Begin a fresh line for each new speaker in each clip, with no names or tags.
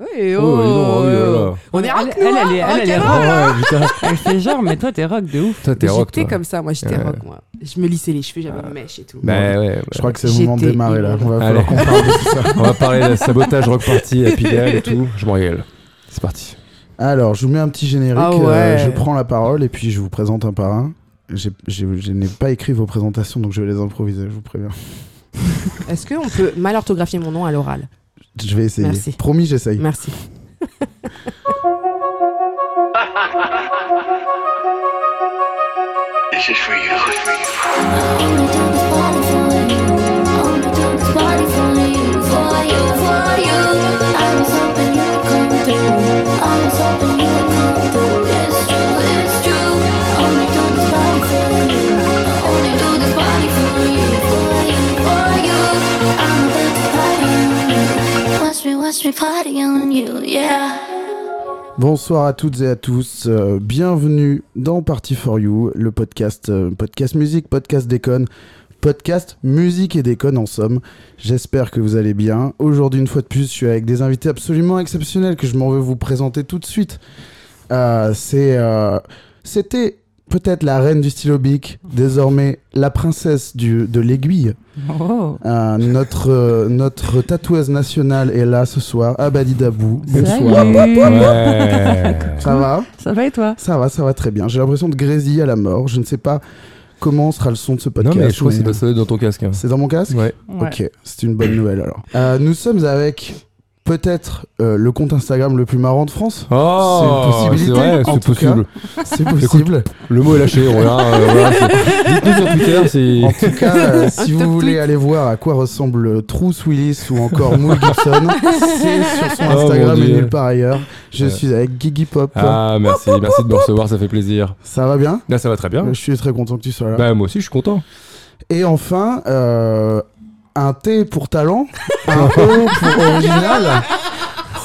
Oui, oh,
Oh, dis donc, oh, oui, oh là là.
On est rock,
elle,
nous,
elle, elle, est-
hein,
elle, elle est
rock'n'roll.
rock.
Ah ouais,
Oh,
putain.
Elle fait genre, mais toi, t'es rock de ouf.
Toi, t'es rock.
J'étais
toi.
comme ça, moi j'étais
Ouais.
rock, moi. Je me lissais les cheveux, j'avais
Ah.
une mèche et tout.
Bah ouais, ouais.
Je crois que c'est le moment de
J'étais
démarrer là. On va
Allez.
falloir qu'on parle de tout ça.
On va parler de sabotage rock party à Pigalle et tout. Je m'engueule. C'est parti.
Alors, je vous mets un petit générique.
Ah
euh,
ouais.
je prends la parole et puis je vous présente un par un. J'ai- j'ai- je n'ai pas écrit vos présentations, donc je vais les improviser, je vous préviens.
Est-ce qu'on peut mal orthographier mon nom à l'oral
Je vais essayer.
Merci.
Promis, j'essaye.
Merci.
This is for you.
Watch me party on you, yeah.
Bonsoir à toutes et à tous. euh, bienvenue dans Party for You, le podcast, euh, podcast musique, podcast déconne, podcast musique et déconne en somme. J'espère que vous allez bien. Aujourd'hui, une fois de plus, je suis avec des invités absolument exceptionnels que je m'en veux vous présenter tout de suite. Euh, c'est, euh, c'était peut-être la reine du stylo bic, désormais la princesse du, de l'aiguille.
Oh.
Euh, notre, euh, notre tatoueuse nationale est là ce soir, Abadi Dabou. Bonsoir.
Salut.
Ouais.
Ça va
Ça va et toi
ça va, ça va très bien. J'ai l'impression de grésiller à la mort. Je ne sais pas comment sera le son de ce
Non,
podcast.
mais je crois que
mais-
ça doit sonner dans ton casque. hein.
C'est dans mon casque
Ouais.
Ouais.
Ok, c'est une bonne nouvelle alors. Euh, nous sommes avec peut-être euh, le compte Instagram le plus marrant de France.
Oh,
possibilité,
vrai,
en
c'est
tout
possible.
C'est possible.
Le mot est lâché, on verra. euh, voilà, c'est- Dites-nous sur Twitter si.
En tout cas, euh, si
Top
vous voulez
tweet.
aller voir à quoi ressemble euh, Trousse Willis ou encore Moe Gibson, c'est sur son
Oh, mon
Instagram et
Dieu.
nulle part ailleurs. Je
Ouais.
suis avec Gigi Pop.
Ah, merci, merci de me recevoir, ça fait plaisir.
Ça va bien
Là, ça va très bien.
Je suis très content que tu sois là.
Bah, moi aussi, je suis content.
Et enfin, euh, un T pour talent, un O pour original,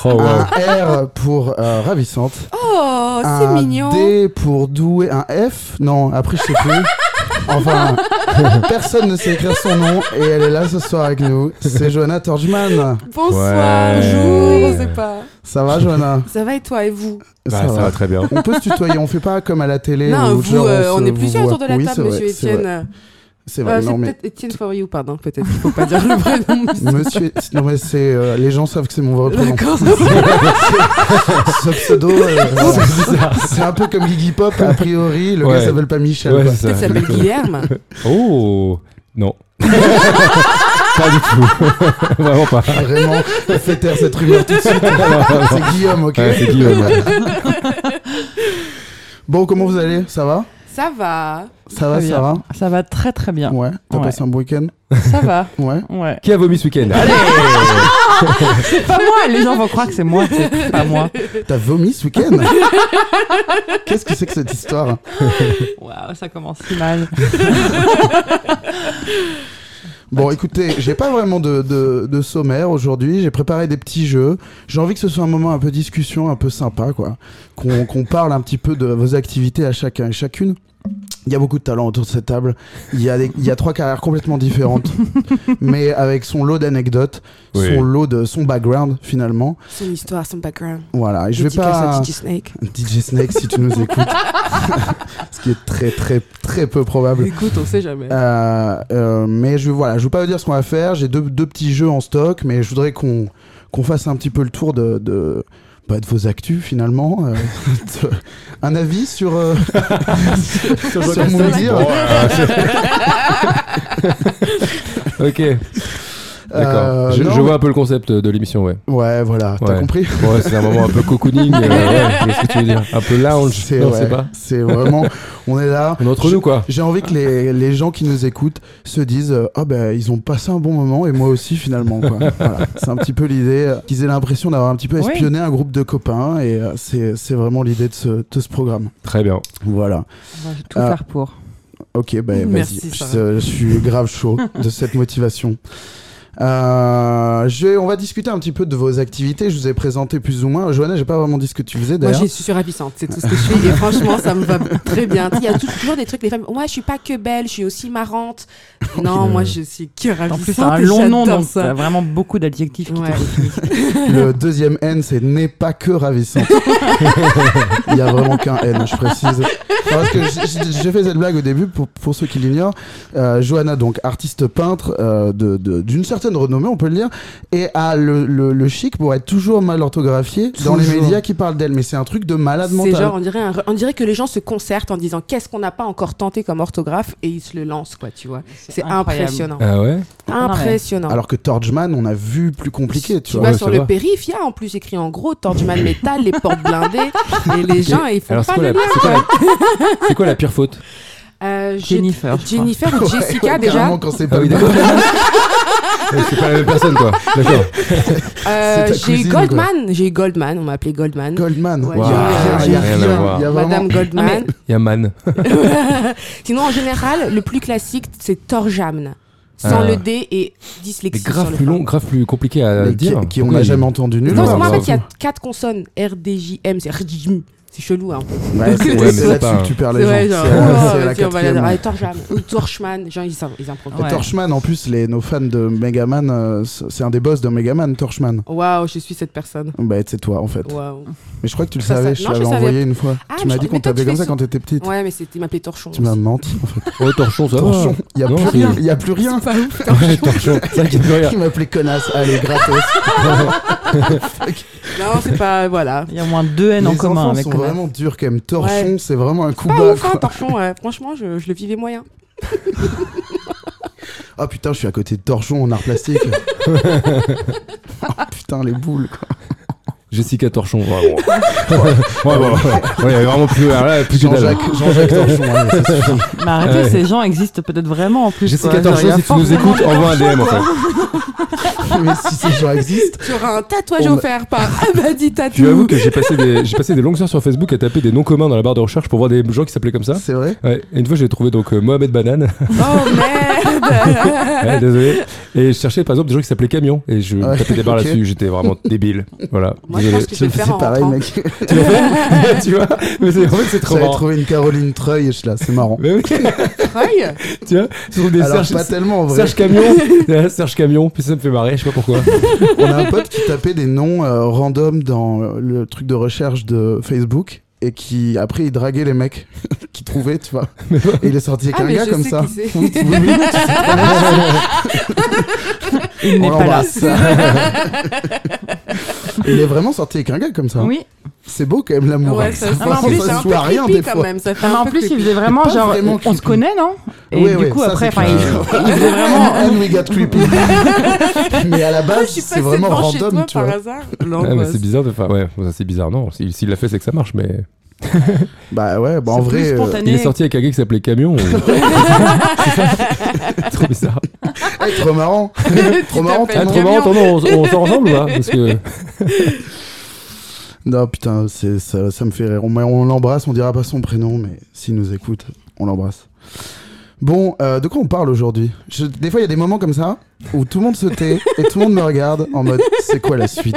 Oh, wow.
un R pour euh, ravissante,
Oh, c'est
un
mignon.
D pour doué, un F, non, après je sais plus. Enfin, personne ne sait écrire son nom et elle est là ce soir avec nous. C'est Johanna Torgman.
Bonsoir,
Ouais.
bonjour, on sait pas.
Ça va, Johanna
Ça va et toi et vous
Bah, ça va très bien.
On peut se tutoyer, on fait pas comme à la télé.
Non,
où
vous,
genre,
euh,
se-
on est
vous
plusieurs
voit.
autour de la
Oui,
table,
c'est vrai,
monsieur
c'est vrai.
Étienne. Euh,
C'est
C'est
vrai, non, mais.
peut-être Étienne for you, pardon, peut-être. Il faut pas dire le prénom.
Monsieur, non mais c'est, euh, les gens savent que c'est mon vrai prénom.
D'accord.
Ce pseudo, euh, c'est un peu comme Iggy Pop, a priori, le gars
Ouais.
s'appelle pas Michel.
Ouais,
quoi.
c'est
Il
ça.
s'appelle Guilherme.
Oh, non. pas du tout. Vraiment pas.
Vraiment, fais taire cette rumeur tout de suite. c'est Guillaume, ok
Ouais, c'est Guillaume. ouais.
Bon, comment vous allez Ça va
Ça va.
Ça va,
Très
ça
bien.
va
Ça va très très bien.
Ouais, t'as
Ouais.
passé un bon week-end
Ça va.
Ouais.
Ouais.
Qui a vomi ce week-end Allez
C'est pas moi. Les gens vont croire que c'est moi. C'est pas moi.
T'as vomi ce week-end Qu'est-ce que c'est que cette histoire
Waouh, ça commence si mal.
Ah,
Bon, écoutez, j'ai pas vraiment de, de, de sommaire aujourd'hui. J'ai préparé des petits jeux. J'ai envie que ce soit un moment un peu discussion, un peu sympa, quoi. Qu'on qu'on parle un petit peu de vos activités à chacun et chacune. Il y a beaucoup de talents autour de cette table. Il y a, des- il y a trois carrières complètement différentes, mais avec son lot d'anecdotes,
Oui.
son lot de son background finalement.
Son histoire, son background.
Voilà. Et je vais
Dédicace à
pas.
DJ Snake.
DJ Snake, si tu nous écoutes, ce qui est très très très peu probable.
Écoute, on sait jamais.
Euh, euh, mais je voilà, je veux pas vous dire ce qu'on va faire. J'ai deux, deux petits jeux en stock, mais je voudrais qu'on qu'on fasse un petit peu le tour de de, bah, de vos actus finalement. euh, de- un avis sur euh, sur, sur mon
Castle.
dire.
Bon, euh, c'est- Ok, d'accord.
Euh,
je,
non,
je vois un peu le concept de l'émission, ouais.
mais- Ouais, voilà, t'as
Ouais.
compris.
Ouais, c'est un moment un peu cocooning. euh, ouais, qu'est-ce que tu veux dire Un peu lounge, non,
ouais,
c'est pas.
c'est vraiment, on est là.
On est entre
Je-
nous, quoi.
J'ai envie que les, les gens qui nous écoutent se disent euh, Ah ben ils ont passé un bon moment et moi aussi finalement. quoi. Voilà. C'est un petit peu l'idée euh, qu'ils aient l'impression d'avoir un petit peu
Oui.
espionné un groupe de copains et euh, c'est c'est vraiment l'idée de ce, de ce programme.
Très bien.
Voilà.
Moi, je vais tout
Ah.
faire pour.
Ok, ben vas-y.
Merci,
Je,
Sarah.
je suis grave chaud de cette motivation. Euh, je vais- on va discuter un petit peu de vos activités. Je vous ai présenté plus ou moins. Johanna, j'ai pas vraiment dit ce que tu faisais
Moi,
d'ailleurs.
je suis ravissante, c'est tout ce que je suis. Et franchement, ça me va très bien. Tu sais, Il y a tout- toujours des trucs, les femmes. Moi, je suis pas que belle, je suis aussi marrante. Non, moi, je suis que
En
ravissante.
plus, c'est un
et
long nom,
j'adore
donc t'as
ça.
vraiment beaucoup d'adjectifs qui
Ouais.
te définissent.
Le deuxième N, c'est n'est pas que ravissante. Il y a vraiment qu'un N, je précise. Parce que j- j- j'ai fait cette blague au début pour, pour ceux qui l'ignorent. Euh, Johanna, donc artiste peintre euh, de- de- d'une certaine renommée, on peut le dire, et a le, le- le chic pour être toujours mal orthographié dans les
Toujours.
médias qui parlent d'elle. Mais c'est un truc de malade
C'est
mental.
genre, on dirait, un- on dirait que les gens se concertent en disant qu'est-ce qu'on n'a pas encore tenté comme orthographe et ils se le lancent, quoi, tu vois. C'est
incroyable.
impressionnant.
Ah ouais
Impressionnant.
Alors que Torchman, on a vu plus compliqué, tu
tu
vois.
vas
Ouais,
sur
ça
le
va.
périph', il y a en plus écrit en gros Torchman Metal, les portes blindées, et les gens, ils font
Alors, c'est
pas
quoi,
le
la...
lien.
c'est quoi la- c'est quoi la pire faute
Euh, j'ai-
Jennifer, je crois.
Jennifer ou Jessica, déjà.
Carrément, quand c'est pas
Ah oui,
le bon.
d'accord. Ouais, C'est pas la même personne, quoi. D'accord.
Euh,
C'est ta
j'ai eu
cousine,
Goldman, j'ai eu Goldman, on m'a appelé Goldman.
Goldman.
Ouais,
Il y a
j'ai-
rien,
j'ai-
il y a
j'ai-
rien,
rien à voir.
il y a vraiment- Ah,
Madame Goldman.
Yaman.
Sinon, en général, le plus classique, c'est Torjamn. Sans
Ah.
le D et dyslexie.
C'est
sur
grave
le
plus
fin.
long, grave plus compliqué à
Mais
dire.
qui, qui
Euh,
on
Pourquoi
n'a
il-
jamais entendu nul.
Non,
Non,
parce que moi, en
non,
fait, il y a quatre consonnes. R, D, J, M, c'est RDJM. C'est chelou, hein.
Ouais, c'est
Ouais,
euh, c'est
mais c'est
là-dessus
pas-
que tu perds Ah, les
C'est
gens.
vrai,
C'est
genre.
la-
oh,
c'est la
tiens, on va les dire.
quatrième.
Allez, Torjam ou Torchman, genre, ils, s'im- ils improvisent.
Ouais.
Torchman, en plus, les, nos fans de Megaman, euh, c- c'est un des boss de Megaman, Torchman.
Waouh, je suis cette personne.
Bah, c'est toi, en fait.
Waouh.
Mais je crois que tu le
Ça, ça-
savais, je
non, je
t'avais
savais
envoyé une fois.
Ah,
tu
mais
m'as
je-
dit
mais toi,
qu'on
tu
t'avait comme
fais
ça
sous-
quand t'étais petite.
Ouais, mais c'était, il m'appelait Torchon.
Tu m'as menti. en fait.
Oh, torchon, ça va.
Torchon, il y a
Non,
plus
c'est-
rien, il y a plus rien.
Ouais, torchon. C'est vrai qu'il y a plus rien.
Qui m'appelait connasse Allez, gratos.
Non, c'est pas. Voilà.
Il y a au moins deux
Les
N en commun
enfants
avec
sont
Conan.
vraiment durs quand même. Torchon,
Ouais.
c'est vraiment un coup
Pas
bas.
ouf, hein,
quoi.
Torchon. ouais. Franchement, je, je le vivais moyen.
Ah putain, je suis à côté de Torchon en art plastique. Oh putain, les boules. quoi.
Jessica Torchon. Ouais, ouais, ouais, ouais, ouais. Ouais, il y avait vraiment plus, alors là, plus que dalle.
Jean-Jacques Jean-Jacques Torchon. ouais, mais ça suffit.
Mais arrêtez,
Ouais.
ces gens existent peut-être vraiment en plus.
Jessica
quoi. Genre, il y
Torchon,
a
si tu nous
forcément-
écoutes, envoie un DM en fait.
Mais si ces gens existent.
Tu auras un tatouage
On-
offert par Abadi
Je
Tattoo.
avoue que j'ai passé, des, j'ai passé des longues heures sur Facebook à taper des noms communs dans la barre de recherche pour voir des gens qui s'appelaient comme ça.
C'est vrai
Ouais, et une fois j'ai trouvé donc euh, Mohamed Banane,
Oh merde
Ouais, désolé. Et je cherchais par exemple des gens qui s'appelaient Camion et je
Ouais,
tapais des barres
ok.
là-dessus, j'étais vraiment débile. Voilà.
Moi, je pense que je vais le
C'est
faire en
pareil,
rentrant.
mec.
Tu l'as fait Tu vois Mais c'est, en fait c'est trop
J'avais
marrant.
trouvé une Caroline Treuil, là, c'est marrant.
Mais oui,
Troy
tu vois, tu trouves des
Alors,
Serge,
pas tellement en vrai.
Serge Camion, euh, Serge Camion, puis ça me fait marrer, je sais pas pourquoi.
On a un pote qui tapait des noms euh, random dans euh, le truc de recherche de Facebook et qui, après, il draguait les mecs qu'il trouvait, tu vois. Et il est sorti avec
Ah,
un
mais
gars
je
comme
sais
ça.
qui c'est.
Oui, oui, oui, tu sais très bien.
Il n'est
On
pas là.
l'embrasse. Il est vraiment sorti avec un gars comme ça.
Oui.
C'est beau quand même l'amour.
Ouais, ça,
Ah, mais en
en
plus,
plus,
ça
c'est
se
un peu
voit rien,
creepy
hein, des
quand
fois.
même. Ça fait
Mais
un
en
peu
plus, il
creepy.
faisait vraiment
Pas
genre.
vraiment
on
creepy.
se connaît, non Et
Ouais,
du
ouais,
coup,
ça,
après,
c'est
enfin, il,
clair.
il faisait vraiment.
And we got creepy. Mais à la
Ah,
base,
je suis
c'est
passée
vraiment
devant chez
random,
toi
tu
par
vois.
hasard.
Ouais, Ah, mais
L'angoisse.
c'est bizarre de faire. Ouais, bon, ça, c'est bizarre, non. S'il, s'il l'a fait, c'est que ça marche, mais.
Bah ouais, bah en
c'est plus
vrai. euh,
Il
spontané.
est sorti avec un gars qui s'appelait Camion. trop bizarre.
hey, trop marrant. trop marrant.
t'appelles
Ah,
ton nom.
trop marrant, attends, non, on, on sort ensemble ou pas Parce que.
Non, putain, c'est- ça, ça me fait rire. On, on l'embrasse, on dira pas son prénom, mais s'il nous écoute, on l'embrasse. Bon, euh, de quoi on parle aujourd'hui Je- Des fois, il y a des moments comme ça où tout le monde se tait et tout le monde me regarde en mode c'est quoi la suite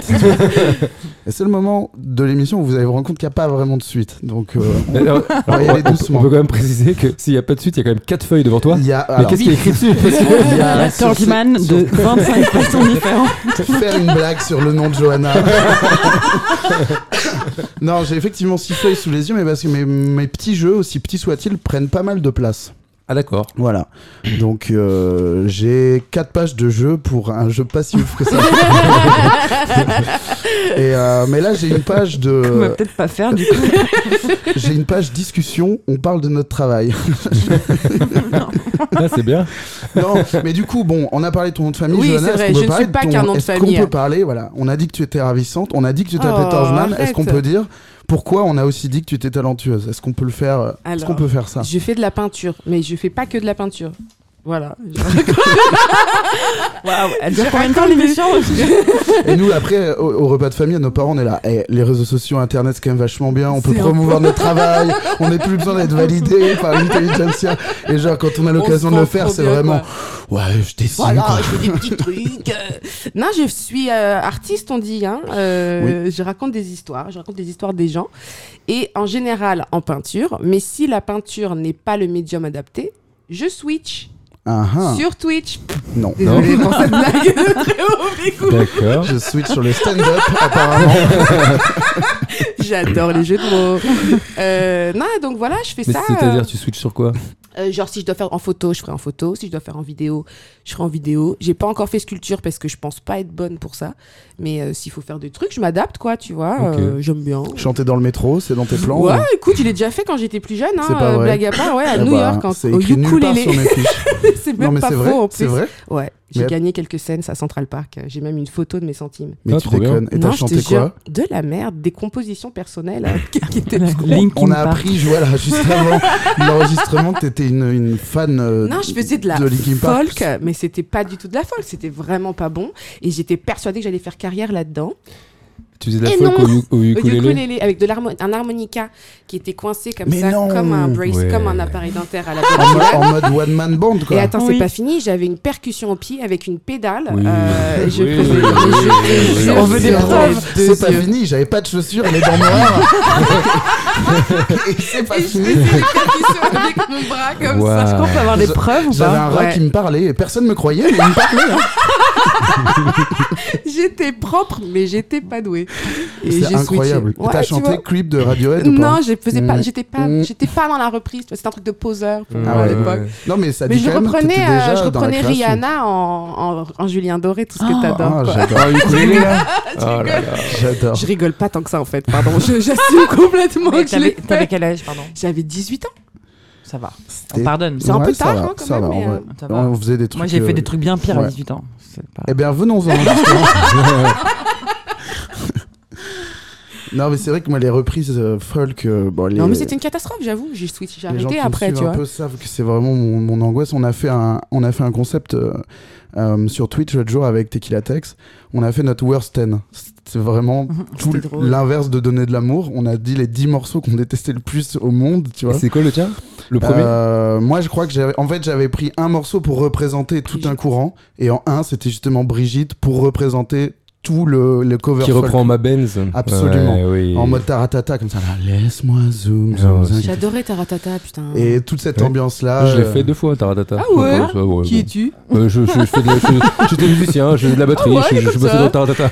Et c'est le moment de l'émission où vous allez vous rendre compte qu'il n'y a pas vraiment de suite. Donc, euh, on-
Alors,
on va y
on-
aller
on peut-
doucement.
On peut quand même préciser que s'il n'y a pas de suite, il y a quand même quatre feuilles devant toi.
il y a.
Mais
alors,
qu'est-ce qui est écrit dessus Parce que-
il y
Il y a
a- sur-
Torchman
sur-
de 25 personnes différentes.
faire une blague sur le nom de Johanna. non, j'ai effectivement six feuilles sous les yeux, mais parce que mes, mes petits jeux, aussi petits soient-ils, prennent pas mal de place.
Ah d'accord.
Voilà. Donc euh, j'ai quatre pages de jeu pour un jeu pas si ouf que ça. Et, euh, mais là j'ai une page
On va
de
peut-être pas faire du coup.
j'ai une page discussion. On parle de notre travail.
Ah c'est bien.
non, mais du coup bon, on a parlé de ton nom de famille.
Oui,
Johanna,
c'est
est-ce
vrai, je
qu'on peut
ne
parler
suis pas
ton-
qu'un nom de
est-ce
famille.
qu'on peut parler voilà. On a dit que tu étais ravissante. On a dit que tu t'appelais
Oh,
Torjman. Est-ce
arrête.
qu'on peut dire pourquoi on a aussi dit que tu étais talentueuse Est-ce qu'on peut le faire euh, Est-ce qu'on
Alors,
peut faire ça
Je fais de la peinture, mais je fais pas que de la peinture. Voilà.
Waouh, elle dure combien de temps l'émission
Et nous, après, au, au repas de famille, à nos parents, on est là. Eh, les réseaux sociaux, Internet, c'est quand même vachement bien. On peut
C'est un
promouvoir notre travail. On n'a plus besoin d'être validé par l'intelligentsia. Et genre, quand on a l'occasion
On se
de le
prend
faire,
trop
c'est
bien,
vraiment.
quoi.
Ouais, je dessine.
Voilà,
quoi.
je fais des petits trucs. euh. Non, je suis euh, artiste, on dit. Hein. Euh, Je raconte des histoires, je raconte des histoires des gens. Et en général, en peinture. Mais si la peinture n'est pas le médium adapté, je switch
Ah, ah.
sur Twitch.
Non.
Désolée pour cette blague de très mauvais goût.
D'accord.
Je switch sur le stand-up, apparemment.
J'adore les jeux de mots. Euh, non, donc voilà, je fais
Mais
ça.
c'est-à-dire, tu switches sur quoi
Euh, genre, si je dois faire en photo, je ferai en photo. Si je dois faire en vidéo, je ferai en vidéo. J'ai pas encore fait sculpture parce que je pense pas être bonne pour ça. Mais euh, s'il faut faire des trucs, je m'adapte, quoi, tu vois.
Ok.
Euh, J'aime bien.
Chanter dans le métro, c'est dans tes plans.
Ouais, écoute, il est déjà fait quand j'étais plus jeune, hein,
C'est pas
euh,
vrai.
blague à part, ouais, à
Ah
New
bah,
York, en,
c'est
au
écrit nulle part
ukulélé.
sur mes fiches.
c'est même
non mais
pas
c'est
faux
vrai,
en
c'est
plus.
vrai.
Ouais, j'ai
Mais-
gagné quelques scènes à Central Park. J'ai même une photo de mes centimes.
Mais
Ah,
tu
trop bien.
déconnes. Et t'as
Non, je te
chanté
jure,
quoi
De la merde, des compositions personnelles hein, qui qui étaient
On a appris, je- voilà, juste avant l'enregistrement, que t'étais une, une fan. euh,
Non, je faisais de la
Linkin Park.
folk, mais c'était pas du tout de la folk, c'était vraiment pas bon. Et j'étais persuadée que j'allais faire carrière là-dedans.
Tu faisais de la
Et
folk
non.
au, u- au
Au
ukulélé
ukulélé, avec de l'harmo- un harmonica qui était coincé comme
Mais
ça,
non.
comme un brace,
Ouais.
comme un appareil dentaire à la
En,
Bob
mo- en mode one man band
Et
quoi.
attends,
Oui.
c'est pas fini, j'avais une percussion au pied avec une pédale.
Oui.
euh, je
Oui,
faisais-
oui,
je-
oui, Ah,
je-
oui.
On veut des
je-
preuves.
C'est pas fini, j'avais pas de chaussures, elle est dans mon rêve. Et c'est pas
Et je faisais
fini.
des percussions avec mon bras comme
Wow.
ça.
Est-ce qu'on peut avoir des
Je-
preuves ou
J'avais
pas
un rat
Ouais.
qui me parlait et personne me croyait, mais il me parlait. hein.
J'étais propre, mais j'étais pas douée. Et j'ai
C'est
switché.
incroyable.
Ouais,
T'as
tu vois.
chanté Creep de Radiohead ou pas
Non, je faisais pas,
Mm.
j'étais pas,
Mm.
j'étais pas dans la reprise. tu vois, C'était un truc de poseur pour
Mmh.
moi
Ah
à
ouais.
l'époque.
Non, mais ça
Mais
dit
je
quand même que
reprenais,
t'étais
euh, je
déjà dans la
reprenais
création.
Rihanna en, en, en Julien Doré, tout ce que
Ah,
t'adores.
Ah,
quoi.
j'adore.
Ah,
Oh là là.
J'adore.
je rigole pas tant que ça en fait. Pardon, je- j'assume complètement
Mais
que je l'ai
T'avais t'avais
fait.
quel âge, pardon
J'avais 18 ans.
Ça va.
C'était-
On pardonne.
C'est un
Ouais,
peu
ça
tard
va,
hein, quand
ça
même.
va,
mais,
en
euh,
vrai.
Ça va.
On faisait des trucs.
Moi, j'ai fait
euh,
des trucs bien pires
ouais.
à 18 ans. C'est pas-
Eh bien, venons-en. justement. non, mais c'est vrai que moi, les reprises euh, folk, euh, bon, les,
Non, mais c'était une catastrophe, j'avoue. J'ai switché, j'ai
les gens qui
arrêté
me
après,
suivent
tu
un
vois.
peu savent que c'est vraiment mon, mon angoisse. On a fait un, on a fait un concept euh, euh, sur Twitch l'autre jour avec Tequila Tex. On a fait notre worst 10. C'est vraiment tout
c'était drôle.
l'inverse de donner de l'amour. On a dit les 10 morceaux qu'on détestait le plus au monde, tu
Et
vois.
C'est quoi le tien Le premier
Euh, moi, je crois que j'avais. En fait, j'avais pris un morceau pour représenter tout un courant, et en un, c'était justement Brigitte pour représenter tout le, le cover.
Qui
folk.
reprend ma Benz.
Absolument.
Ouais, oui.
En mode taratata, comme ça, là, laisse-moi zoom, zoom,
Ah,
zoom.
J'adorais Taratata, putain.
Et toute cette
Ouais.
ambiance-là.
Je l'ai
euh,
fait deux fois, Taratata.
Ah ouais
ça, ouais,
Qui
bon.
es-tu
Euh, je, je, je fais de la, je- j'étais musicien, je faisais de la batterie,
Ah ouais,
je, je, je
comme
bossais
ça.
dans Taratata.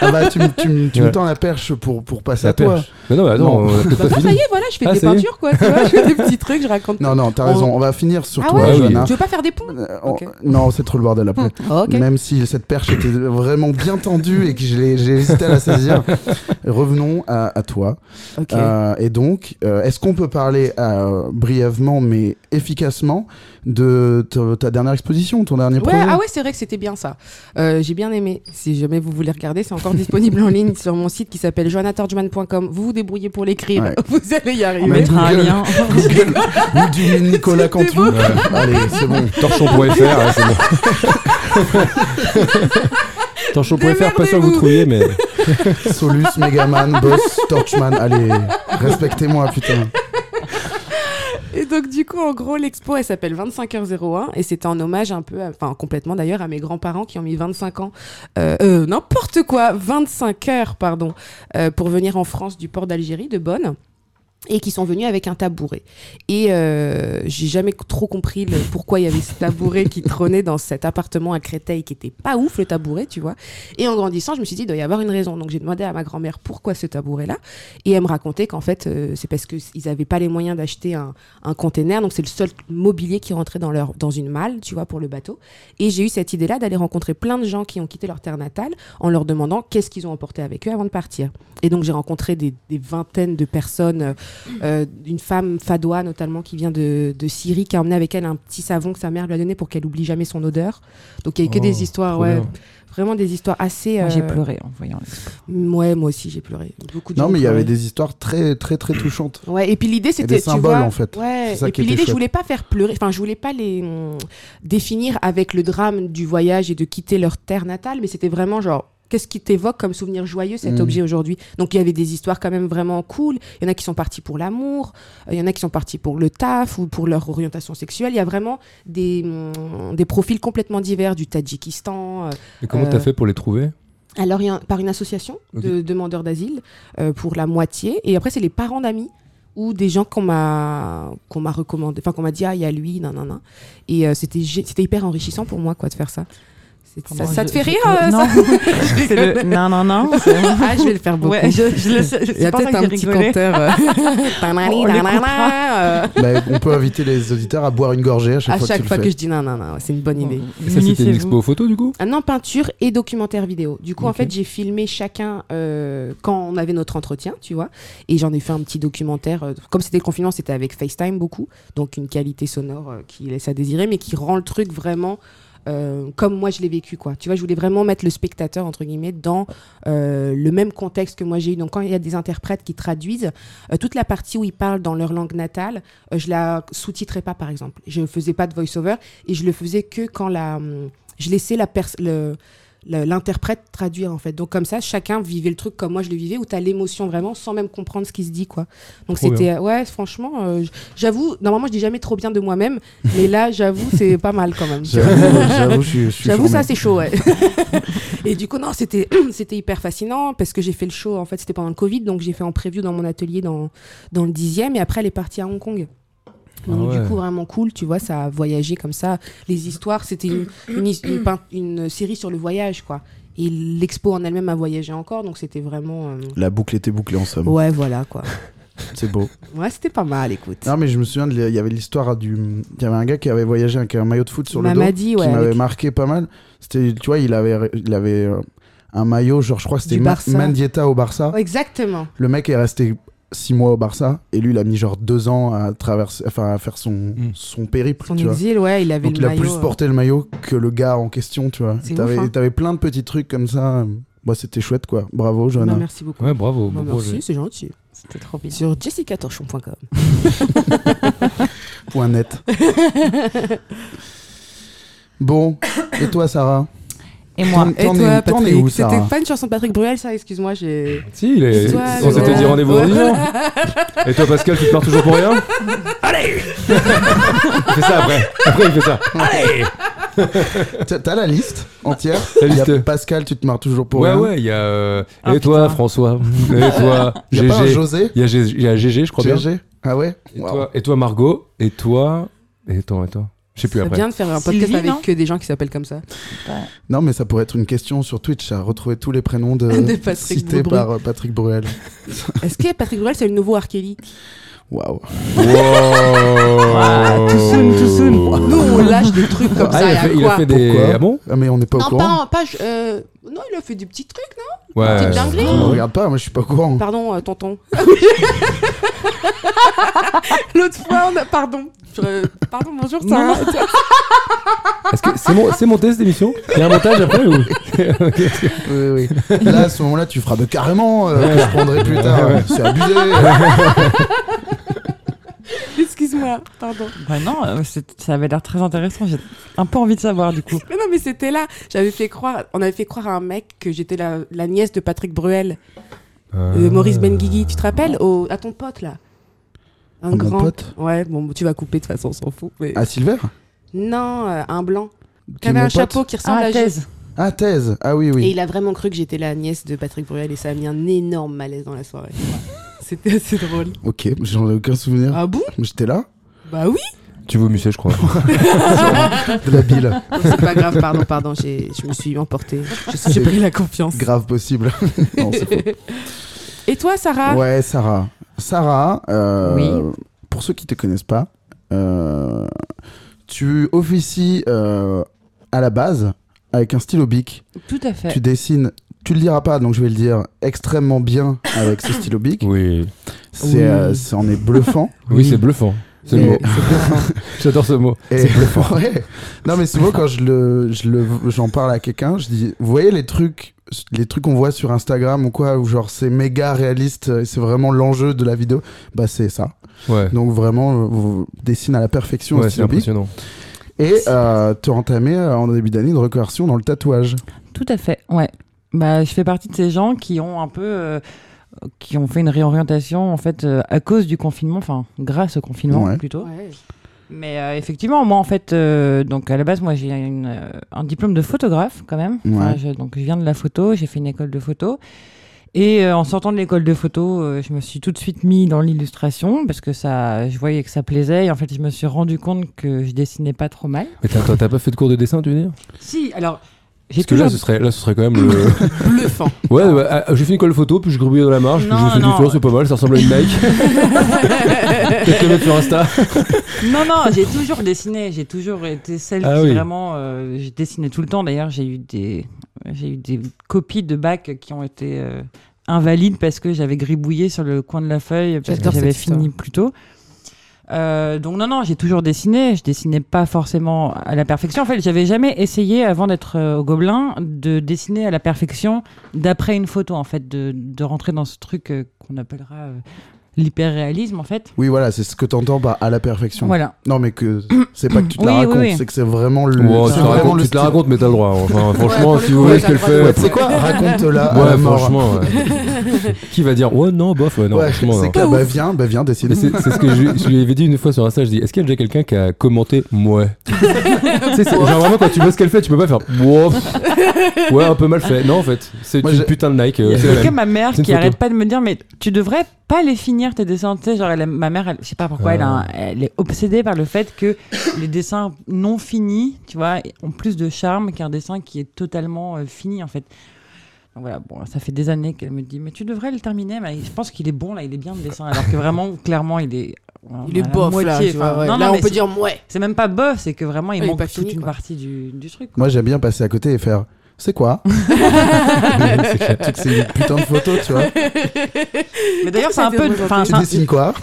ah bah, tu, me- tu me- tu me
Ouais.
tends la perche pour, pour passer
La
à toi.
perche. Mais non, mais attends,
Non.
on a peut-être
Bah,
pas
moi, ça
fini.
y est, voilà, je fais
Ah,
des
ça y est.
peintures, quoi. Tu vois, je fais des petits trucs, je raconte.
Non, non, t'as
On-
raison, on va finir sur
Ah
toi,
ouais
Johanna.
Tu veux pas faire des ponts
Euh, on-
Ok. Hmm,
Non, c'est trop le bordel après.
Ok.
Même si cette perche était vraiment bien tendue et que je l'ai- j'ai hésité à la saisir. Revenons à- à toi.
Ok.
Euh, et donc, euh, est-ce qu'on peut parler euh, brièvement mais efficacement de ta, ta dernière exposition, ton dernier
Ouais,
projet
ah ouais, c'est vrai que c'était bien ça. Euh, J'ai bien aimé. Si jamais vous voulez regarder, c'est encore disponible en ligne sur mon site qui s'appelle joannatorgeman.com. Vous vous débrouillez pour l'écrire,
Ouais.
vous allez y
On
On
arriver.
met-
mettra un
Google.
lien.
Google, ou du Nicolas Cantu.
beau.
Allez, c'est bon.
Torchon.fr, ouais, hein, c'est bon. Torchon.fr, pas sûr que
Démerdez-vous.
vous trouviez, mais.
Solus, Megaman, Boss, Torchman. Allez, respectez-moi, putain.
Et donc, du coup, en gros, l'expo, elle s'appelle 25h01 et c'était en hommage un peu, à- enfin, complètement d'ailleurs, à mes grands-parents qui ont mis 25 ans, euh, euh, n'importe quoi, 25 heures, pardon, euh, pour venir en France du port d'Algérie, de Bonn. Et qui sont venus avec un tabouret. Et euh, j'ai jamais trop compris le- pourquoi il y avait ce tabouret qui trônait dans cet appartement à Créteil qui était pas ouf le tabouret, tu vois. Et en grandissant, je me suis dit, il doit y avoir une raison. Donc j'ai demandé à ma grand-mère pourquoi ce tabouret-là. Et elle me racontait qu'en fait, euh, c'est parce qu'ils n'avaient pas les moyens d'acheter un, un container. Donc c'est le seul mobilier qui rentrait dans, leur, dans une malle, tu vois, pour le bateau. Et j'ai eu cette idée-là d'aller rencontrer plein de gens qui ont quitté leur terre natale en leur demandant qu'est-ce qu'ils ont emporté avec eux avant de partir. Et donc j'ai rencontré des, des vingtaines de personnes euh, euh, une femme fadoua notamment qui vient de, de Syrie, qui a emmené avec elle un petit savon que sa mère lui a donné pour qu'elle oublie jamais son odeur. Donc il y a eu que
Oh,
des histoires,
trop
ouais,
bien.
vraiment des histoires assez.
Moi, j'ai
euh,
pleuré en voyant l'expo.
Ouais, moi aussi j'ai pleuré. Beaucoup de
Non,
gens
mais il y
pleuraient.
avait des histoires très, très, très touchantes.
Ouais, et puis l'idée c'était
des
tu
symboles,
vois,
en fait.
Ouais,
C'est ça
et
qui
puis
était
l'idée je
chouette.
voulais pas faire pleurer, enfin je voulais pas les hum, définir avec le drame du voyage et de quitter leur terre natale, mais c'était vraiment genre qu'est-ce qui t'évoque comme souvenir joyeux cet
Mm.
objet aujourd'hui. Donc il y avait des histoires quand même vraiment cool, il y en a qui sont partis pour l'amour, euh, il y en a qui sont partis pour le taf ou pour leur orientation sexuelle, il y a vraiment des hum, des profils complètement divers du Tadjikistan euh,
Et comment
Euh,
t'as fait pour les trouver
alors, il y a un- par une association de demandeurs d'asile euh, pour la moitié. Et après, c'est les parents d'amis ou des gens qu'on m'a qu'on m'a recommandé, enfin qu'on m'a dit ah il y a lui, nan nan nan. Et euh, c'était gé- c'était hyper enrichissant pour moi quoi de faire ça. C'est- Ça,
Moi,
ça
je-
te fait
je-
rire euh,
Non.
ça
C'est le- Non, non, non. c'est-
Ah je vais le faire beaucoup.
Ouais, je, je le sais.
Il y a peut-être un petit
contexte.
compteur. euh, Tanani,
On l'écoutera.
nanana, euh,
Bah, on peut inviter les auditeurs à boire une gorgée à chaque
à
fois
chaque
que tu
fois
le
que
fais.
je dis nan nan nan, ouais, c'est une bonne idée.
Et ça, c'était une expo photo du coup
Ah non, peinture et documentaire vidéo. Du coup, en
Ok.
fait, j'ai filmé chacun euh, quand on avait notre entretien, tu vois. Et j'en ai fait un petit documentaire. euh, comme c'était le confinement, c'était avec FaceTime beaucoup. Donc, une qualité sonore euh, qui laisse à désirer, mais qui rend le truc vraiment. euh, comme moi je l'ai vécu quoi tu vois je voulais vraiment mettre le spectateur entre guillemets dans euh, le même contexte que moi j'ai eu donc quand il y a des interprètes qui traduisent euh, toute la partie où ils parlent dans leur langue natale euh, je la sous-titrais pas par exemple je faisais pas de voice over et je le faisais que quand la hum, je laissais la pers- le- le- l'interprète traduire en fait donc comme ça chacun vivait le truc comme moi je le vivais où t'as l'émotion vraiment sans même comprendre ce qui se dit quoi donc
Trop
c'était ouais franchement euh, j- j'avoue normalement je dis jamais trop bien de moi-même mais là j'avoue c'est pas mal quand même
J'avoue, j'avoue, je suis- je suis
J'avoue, ça,
charmé.
c'est chaud, ouais. et du coup, non, c'était, c'était hyper fascinant parce que j'ai fait le show, en fait, c'était pendant le Covid, donc j'ai fait en preview dans mon atelier dans, dans le 10e et après, elle est partie à Hong Kong. Donc,
Ah ouais.
du coup, vraiment cool, tu vois, ça a voyagé comme ça. Les histoires, c'était une, une, his- une peint- une série sur le voyage, quoi. Et l'expo en elle-même a voyagé encore, donc c'était vraiment. euh,
La boucle était bouclée en somme.
Ouais, voilà, quoi.
C'est beau.
Ouais, c'était pas mal, écoute.
Non, mais je me souviens, de l'- il y avait l'histoire du. Il y avait un gars qui avait voyagé avec un maillot de foot sur le dos.
Mamadi, ouais,
Qui m'avait
avec-
marqué pas mal. C'était, tu vois, il avait, il avait euh, un maillot, genre, je crois que c'était
Du
Ma-
Barça.
Mandieta au Barça.
Ouais, Oh, Exactement.
Le mec est resté six mois au Barça et lui, il a mis genre deux ans à, traverser, enfin, à faire son,
Mm.
son périple,
Son
tu vois.
exil, ouais, il avait
Donc,
le
il a
maillot,
plus
euh,
porté le maillot que le gars en question, tu vois.
C'est
T'avais
ouf, hein.
t'avais plein de petits trucs comme ça. Moi, c'était chouette, quoi. Bravo,
bah,
Johanna.
merci beaucoup.
Ouais, bravo.
Bah,
bon projet.
merci, c'est gentil.
C'était trop bien.
Sur jessicatorchon.com.
Point net. bon. Et toi, Sarah
Et moi,
T'en- t'en es où- t'en es où, Sarah
C'était pas une chanson de Patrick Bruel, ça, excuse-moi, j'ai.
Si, il est...
Toi,
on
le-
s'était dit rendez-vous en
Ouais.
disant. Et toi, Pascal, tu te pars toujours pour rien Allez Il fait ça après. Après, il fait ça.
T'as t'as la liste entière
La
Il y a
liste.
Pascal, tu te marres toujours pour
ouais,
rien.
ouais, il y a. euh,
Ah,
et toi,
putain.
François Et toi,
Il y a pas un
GG
José
Il y a G- il y a GG, je crois bien.
GG Ah ouais
Et
Wow.
toi, et toi, Margot Et toi Et toi, et toi Je sais plus
C'est
après.
bien de faire un podcast
Sylvie,
avec
non
que des gens qui s'appellent comme ça.
Non, mais ça pourrait être une question sur Twitch, à retrouver tous les prénoms de,
De Patrick
cités
Bruel.
par euh, Patrick Bruel.
Est-ce que Patrick Bruel, c'est le nouveau R. Kelly
Waouh
Wow.
Too soon, too soon.
Nous, on lâche des trucs comme
Ah,
ça.
il
y
a fait, il a
quoi
fait des.
Pourquoi
Ah bon
Ah, mais on n'est pas au
Non,
courant.
pas, pas je- euh, non, il a fait des petits trucs, non
Ouais.
Petite dinguerie.
Euh, On regarde pas, moi je suis pas au courant.
Pardon, euh, tonton. L'autre fois, on a... pardon. Je- euh, Pardon, bonjour,
Non,
Sarah.
Est-ce que c'est mon- c'est monté cette émission Il y a un montage après ou
Oui, oui. Là, à ce moment-là, tu feras de carrément euh, que je prendrai plus tard. C'est abusé.
Excuse-moi, pardon.
Bah non, euh, c'est- ça avait l'air très intéressant. J'ai un peu envie de savoir du coup.
Mais non, mais c'était là. J'avais fait croire, on avait fait croire à un mec que j'étais la, la nièce de Patrick Bruel, euh, Maurice Benguigui, tu te rappelles, au, à ton pote là. Un
À mon
grand.
pote
Ouais, bon, tu vas couper de toute façon, on s'en fout. Mais...
Ah, Silver
Non, euh, un blanc.
Qui
Qui
est
avait
mon
un
pote
chapeau qui ressemble à
Ah,
Jésus.
thèse.
Ah, Thèse. Ah oui,
Et
oui.
il a vraiment cru que j'étais la nièce de Patrick Bruel et ça a mis un énorme malaise dans la soirée. C'était assez drôle.
Ok, j'en ai aucun souvenir.
Ah bon
J'étais là.
Bah oui
Euh, Tu vomissais, je crois.
De la bile.
Oh, C'est pas grave, pardon, pardon, j'ai- je me suis emportée.
Ah,
Je- J'ai pris la confiance.
Grave possible. non, c'est faux.
Et toi, Sarah
Ouais, Sarah. Sarah, euh,
Oui.
pour ceux qui te connaissent pas, euh, tu officies euh, à la base avec un stylo bic.
Tout à fait.
Tu dessines, tu le diras pas, donc je vais le dire extrêmement bien avec ce stylo bic.
Oui.
C'est, euh, c'est- on est bluffant.
Oui, c'est bluffant. C'est le
Et-
mot. J'adore ce mot.
Et-
C'est bluffant.
Ouais. Non, mais souvent, quand je le, je le, j'en parle à quelqu'un, je dis, vous voyez les trucs, les trucs qu'on voit sur Instagram ou quoi, où genre c'est méga réaliste, et c'est vraiment l'enjeu de la vidéo, bah c'est ça.
Ouais.
Donc vraiment, euh, vous dessine à la perfection
Ouais,
au
c'est
stylo bic.
impressionnant.
Et euh, tu as entamé euh, en début d'année une reconversion dans le tatouage.
Tout à fait, ouais. Bah, je fais partie de ces gens qui ont un peu. euh, qui ont fait une réorientation, en fait, euh, à cause du confinement, enfin, grâce au confinement
Ouais.
plutôt.
Ouais.
Mais euh, effectivement, moi, en fait, euh, donc à la base, moi, j'ai une, euh, un diplôme de photographe quand même. Enfin,
Ouais.
je- donc, je viens de la photo, j'ai fait une école de photo. Et euh, en sortant de l'école de photo, euh, je me suis tout de suite mis dans l'illustration parce que ça, je voyais que ça plaisait. Et en fait, je me suis rendu compte que je dessinais pas trop mal.
Mais t'as- t'as t'as pas fait de cours de dessin, tu veux dire
Si, alors,
J'ai
Parce que là,
toujours-
ce serait, là, ce serait quand même le.
bluffant.
Ouais, ouais, ah, j'ai fait une colle photo, puis je grubillais dans la marche, puis je me
Non,
suis dit,
non.
Florent, c'est pas mal, ça ressemble à une Nike. Peut-être le mettre sur Insta.
Non, non, j'ai toujours dessiné. J'ai toujours été celle
Ah
qui
oui.
vraiment. euh, j'ai dessiné tout le temps. D'ailleurs, j'ai eu des, j'ai eu des copies de bac qui ont été euh, invalides parce que j'avais gribouillé sur le coin de la feuille parce que
J'adore
j'avais
cette histoire.
fini plus tôt. Euh, donc non non j'ai toujours dessiné je dessinais pas forcément à la perfection en fait j'avais jamais essayé avant d'être euh, au Gobelin de dessiner à la perfection d'après une photo en fait de, de rentrer dans ce truc euh, qu'on appellera euh, l'hyperréalisme en fait
Oui, voilà, c'est ce que t'entends par à la perfection.
voilà
Non, mais que c'est pas que tu te la
Oui, oui,
racontes,
oui.
c'est que c'est vraiment le.
Wow,
c'est
tu, te
vraiment
racontes,
le
tu te la
style.
racontes, mais t'as le droit. Enfin, franchement,
pour le
si
coup,
vous voyez
ouais,
ce qu'elle
t'as le droit
fait. Ouais,
de-
Tu sais quoi Raconte-la à la
ouais,
mort.
franchement. ouais. Qui va dire, ouais, non, bof, ouais, non,
Ouais,
franchement.
c'est
non.
clair. Bah, viens, bah, viens,
Mais
dessine.
C'est c'est ce que je, je lui avais dit une fois sur Insta, je dis est-ce qu'il y a déjà quelqu'un qui a commenté mouais Tu sais, c'est- Genre vraiment quand tu vois ce qu'elle fait, tu peux pas faire Mouais. Ouais, un peu mal fait. Non en fait, c'est
Moi,
une
j'ai-
putain de Nike.
Il y
euh,
a
c'est la
quelqu'un,
même.
ma mère,
C'est une
qui
photo.
arrête pas de me dire, mais tu devrais pas les finir tes dessins. Tu sais, genre, elle a- ma mère, elle, je sais pas pourquoi, elle, a
Ah.
un- elle est obsédée par le fait que les dessins non finis, tu vois, ont plus de charme qu'un dessin qui est totalement euh, fini, en fait. Donc voilà, bon, ça fait des années qu'elle me dit, mais tu devrais le terminer. Mais je pense qu'il est bon, là, il est bien le dessin. Alors que vraiment, clairement, il est.
Il est
à la
bof là.
moitié,
tu vois,
enfin,
ouais.
non,
là,
non,
on
mais
peut
c'est-
dire ouais.
C'est même pas bof, c'est que vraiment, il
Il est
manque
pas
toute
fini,
une
quoi.
partie du, du truc. quoi.
Moi, j'aime bien passer à côté et faire c'est quoi C'est que c'est une putain de photo, tu vois.
Mais d'ailleurs, c'est
Ça
un
fait
peu.
représenter-
enfin,
Tu
c'est un-
dessines quoi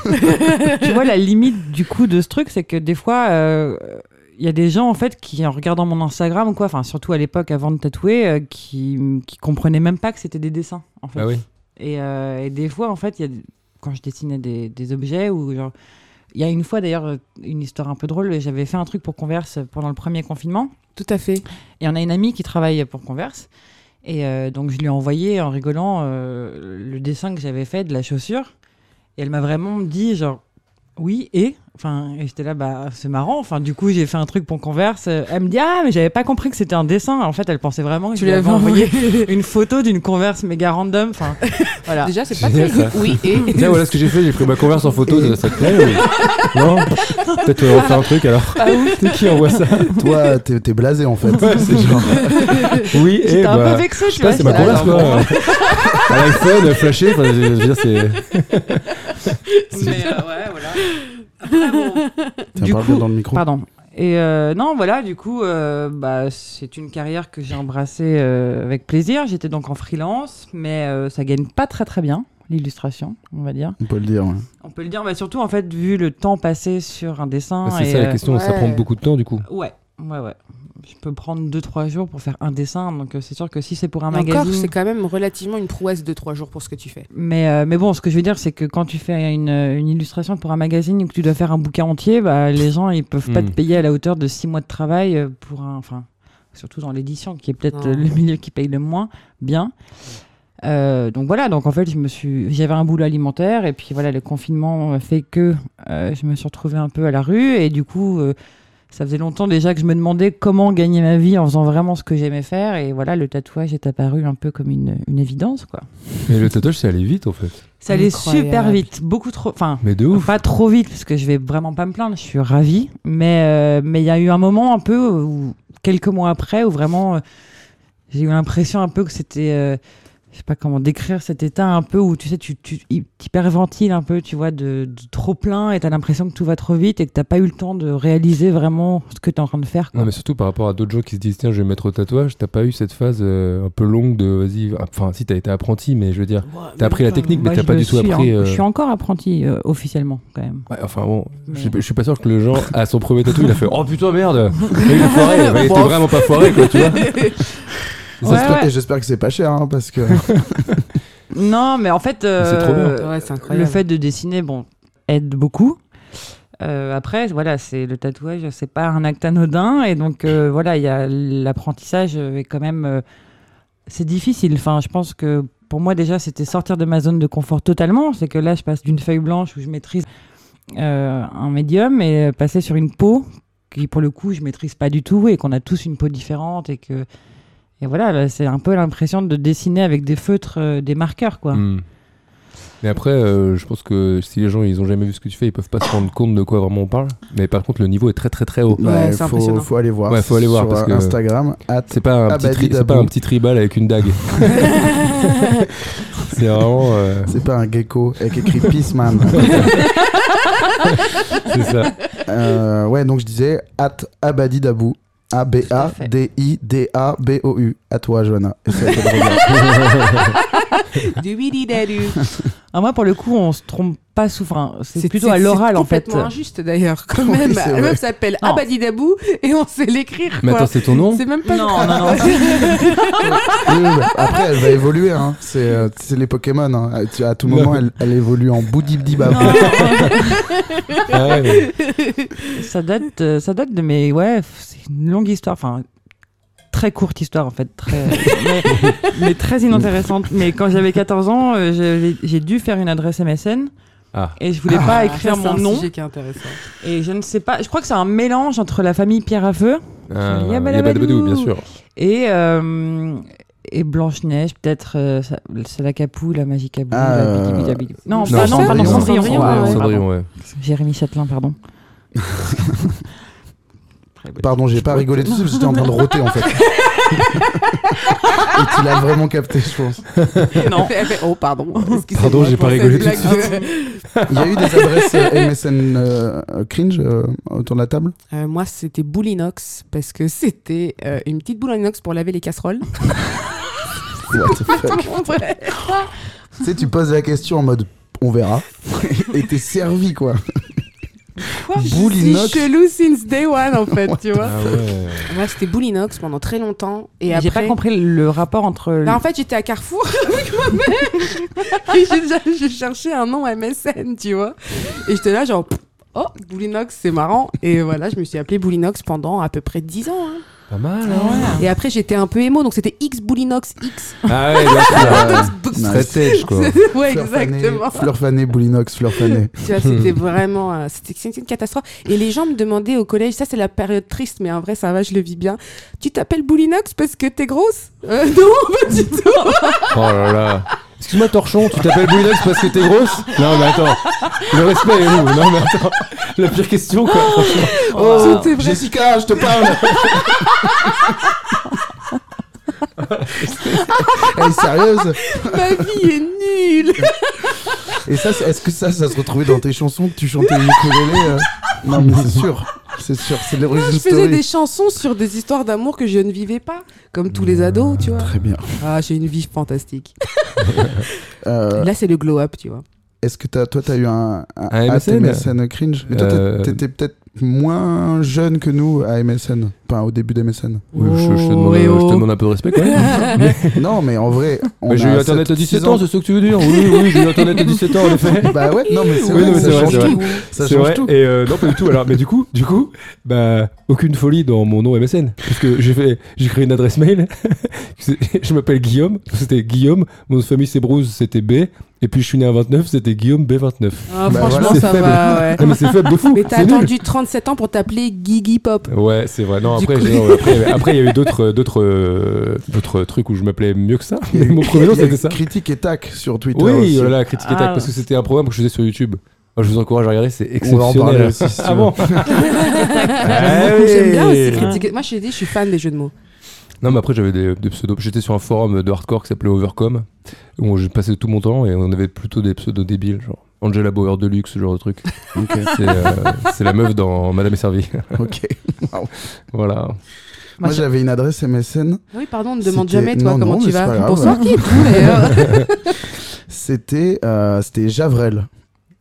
tu vois la limite du coup de ce truc c'est que des fois euh, il y a des gens en fait qui en regardant mon Instagram ou quoi enfin surtout à l'époque avant de tatouer euh, qui qui comprenaient même pas que c'était des dessins en fait
Ah oui.
et, euh, et des fois en fait il y a quand je dessinais des, des objets ou genre il y a une fois d'ailleurs une histoire un peu drôle j'avais fait un truc pour Converse pendant le premier confinement
Tout à fait.
et on a une amie qui travaille pour Converse. Et euh, donc, je lui ai envoyé en rigolant euh, le dessin que j'avais fait de la chaussure. Et elle m'a vraiment dit, genre, oui, et Enfin, et j'étais là, bah, c'est marrant. Enfin, du coup, j'ai fait un truc pour Converse. Euh, Elle me dit, ah, mais j'avais pas compris que c'était un dessin. En fait, elle pensait vraiment que
Tu
je lui avais
l'avais
envoyé
envoyé.
une photo d'une Converse méga random. Enfin, voilà.
Déjà, c'est pas
Génial,
très
ça.
Oui, et.
Tiens, voilà ce que j'ai fait, j'ai pris ma converse en photo, ça, ça te plaît ou- Non Peut-être euh, refaire un truc alors.
Ah
C'est qui envoie ça
Toi, t'es t'es blasé en fait.
Ouais, c'est genre. Oui, et
J'étais un
bah.
peu vexée, tu
putain,
vois.
c'est ma
j'étais là,
converse
genre,
quoi. À l'iPhone, flashé, enfin, je je veux dire, c'est.
bon. Mais, euh, ouais, voilà. Après, bon,
Tiens,
Du
parle
coup-
bien dans le micro.
Pardon. Et euh, non, voilà, du coup, euh, bah, c'est une carrière que j'ai embrassée euh, avec plaisir. J'étais donc en freelance, mais euh, ça gagne pas très très bien l'illustration, on va dire.
On peut le dire. ouais.
On peut le dire, mais surtout en fait, vu le temps passé sur un dessin.
Bah, C'est
et,
ça la
euh,
question, ça
ouais.
prend beaucoup de temps du coup.
Ouais, ouais, ouais. Je peux prendre 2-3 jours pour faire un dessin, donc euh, c'est sûr que si c'est pour un
Et Encore,
magazine.
c'est quand même relativement une prouesse de trois jours pour ce que tu fais.
Mais, euh, mais bon, ce que je veux dire, c'est que quand tu fais une, euh, une illustration pour un magazine ou que tu dois faire un bouquin entier, bah, les gens, ils peuvent pas
Hmm.
te payer à la hauteur de six mois de travail euh, pour un. Enfin, surtout dans l'édition, qui est peut-être
Non.
euh, le milieu qui paye le moins bien. Euh, donc voilà, donc en fait, je me suis, j'avais un boulot alimentaire et puis voilà, le confinement euh, fait que euh, je me suis retrouvée un peu à la rue et du coup, euh, ça faisait longtemps déjà que je me demandais comment gagner ma vie en faisant vraiment ce que j'aimais faire et voilà, le tatouage est apparu un peu comme une, une évidence quoi.
Mais le tatouage, c'est aller vite en fait.
Ça allait
Incroyable.
super vite, beaucoup trop. Enfin,
Mais de ouf.
pas trop vite, parce que je vais vraiment pas me plaindre, je suis ravie. Mais euh, mais il y a eu un moment un peu, où, quelques mois après, où vraiment euh, j'ai eu l'impression un peu que c'était. euh, je sais pas comment décrire cet état un peu où tu sais, tu tu- hyperventiles un peu, tu vois, de, de trop plein et t'as l'impression que tout va trop vite et que t'as pas eu le temps de réaliser vraiment ce que t'es en train de faire. quoi.
Non, mais surtout par rapport à d'autres gens qui se disent tiens, je vais me mettre au tatouage, t'as pas eu cette phase euh, un peu longue de vas-y, enfin, si t'as été apprenti, mais je veux dire, t'as appris la technique, mais
Moi,
t'as
je
pas
le
du tout
suis
appris.
en-
euh,
Je suis encore apprenti euh, officiellement quand même.
ouais, enfin bon,
Mais-
je je suis pas sûr que le genre, à son premier tatou, il a fait oh putain, merde, il est foiré, il était vraiment pas foiré, quoi, tu vois.
Ça
Ouais,
se traite-
ouais.
Et j'espère que c'est pas cher, hein, parce que
Non, mais en fait,
c'est trop bien.
euh,
Ouais, c'est incroyable.
le fait de dessiner, bon, aide beaucoup. Euh, après, voilà, c'est le tatouage, c'est pas un acte anodin, et donc euh, voilà, il y a l'apprentissage euh, est quand même, euh, c'est difficile. Enfin, je pense que pour moi déjà, c'était sortir de ma zone de confort totalement. C'est que là, je passe d'une feuille blanche où je maîtrise euh, un médium et euh, passer sur une peau qui, pour le coup, je maîtrise pas du tout et qu'on a tous une peau différente et que et voilà, là, c'est un peu l'impression de dessiner avec des feutres, euh, des marqueurs, quoi.
Mm. Mais après, euh, je pense que si les gens ils ont jamais vu ce que tu fais, ils peuvent pas se rendre compte de quoi vraiment on parle. Mais par contre, le niveau est très très très haut.
Ouais,
bah,
c'est
faut,
impressionnant.
faut aller voir.
Ouais, faut aller voir,
sur
parce que-
Instagram. at-
C'est pas un
Ah
petit,
bah,
tri-
dis
c'est pas
d'abord.
un petit tribal avec une dague. c'est vraiment. euh,
C'est pas un gecko avec écrit Peace Man.
c'est ça.
Euh, ouais, donc je disais at abadidabou. A-B-A-D-I-D-A-B-O-U. À toi, Johanna. Et ça, c'est drôle.
Du widi dadu.
Ah, moi, pour le coup, on se trompe pas souvent. C'est plutôt
c'est-
à
c'est
l'oral, en fait.
complètement injuste d'ailleurs, quand
Oui,
même.
c'est
La
vrai.
meuf s'appelle
Non.
Abadidabou et on sait l'écrire.
Mais
quoi.
attends, c'est ton nom
C'est même pas.
Non, non, non.
Oui, oui, bah, après, elle va évoluer. Hein. C'est euh, c'est les Pokémon. hein. Euh, tu- À tout moment, elle, elle évolue en boudibdibabou.
Ah ouais, mais-
ça, date, euh, ça date de mes. Ouais, f- c'est une longue histoire. Enfin, très courte histoire, en fait. Très, mais, mais très inintéressante. Mais quand j'avais 14 ans, euh, j'avais- j'ai dû faire une adresse MSN
Ah.
et je voulais pas
Ah,
écrire
ça,
mon
c'est un
nom.
sujet qui est intéressant.
Et je ne sais pas. Je crois que c'est un mélange entre la famille Pierre à Feu
Ah,
Yabba
Yabba
Dabba
Dabba Doo, bien
Doo.
sûr.
et. euh, et Blanche-Neige, peut-être euh, ça- c'est la capou, la magie cabou,
Ah,
la bidibidabidou. Non,
Non,
pas- Ah non, pardon, Cendrillon.
Cendrillon.
Cendrillon,
ouais,
ouais,
ouais, pardon.
Cendrillon, ouais.
Jérémy Châtelain, pardon.
Pardon, j'ai pas rigolé tout de suite, j'étais en train de roter en fait. Et tu l'as vraiment capté, je pense.
Non.
Elle fait- oh, pardon. Excusez-moi
Pardon, j'ai
pour
pas
cette
rigolé tout
blague
de suite.
de-
Il y a eu des adresses euh, MSN euh, euh, cringe euh, autour de la table
Euh, moi, c'était boule inox parce que c'était euh, une petite boule en inox pour laver les casseroles.
What the fuck Tu sais, tu poses la question en mode on verra. Et t'es servi quoi.
Quoi
Boule
Je suis
inox.
chelou since day one en fait, tu vois.
Ah ouais.
Moi, c'était boule inox pendant très longtemps et après.
J'ai pas compris le rapport entre. le-
Là, Bah, en fait, j'étais à Carrefour avec ma mère. Et j'ai déjà- j'ai cherché un nom MSN, tu vois. Et j'étais là, genre, oh, Boulinox, c'est marrant. Et voilà, je me suis appelée Boulinox pendant à peu près 10 ans. hein.
Pas mal,
Ah
hein
ouais.
Et après, j'étais un peu émo, donc c'était X Boulinox X.
Ah ouais, bien sûr.
Nice.
Très sage, quoi.
ouais,
Fleur fanée,
exactement.
Fleur fanée, boulinox, fleur fanée.
Tu vois, c'était vraiment. euh, c'était c'était une catastrophe. Et les gens me demandaient au collège, ça c'est la période triste, mais en vrai, ça va, je le vis bien. Tu t'appelles Boulinox parce que t'es grosse Euh, Non, pas du tout.
Oh là là. Excuse-moi, torchon, tu t'appelles Boulidox parce que t'es grosse Non, mais attends. Le respect est où Non, mais attends. La pire question, quoi. franchement.
Oh, c'est vrai.
Jessica, je te parle Elle est sérieuse
Ma vie est nulle.
Et ça, c'est- est-ce que ça, ça se retrouvait dans tes chansons que tu chantais au ukulélé euh Non, mais c'est sûr. C'est sûr, c'est de l'origine
Ah, Je faisais
story.
des chansons sur des histoires d'amour que je ne vivais pas, comme tous les ados, tu vois.
Mmh, Très bien.
Ah, j'ai une vie fantastique.
Euh,
Là, c'est le glow-up, tu vois.
est-ce que t'as, toi, t'as eu un, un,
Un
at
MSN?
MSN cringe Mais toi, t'es-
Euh.
t'étais peut-être moins jeune que nous à MSN. Enfin, au début d'MSN.
Oui, je, je te
Oh,
demande,
et
je
oh.
te demande un peu de respect, quand même.
non, mais en vrai. on
Mais j'ai
a
eu Internet
sept-
à 17
six
Bah, ans, c'est ce que tu veux dire Oui, oui, j'ai eu Internet à 17 ans, en effet.
Bah ouais, non, mais c'est
Oui,
vrai,
non, mais
ça
c'est vrai,
change
c'est vrai.
tout. Ça
C'est
change
vrai.
tout.
Et euh, non, pas du tout. Alors, mais du coup, du coup, bah, aucune folie dans mon nom MSN, puisque j'ai fait, j'ai créé une adresse mail. C'est- je m'appelle Guillaume. C'était Guillaume. Mon nom de famille c'est Bruce, c'était B. Et puis je suis né à 29, c'était Guillaume B29.
Ah,
Bah,
franchement,
voilà.
ça va,
C'est
ouais.
Non, Ah, mais c'est faible de fou.
Mais t'as
c'est nul.
attendu 37 ans pour t'appeler Gigi Pop.
Ouais, c'est vrai. Non,
Du
après,
coup-
j'ai- non, après, après, il y a eu d'autres, d'autres, euh, d'autres trucs où je m'appelais mieux que ça.
Il y a
Mais
eu-
mon premier nom
il y a eu
c'était ça.
Critique et tac sur Twitter.
Oui,
aussi.
oh là là, critique et tac,
Ah.
parce que c'était un programme que je faisais sur YouTube. Moi, je vous encourage à regarder, c'est
On va en parler
exceptionnel.
aussi. si tu
Ah
veux.
bon
J'aime bien aussi
Ah,
Allez.
critiquer. Moi, je t'ai dit, je suis fan des jeux de mots.
Non, mais après, j'avais des, des pseudos. J'étais sur un forum de hardcore qui s'appelait Overcome, où j'ai passé tout mon temps et on avait plutôt des pseudos débiles, genre Angela Bauer Deluxe, ce genre de truc.
Ok.
C'est euh, c'est la meuf dans Madame et Servie.
ok.
voilà.
Moi,
j'ai-
j'avais une adresse MSN.
Ah oui, pardon, on ne demande
C'était-
jamais, toi,
non,
comment
non,
tu
mais c'est pas
vas.
grave. Ah.
Bonsoir, qui êtes-vous, d'ailleurs
C'était euh, c'était Javrel.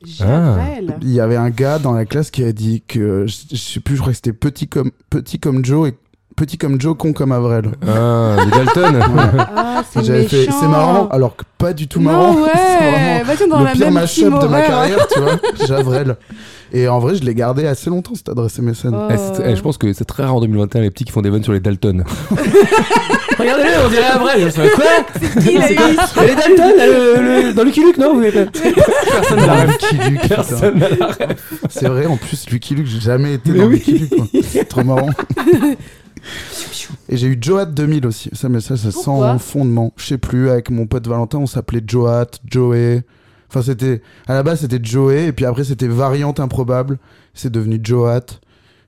Javel.
Il y avait un gars dans la classe qui a dit que je, je sais plus, je crois que c'était petit comme petit comme Joe et petit comme Joe con comme Avrel.
Ah, les Dalton
Ouais.
Ah, c'est
Et j'avais
méchant.
fait c'est marrant alors que pas du tout
Non,
marrant. C'est
ouais.
vraiment
Vas-y, dans
le
la
pire
même
mashup
team
de ma
horaire.
carrière, tu vois, Javrel. Et en vrai, je l'ai gardé assez longtemps cette adresse MSN.
Oh.
Eh, c'est- eh, Je pense que c'est très rare en 2021 les petits qui font des vannes sur les Dalton.
Regardez-le, on dirait un vrai. Je me souviens, quoi
Qui l'a eu
Elle est Dalton, là, le- le- dans Lucky Luke, non Vous avez pas-
Personne n'a Lucky Luke. putain.
Personne n'a la
C'est vrai, en plus, Lucky Luke, j'ai jamais été
Mais
dans
oui.
Lucky Luke. quoi. C'est trop marrant. Et j'ai eu Joat 2000 aussi. Ça, mais ça, c'est
Pourquoi
sans fondement. Je sais plus, avec mon pote Valentin, on s'appelait Joat, Joey. Enfin, c'était. À la base, c'était Joey, et puis après, c'était Variante Improbable. C'est devenu Joat.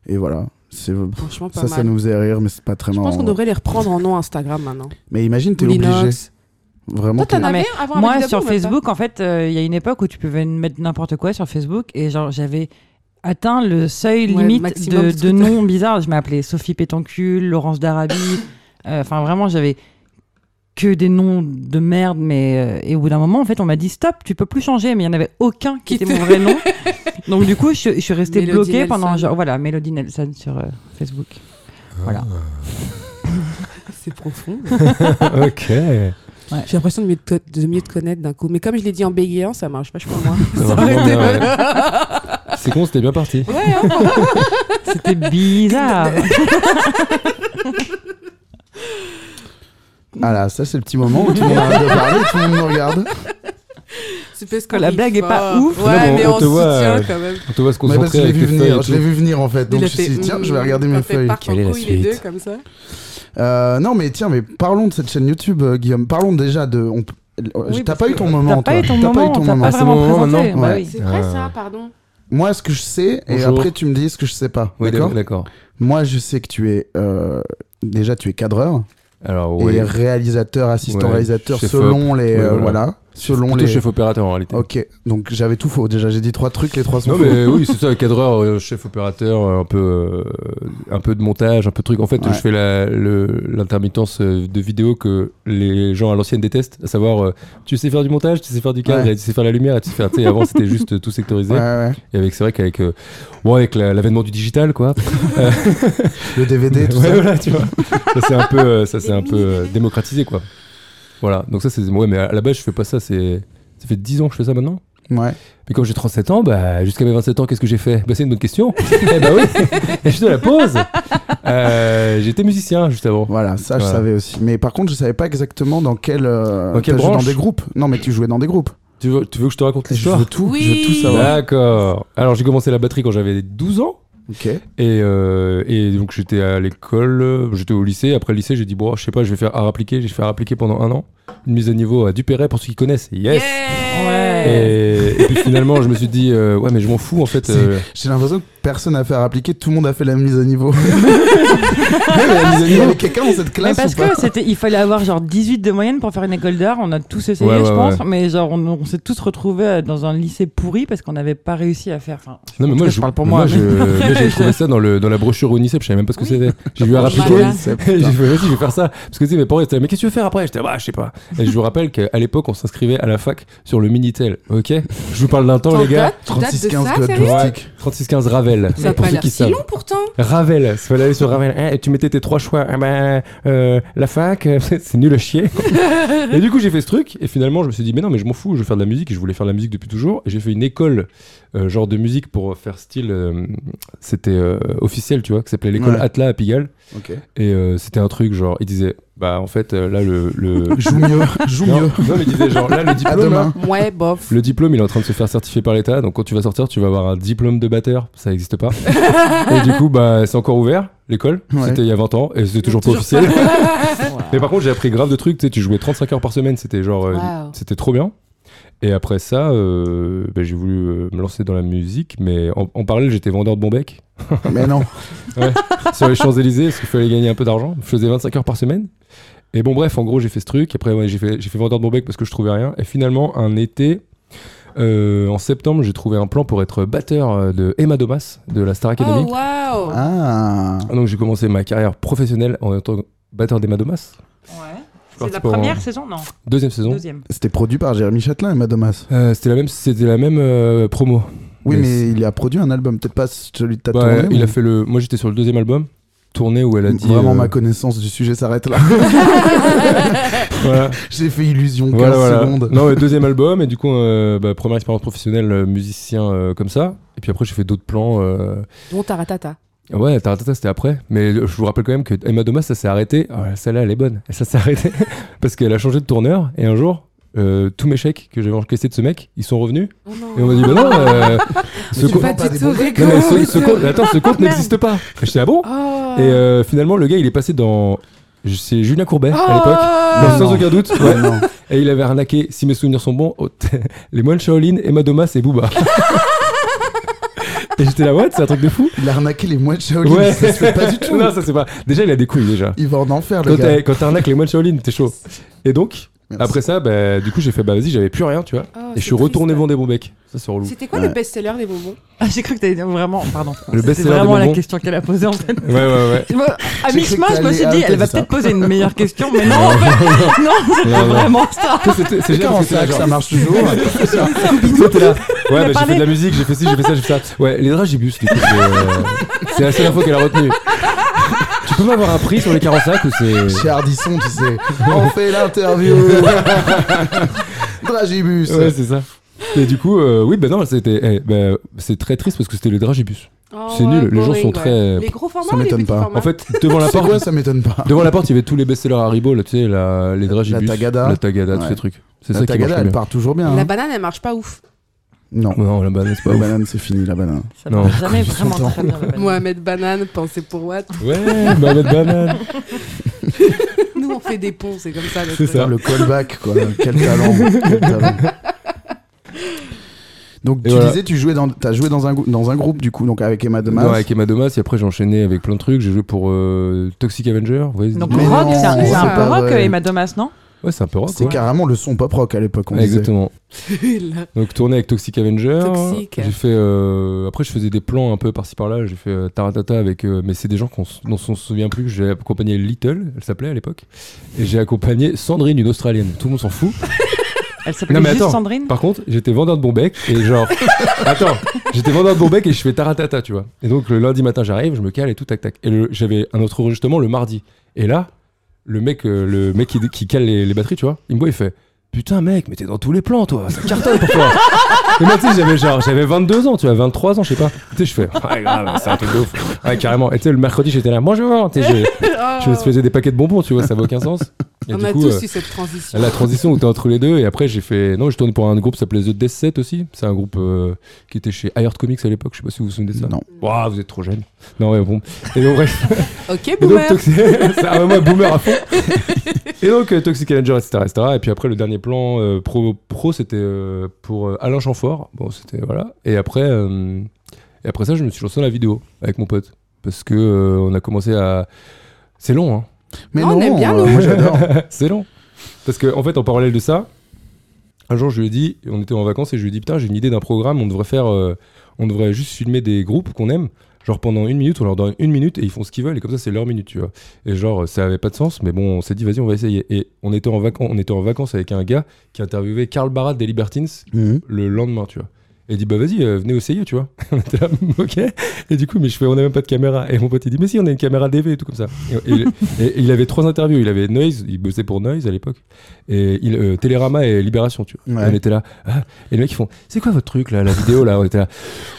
Et voilà. C'est.
Franchement, pas
Ça, ça
mal.
nous faisait rire, mais c'est pas très
Je
marrant.
pense qu'on devrait les reprendre en nom Instagram maintenant.
Mais imagine, t'es
Ou Linux.
obligé.
Toi,
Vraiment.
t'en
t'es-
Non,
avais
mais
un avant
Moi,
Amélie
sur
Dabou, même pas
Facebook, en fait, euh, il y a une époque où tu pouvais mettre n'importe quoi sur Facebook et genre j'avais atteint le seuil
Ouais,
limite
maximum
de,
de
de
trucs.
noms bizarres. Je m'appelais Sophie Pétoncule, Laurence d'Arabie. Euh, Enfin, vraiment, j'avais que des noms de merde. Mais euh, et au bout d'un moment, en fait, on m'a dit stop, tu peux plus changer. Mais il n'y en avait aucun qui
Qui
était mon vrai nom. Donc du coup, je, je suis restée
Mélodie
bloquée pendant
Nelson.
genre voilà Mélodie Nelson sur euh, Facebook. Voilà.
C'est profond.
Ok.
J'ai l'impression de mieux te, de mieux te connaître d'un coup. Mais comme je l'ai dit en bégayant, ça marche pas, je crois, moi.
Ça
Ça
marche
aurait
vraiment
été
bien,
mieux.
C'est con, c'était bien parti.
Ouais, hein.
C'était bizarre.
Ah là, ça, c'est le petit moment où tout le monde arrête de parler, tout le monde nous regarde.
C'est parce qu'on
La
rit
blague est pas
fort.
ouf.
Ouais,
Non, mais on-
mais
on
on,
te
se
voit,
tient
euh,
quand même.
On te voit se
Mais parce que
concentrer
je l'ai
avec
vu
tes feuilles.
venir,
et
je l'ai
tout.
vu venir en fait. Donc
Il a
je me suis
fait,
dit, tiens,
mm,
je vais regarder
t'as
mes
fait
feuilles.
part en
Quelle est la
couille, les
suite
deux, comme ça.
Euh, non, mais tiens, mais parlons de cette chaîne YouTube, euh, Guillaume. Parlons déjà de. On... p- euh,
Oui,
t'as
parce
pas eu
que
ton
t'as
moment,
pas
toi.
eu ton moment, t'as pas
Ah, c'est
vraiment
mon moment
présenté.
maintenant
Bah
Ouais.
oui.
C'est vrai,
Ah.
ça, pardon.
Moi, ce que je sais, et
Bonjour.
après tu me dis ce que je sais pas.
Oui,
d'accord
d'accord. d'accord.
Moi, je sais que tu es. euh, Déjà, tu es cadreur
Alors, ouais.
et réalisateur, assistant
Ouais,
réalisateur,
chef
selon les.
Ouais,
euh,
voilà.
voilà. Selon
Plutôt
les.
chef opérateur en réalité.
Ok, donc j'avais tout faux. Déjà, j'ai dit trois trucs, les trois sont
Non
faux.
mais oui c'est ça cadreur euh, chef opérateur euh, un peu euh, un peu de montage un peu de truc en fait
Ouais.
je fais la- le- l'intermittence euh, de vidéos que les gens à l'ancienne détestent à savoir euh, tu sais faire du montage tu sais faire du cadre
Ouais.
et tu sais faire la lumière et tu sais faire tu sais, avant c'était juste euh, tout sectorisé
Ouais, ouais.
et avec c'est vrai qu'avec euh, bon, avec la- l'avènement du digital quoi
Le DVD, tout
Ouais,
ça.
voilà, tu vois. ça c'est un peu, euh, ça, c'est un peu euh, démocratisé, quoi. Voilà, donc ça c'est. Ouais, mais à la base, je fais pas ça, c'est. Ça fait 10 ans que je fais ça maintenant.
Ouais.
Mais quand j'ai 37 ans, bah, jusqu'à mes 27 ans, qu'est-ce que j'ai fait Bah, c'est une bonne question. eh bah oui, je te la pose. Euh, j'étais musicien juste avant.
Voilà, ça je
Voilà.
savais aussi. Mais par contre, je savais pas exactement dans quel. euh,
Dans quelle
t'as joué
branche
dans des groupes. Non, mais tu jouais dans des groupes.
Tu, veux, tu veux que je te raconte l'histoire
Je veux tout, je veux tout
Oui.
savoir.
D'accord. Alors, j'ai commencé la batterie quand j'avais 12 ans.
Ok.
Et, euh, et donc j'étais à l'école, euh, j'étais au lycée. Après le lycée, j'ai dit bon, je sais pas, je vais faire art appliqué. J'ai fait art appliqué pendant un an. Une mise à niveau à Dupéret pour ceux qui connaissent. Yes.
Yeah
Et, et puis finalement, je me suis dit euh, ouais, mais je m'en fous en fait.
C'est-
euh,
J'ai l'impression que personne n'a fait à appliquer, tout le monde a fait la mise à niveau. Mais la mise à niveau, il y avait quelqu'un dans cette
Mais
classe
parce
ou pas
que c'était, il fallait avoir genre 18 de moyenne pour faire une école d'art. On a tous essayé,
Ouais, ouais,
je
ouais.
pense, mais genre on, on s'est tous retrouvés euh, dans un lycée pourri parce qu'on n'avait pas réussi à faire. Enfin,
Non mais
en tout
moi
cas,
je
parle pour moi.
je-
mais-
mais j'ai trouvé ça dans le dans la brochure UNICEF, je savais même pas ce que c'était. J'ai vu art appliqué.
Voilà.
C'est-
Et
putain.
j'ai fait, vas-y, je vais faire ça. Parce que tu sais, mes parents étaient, là, mais qu'est-ce que tu veux faire après J'étais, bah, je sais pas. Et je vous rappelle qu'à l'époque, on s'inscrivait à la fac sur le Minitel. Ok Je vous parle d'un temps,
T'en
les gars.
dates- tu dates de
36 15
ça,
code
sérieux
joystick.
3615 Ravel.
Ça a
pour
pas
ceux
l'air
qui
si
savent.
long pourtant.
Ravel, il fallait aller sur Ravel. Eh, et tu mettais tes trois choix. Ah ben, euh, la fac, euh, c'est nul à chier. et du coup, j'ai fait ce truc. Et finalement, je me suis dit, mais non, mais je m'en fous, je veux faire de la musique. Et je voulais faire de la musique depuis toujours. Et j'ai fait une école, euh, genre de musique pour faire style. euh, C'était euh, officiel, tu vois, qui s'appelait l'école
Ouais.
Atlas à Pigalle.
Ok.
Et euh, c'était un truc, genre, il disait, bah, en fait, euh, là, le. le...
Joue mieux, joue
non,
mieux.
non, mais il disait, genre, là, le
À
diplôme.
demain.
Ouais, bof.
Le diplôme, il est en train de se faire certifier par l'État. Donc, quand tu vas sortir, tu vas avoir un diplôme de batteur. Ça n'existe pas. et du coup, bah, c'est encore ouvert, l'école.
Ouais.
C'était il y a 20 ans et c'était toujours pas officiel. Mais par contre, j'ai appris grave de trucs. Tu sais, tu jouais 35 heures par semaine. C'était genre. euh,
Wow.
C'était trop bien. Et après ça, euh, ben, j'ai voulu euh, me lancer dans la musique, mais en, en parallèle, j'étais vendeur de bon bec
Mais non.
sur les Champs-Élysées parce qu'il fallait gagner un peu d'argent. Je faisais 25 heures par semaine. Et bon, bref, en gros, j'ai fait ce truc. Après, ouais, j'ai fait, j'ai fait vendeur de mon bec parce que je trouvais rien. Et finalement, un été, euh, en septembre, j'ai trouvé un plan pour être batteur euh, de Emma Domas de la Star Academy.
Oh, waouh
Ah.
Donc, j'ai commencé ma carrière professionnelle en tant que batteur d'Emma Domas.
Ouais.
parti
C'est la
pour un-
première saison Non,
Deuxième saison.
deuxième.
C'était produit par Jérémy Châtelain et Madomas.
Euh, c'était la même, c'était la même euh, promo.
Oui,
Mais
mais,
c'est-
il a produit un album, peut-être pas celui de ta
Bah,
tournée,
il a
mais
fait le. Moi, j'étais sur le deuxième album tourné où elle a dit.
Vraiment,
euh,
ma connaissance du sujet s'arrête là.
voilà.
J'ai fait illusion 15
Voilà, voilà.
secondes.
Non, mais deuxième album, et du coup, euh, bah, première expérience professionnelle, euh, musicien euh, comme ça. Et puis après, j'ai fait d'autres plans. euh,
Dont Taratata.
Ouais, Taratata, c'était après. Mais le- je vous rappelle quand même que Emma Domas, ça s'est arrêté. Ah, Celle-là, elle est bonne. Et ça s'est arrêté parce qu'elle a changé de tourneur. Et un jour, euh, tous mes chèques que j'avais encaissés de ce mec, ils sont revenus.
Oh non.
Et on m'a dit, bah non, euh, ce,
Tu
compte-
vas
pas
du
des
tout
bons
non, mais ce-
rigoler,
ce
ce-
compte- attends, ce compte
Ah, Merde.
n'existe pas. Et j'étais, ah bon
Oh.
Et euh, finalement, le gars, il est passé dans. C'est Julien Courbet à l'époque.
Oh.
Dans sans aucun doute.
Ouais, non.
Et il avait arnaqué, si mes souvenirs sont bons, au- les moines Shaolin, Emma Domas et Booba. et j'étais là, what C'est un truc de fou
Il a arnaqué les mois de Shaolin, ça se fait pas du tout.
non, ça c'est pas. Déjà, il a des couilles déjà.
Il va en enfer, le
Quand
gars.
t'as- quand t'arnaques les moines Shaolin, t'es chaud. Et donc,
Merci.
après ça, bah, du coup, j'ai fait, bah vas-y, j'avais plus rien, tu vois.
Ah,
Oh,
et
c'est
je suis retourné
triste.
vendre des bons becs. Ça, c'est relou.
C'était quoi
Ouais.
le best-seller des bonbons
Ah, j'ai cru que t'allais dire vraiment. Pardon.
Le
C'était
best-seller des
vraiment la
bonbons.
question qu'elle a posée en fait.
Ouais, ouais, ouais.
Je me- À
J'ai cru
mi-chemin,
que
je me suis
t'allais-
dit,
ah,
elle va
c'est ça.
peut-être poser une meilleure question, mais non, en fait, non, c'est
Non,
pas
non.
vraiment ça.
Que c'était- C'est
Quand
génial
on
parce que t'es là,
sait que
genre-
ça marche toujours.
C'était là. Ouais,
a
bah, j'ai
parlé.
fait de la musique, j'ai fait ci, j'ai fait ça, j'ai fait ça. Ouais, les dragibus, du coup, c'est, euh, c'est la seule info qu'elle a retenue. tu peux m'avoir un prix sur les 45 ou c'est.
Chez Ardisson, tu sais. On fait l'interview. Dragibus.
Ouais, c'est ça. Et du coup, euh, oui, bah non, c'était, eh, bah, c'est très triste parce que c'était les dragibus.
Oh,
C'est nul, les gens sont très-
Les gros formats
Ça
ou les
m'étonne
petits
pas.
formats
En fait, devant la
c'est
porte,
quoi, ça m'étonne pas.
devant la porte, il y avait tous les best-sellers Haribo, là, tu sais, la, les dragibus,
La Tagada.
la Tagada, tous
Ouais.
ces trucs. C'est
La
ça qui
tagada,
marche
elle
bien.
part toujours bien.
La
hein.
banane, elle marche pas ouf.
Non.
Non, la banane, c'est pas
La
ouf.
banane, c'est fini, la banane.
Ça
Non.
va jamais
Ils sont
vraiment très bien. la banane.
Mohamed Banane, pensez pour what
Ouais, banane, banane.
Nous, on fait des ponts, c'est comme ça. notre-
C'est ça.
Putain, Le callback, quoi. Quel talent. Quel talent. Donc
Et
tu
voilà.
disais tu jouais dans t'as joué dans un grou- dans un groupe du coup donc avec Emma Demas.
Non, avec Emma Domas, et après j'ai enchaîné avec plein de trucs. J'ai joué pour euh, Toxic Avenger. Vous voyez,
Donc,
Mais
rock,
non,
c'est un, c'est un
c'est
peu
pas
rock, euh,
vrai.
Emma Domas, non
ouais, c'est un peu rock.
C'était
ouais.
carrément le son pop rock à l'époque on disait.
Exactement.
Là.
Donc tourné avec Toxic Avenger.
Toxic.
J'ai fait. euh, après, je faisais des plans un peu par-ci par-là. J'ai fait euh, Taratata avec. euh, mais c'est des gens qu'on s- dont on se souvient plus. J'ai accompagné Little, elle s'appelait à l'époque. Et j'ai accompagné Sandrine, une Australienne. Tout le monde s'en fout.
Elle
Non,
s'appelait
mais
juste
attends.
Sandrine
Par contre, j'étais vendeur de bon bec et genre. attends, j'étais vendeur de bon bec et je fais Taratata, tu vois. Et donc le lundi matin, j'arrive, je me cale et tout, tac, tac. Et le- j'avais un autre enregistrement le mardi. Et là, le mec, euh, le mec qui, qui cale les, les batteries, tu vois, il me voit, il fait. Putain mec, mais t'es dans tous les plans toi, ça cartonne pour toi. Et moi tu sais j'avais genre j'avais 22 ans, tu vois, 23 ans, je sais pas. Tu sais je fais ouais grave, c'est un truc de ouf. Ouais carrément. Et tu sais le mercredi j'étais là, bonjour, tu sais je, je me faisais des paquets de bonbons, tu vois, ça n'a aucun sens. Et
Oh. on
du
a
coup,
tous
euh,
eu cette transition.
la transition où t'es entre les deux et après j'ai fait non j'ai tourné pour un groupe qui s'appelait The Death Set aussi c'est un groupe euh, qui était chez Hired Comics à l'époque je sais pas si vous vous souvenez de ça
Non.
Ouah, vous êtes trop jeune non ouais bon et donc bref
Ok,
et donc
boomer.
Toxic c'est un moment boomer à fond et donc euh, Toxic Avenger etc etc et puis après le dernier plan euh, pro pro c'était euh, pour euh, Alain Chamfort bon c'était voilà et après euh, et après ça je me suis lancé dans la vidéo avec mon pote parce que euh, on a commencé à c'est long hein
Mais
Non, on aime bien,
euh,
nous.
moi j'adore.
c'est long. Parce qu'en en fait, en parallèle de ça, un jour, je lui ai dit, on était en vacances et je lui ai dit, putain, j'ai une idée d'un programme, on devrait faire, euh, on devrait juste filmer des groupes qu'on aime. Genre pendant une minute, on leur donne une minute et ils font ce qu'ils veulent et comme ça c'est leur minute, tu vois. Et genre ça avait pas de sens, mais bon, on s'est dit vas-y, on va essayer. Et on était en vacances, on était en vacances avec un gars qui interviewait Karl Barat des Libertines
Mhm.
le lendemain, tu vois. Et il dit, bah vas-y, euh, venez essayer, tu vois. on était là, ok. Et du coup, mais je fais, on n'a même pas de caméra. Et mon pote, il dit, mais si, on a une caméra DV et tout comme ça. Et, et- et il avait trois interviews. Il avait Noise, il bossait pour Noise à l'époque. Et il, euh, Télérama et Libération, tu vois.
Ouais.
Et on était là. ah. Et les mecs, ils font, c'est quoi votre truc, là, la vidéo, là On était là,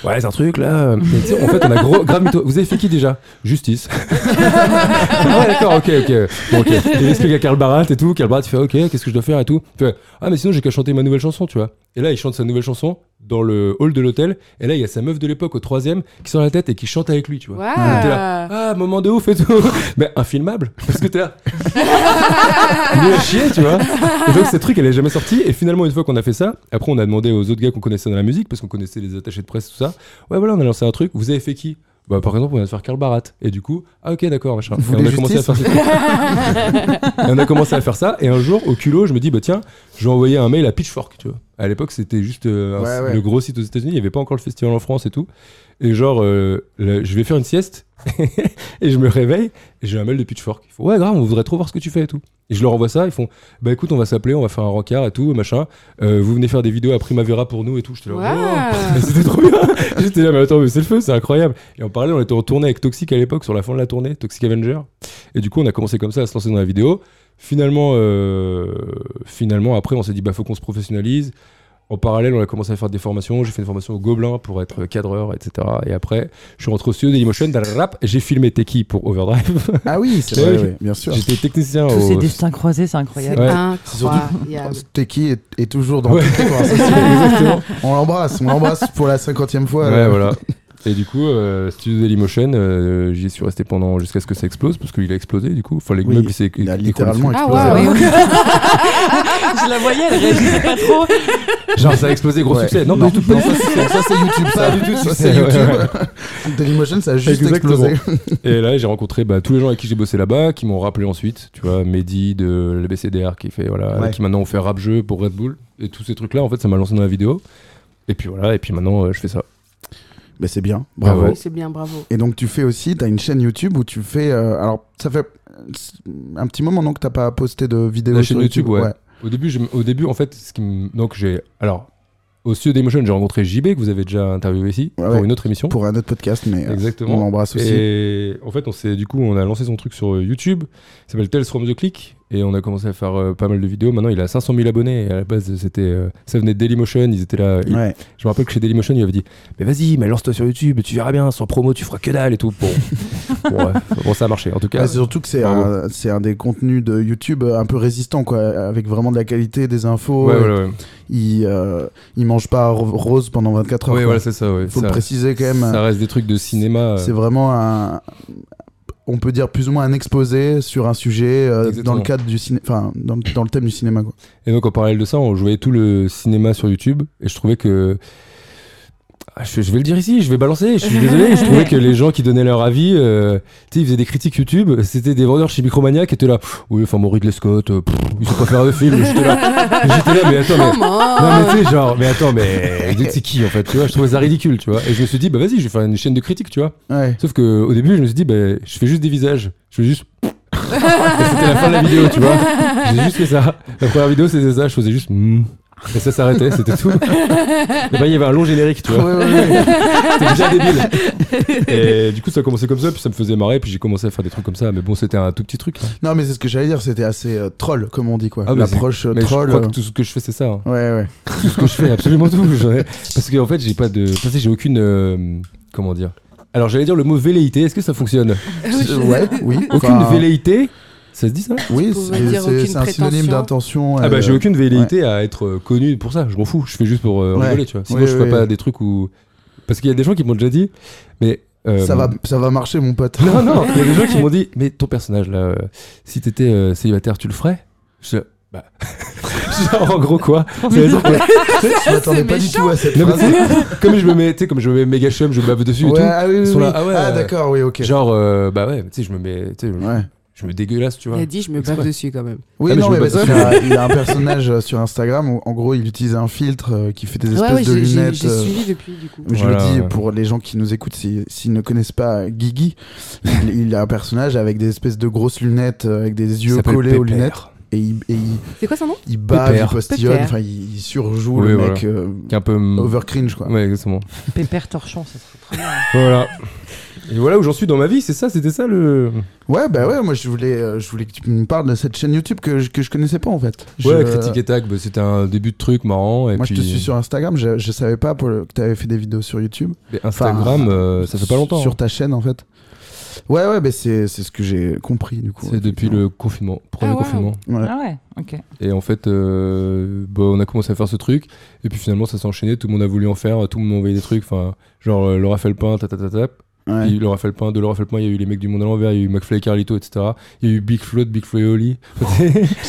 ouais, c'est un truc, là. Et tu sais, en fait, on a gros, grave mytho. Vous avez fait qui déjà Justice. ouais, d'accord, ok, ok. Bon, ok. Et Il explique à Karl Barat et tout. Karl Barat, il fait, ok, qu'est-ce que je dois faire et tout. Il fait, ah, mais sinon, j'ai qu'à chanter ma nouvelle chanson, tu vois. Et là, il chante sa nouvelle chanson dans le hall de l'hôtel. Et là, il y a sa meuf de l'époque au troisième qui sort la tête et qui chante avec lui, tu vois. Et t'es là, ah, moment de ouf et tout. Mais infilmable, parce que t'es là. Nul à chier, tu vois. Et donc, ce truc, elle est jamais sortie. Et finalement, une fois qu'on a fait ça, après, on a demandé aux autres gars qu'on connaissait dans la musique, parce qu'on connaissait les attachés de presse, tout ça. Ouais, voilà, on a lancé un truc. Vous avez fait qui bah, par exemple, on vient de faire Karl Barat. Et du coup, ah ok, d'accord, machin.
Vous
Et on a
voulez
commencé à faire ces trucs. Et on a commencé à faire ça. Et un jour, au culot, je me dis, bah tiens, je vais envoyer un mail à Pitchfork, tu vois. À l'époque, c'était juste euh, un-
Ouais, ouais.
le gros site aux États-Unis. Il n'y avait pas encore le festival en France et tout. Et genre, euh, là, je vais faire une sieste. et je me réveille. Et j'ai un mail de Pitchfork. Ils font, ouais, grave, on voudrait trop voir ce que tu fais et tout. Et je leur envoie ça. Ils font, bah écoute, on va s'appeler, on va faire un rencard et tout, machin. Euh, vous venez faire des vidéos à Primavera pour nous et tout. J'étais là, oh, wow. Mais c'était trop bien J'étais là, mais attends, mais c'est le feu, c'est incroyable Et en parallèle, on était en tournée avec Toxic à l'époque, sur la fin de la tournée, Toxic Avenger. Et du coup, on a commencé comme ça à se lancer dans la vidéo. Finalement, euh, finalement après, on s'est dit, bah, faut qu'on se professionnalise. En parallèle, on a commencé à faire des formations. J'ai fait une formation au Gobelin pour être cadreur, etc. Et après, je suis rentré au studio Dailymotion, dans le rap, j'ai filmé Teki pour Overdrive.
Ah oui, c'est
C'est
vrai,
vrai.
oui, bien sûr.
J'étais technicien
Tous
au...
ces destins croisés, c'est
C'est
incroyable.
Ouais.
incroyable.
Teki est, est toujours dans
Ouais.
toutes les conversations.
Exactement.
On l'embrasse, on l'embrasse pour la cinquantième fois.
Ouais,
là.
voilà. Et du coup, euh, Studio Dailymotion, euh, j'y suis resté pendant jusqu'à ce que ça explose, parce qu'il a explosé, du coup. Enfin, les
Oui,
meubles, il s'est
Il a
écroulé
littéralement
Ah,
explosé.
waouh.
Je la voyais, elle réagissait pas trop.
dessus. Genre, ça a explosé, gros
Ouais.
succès. Non, pas du tout.
ça, c'est- ça, c'est YouTube, ça.
du tout,
Ça,
c'est- ouais,
c'est YouTube. Dailymotion, ça a juste
Exactement.
explosé.
Et là, j'ai rencontré bah, tous les gens avec qui j'ai bossé là-bas, qui m'ont rappelé ensuite. Tu vois, Mehdi de l'ABCDR, qui fait voilà,
Ouais.
qui maintenant ont fait rap jeu pour Red Bull. Et tous ces trucs-là, en fait, ça m'a lancé dans la vidéo. Et puis voilà, et puis maintenant, euh, je fais ça.
Mais c'est bien, bravo.
Ah, ouais.
Oui, c'est bien, bravo.
Et donc tu fais aussi, t'as une chaîne YouTube où tu fais... euh, alors ça fait euh, un petit moment non que t'as pas posté de vidéo
La
sur
chaîne YouTube, ouais. Au début, j'ai- au début, en fait, ce qui me- donc j'ai alors au Studio Dailymotion, j'ai rencontré JB que vous avez déjà interviewé ici
Ouais,
pour
ouais.
une autre émission.
Pour un autre podcast, mais euh,
Exactement.
on l'embrasse aussi.
Et en fait, on s'est du coup, on a lancé son truc sur euh, YouTube. Il s'appelle Tales from the Click et on a commencé à faire euh, pas mal de vidéos. Maintenant, il a 500 000 abonnés. Et à la base, c'était euh, ça venait de Dailymotion. Ils étaient là. ils-
Ouais.
Je me rappelle que chez Dailymotion, ils avaient dit "Mais vas-y, mais lance-toi sur YouTube, tu verras bien. Sans promo, tu feras que dalle et tout." Bon, bon, ouais. Bon, ça a marché. En tout cas,
Ouais, c'est Ah, surtout que c'est
bravo.
un, c'est un des contenus de YouTube euh, un peu résistant, quoi, avec vraiment de la qualité, des infos.
ouais, voilà, ouais.
Il, euh, il mange pas ro- rose pendant 24 heures.
Ouais,
quoi.
voilà, c'est ça. Ouais.
Faut
ça,
le préciser quand même. euh,
ça reste des trucs de cinéma. euh,
C'est vraiment un. On peut dire plus ou moins un exposé sur un sujet euh, dans
Exactement.
le cadre du ciné, enfin dans, dans le thème du cinéma quoi.
Et donc en parallèle de ça, on jouait tout le cinéma sur YouTube et je trouvais que Ah, je, je vais le dire ici, je vais balancer, je suis désolé, je trouvais que les gens qui donnaient leur avis, euh, tu sais, ils faisaient des critiques YouTube, c'était des vendeurs chez Micromania qui étaient là, oui, enfin, mon Ridley Scott, euh, pff, ils sont pas faire de film, j'étais là, j'étais là, mais attends, mais, non, mais tu sais, genre, mais attends, mais vous êtes- c'est qui en fait, tu vois, je trouvais ça ridicule, tu vois, et je me suis dit, bah vas-y, je vais faire une chaîne de critiques, tu vois,
Ouais.
Sauf que au début, je me suis dit, ben, je fais juste des visages. Je fais juste. Et c'était la fin de la vidéo, tu vois. J'ai juste fait ça. La première vidéo, c'était ça. Je faisais juste. hmm. Et ça s'arrêtait, c'était tout. Et ben, il y avait un long générique, tu vois.
Ouais, ouais, ouais.
C'était déjà débile. Et du coup, ça a commencé comme ça, puis ça me faisait marrer, puis j'ai commencé à faire des trucs comme ça. Mais bon, c'était un tout petit truc. hein.
non mais c'est ce que j'allais dire, c'était assez euh, troll comme on dit quoi.
Ah, mais
L'approche euh,
Mais je
troll.
crois que
euh,
tout ce que je fais, c'est ça. hein.
Ouais ouais.
Tout ce que je fais, absolument tout. J'en ai- Parce qu'en fait, j'ai pas de. Parce que j'ai aucune. euh, Comment dire Alors, j'allais dire le mot velléité. Est-ce que ça fonctionne
Ah
Euh, ouais, oui.
Aucune
enfin,
velléité Ça se dit ça
Oui,
On va
c'est-
dire
c'est
aucune
c'est un synonyme
prétention.
d'intention.
Ah
euh,
bah j'ai aucune velléité à être euh, connu pour ça, je m'en fous, je fais juste pour euh,
Ouais.
rigoler, tu vois. Sinon
Ouais,
je fais
ouais.
pas des trucs où... Parce qu'il y a des gens qui m'ont déjà dit, mais... euh,
Ça va, ça va marcher mon pote.
Non, non, il y a des gens qui m'ont dit, mais ton personnage là, euh, si t'étais euh, célibataire, tu le ferais Je... Bah... Genre en gros quoi Ça veut dire que-
Je m'attendais pas du tout à cette
Non, mais
phrase.
tu sais, Comme je me mets, tu sais, comme je me mets méga chum, je me bave dessus
Ouais,
et tout.
ah oui, oui,
Ils sont là,
oui.
ah ouais,
Ah,
euh,
d'accord, oui, ok.
Genre, euh, bah ouais, tu sais, je me mets... Tu sais, je-
Ouais.
je me dégueulasse, tu vois.
Il a dit, je me bave
Exprès.
dessus quand même.
Oui,
Ah, mais
non,
je
mais
me
parce
bats
qu'il a, il a un personnage euh, sur Instagram où, en gros, il utilise un filtre euh, qui fait des espèces de
j'ai- j'ai
lunettes.
j'ai
euh,
suivi depuis du coup.
Je
Voilà,
le dis
ouais.
pour les gens qui nous écoutent, si- s'ils ne connaissent pas Guigui, il, il a un personnage avec des espèces de grosses lunettes, euh, avec des
Il
yeux
s'appelle
collés aux
Pépère.
lunettes, et il, et il,
C'est quoi son nom
il bat,
Pépère.
il postillonne,
Pépère.
enfin, il, il surjoue
Oui,
le
voilà.
mec euh,
Qui est un peu... hum,
over cringe, quoi.
Ouais, exactement.
Pépère torchon, ça serait très bien.
Voilà. Et voilà où j'en suis dans ma vie, c'est ça, c'était ça le...
Ouais, bah ouais, moi je voulais, euh, je voulais que tu me parles de cette chaîne YouTube que je, que je connaissais pas en fait.
Ouais,
Je- euh,
critique et tag, bah, c'était un début de truc marrant. Et
Moi
puis,
je te suis sur Instagram, je, je savais pas pour le- que tu avais fait des vidéos sur YouTube.
mais Instagram,
enfin,
euh, ça fait pas longtemps.
Sur ta chaîne en fait. Ouais, ouais, mais c'est c'est ce que j'ai compris du coup.
C'est depuis le confinement, premier
Ah, waouh.
confinement.
Ouais.
Ah ouais, ok.
Et en fait, euh, bah, on a commencé à faire ce truc. Et puis finalement, ça s'est enchaîné. Tout le monde a voulu en faire. Tout le monde m'a envoyé des trucs. Enfin, genre euh, Laura Felpin, ta ta ta ta.
Ouais.
Puis Laura Felpin, de Laura Felpin, il y a eu les mecs du monde à l'envers. Il y a eu McFly et Carlito, etc. Il y a eu Big Float, Big Flo et Oli.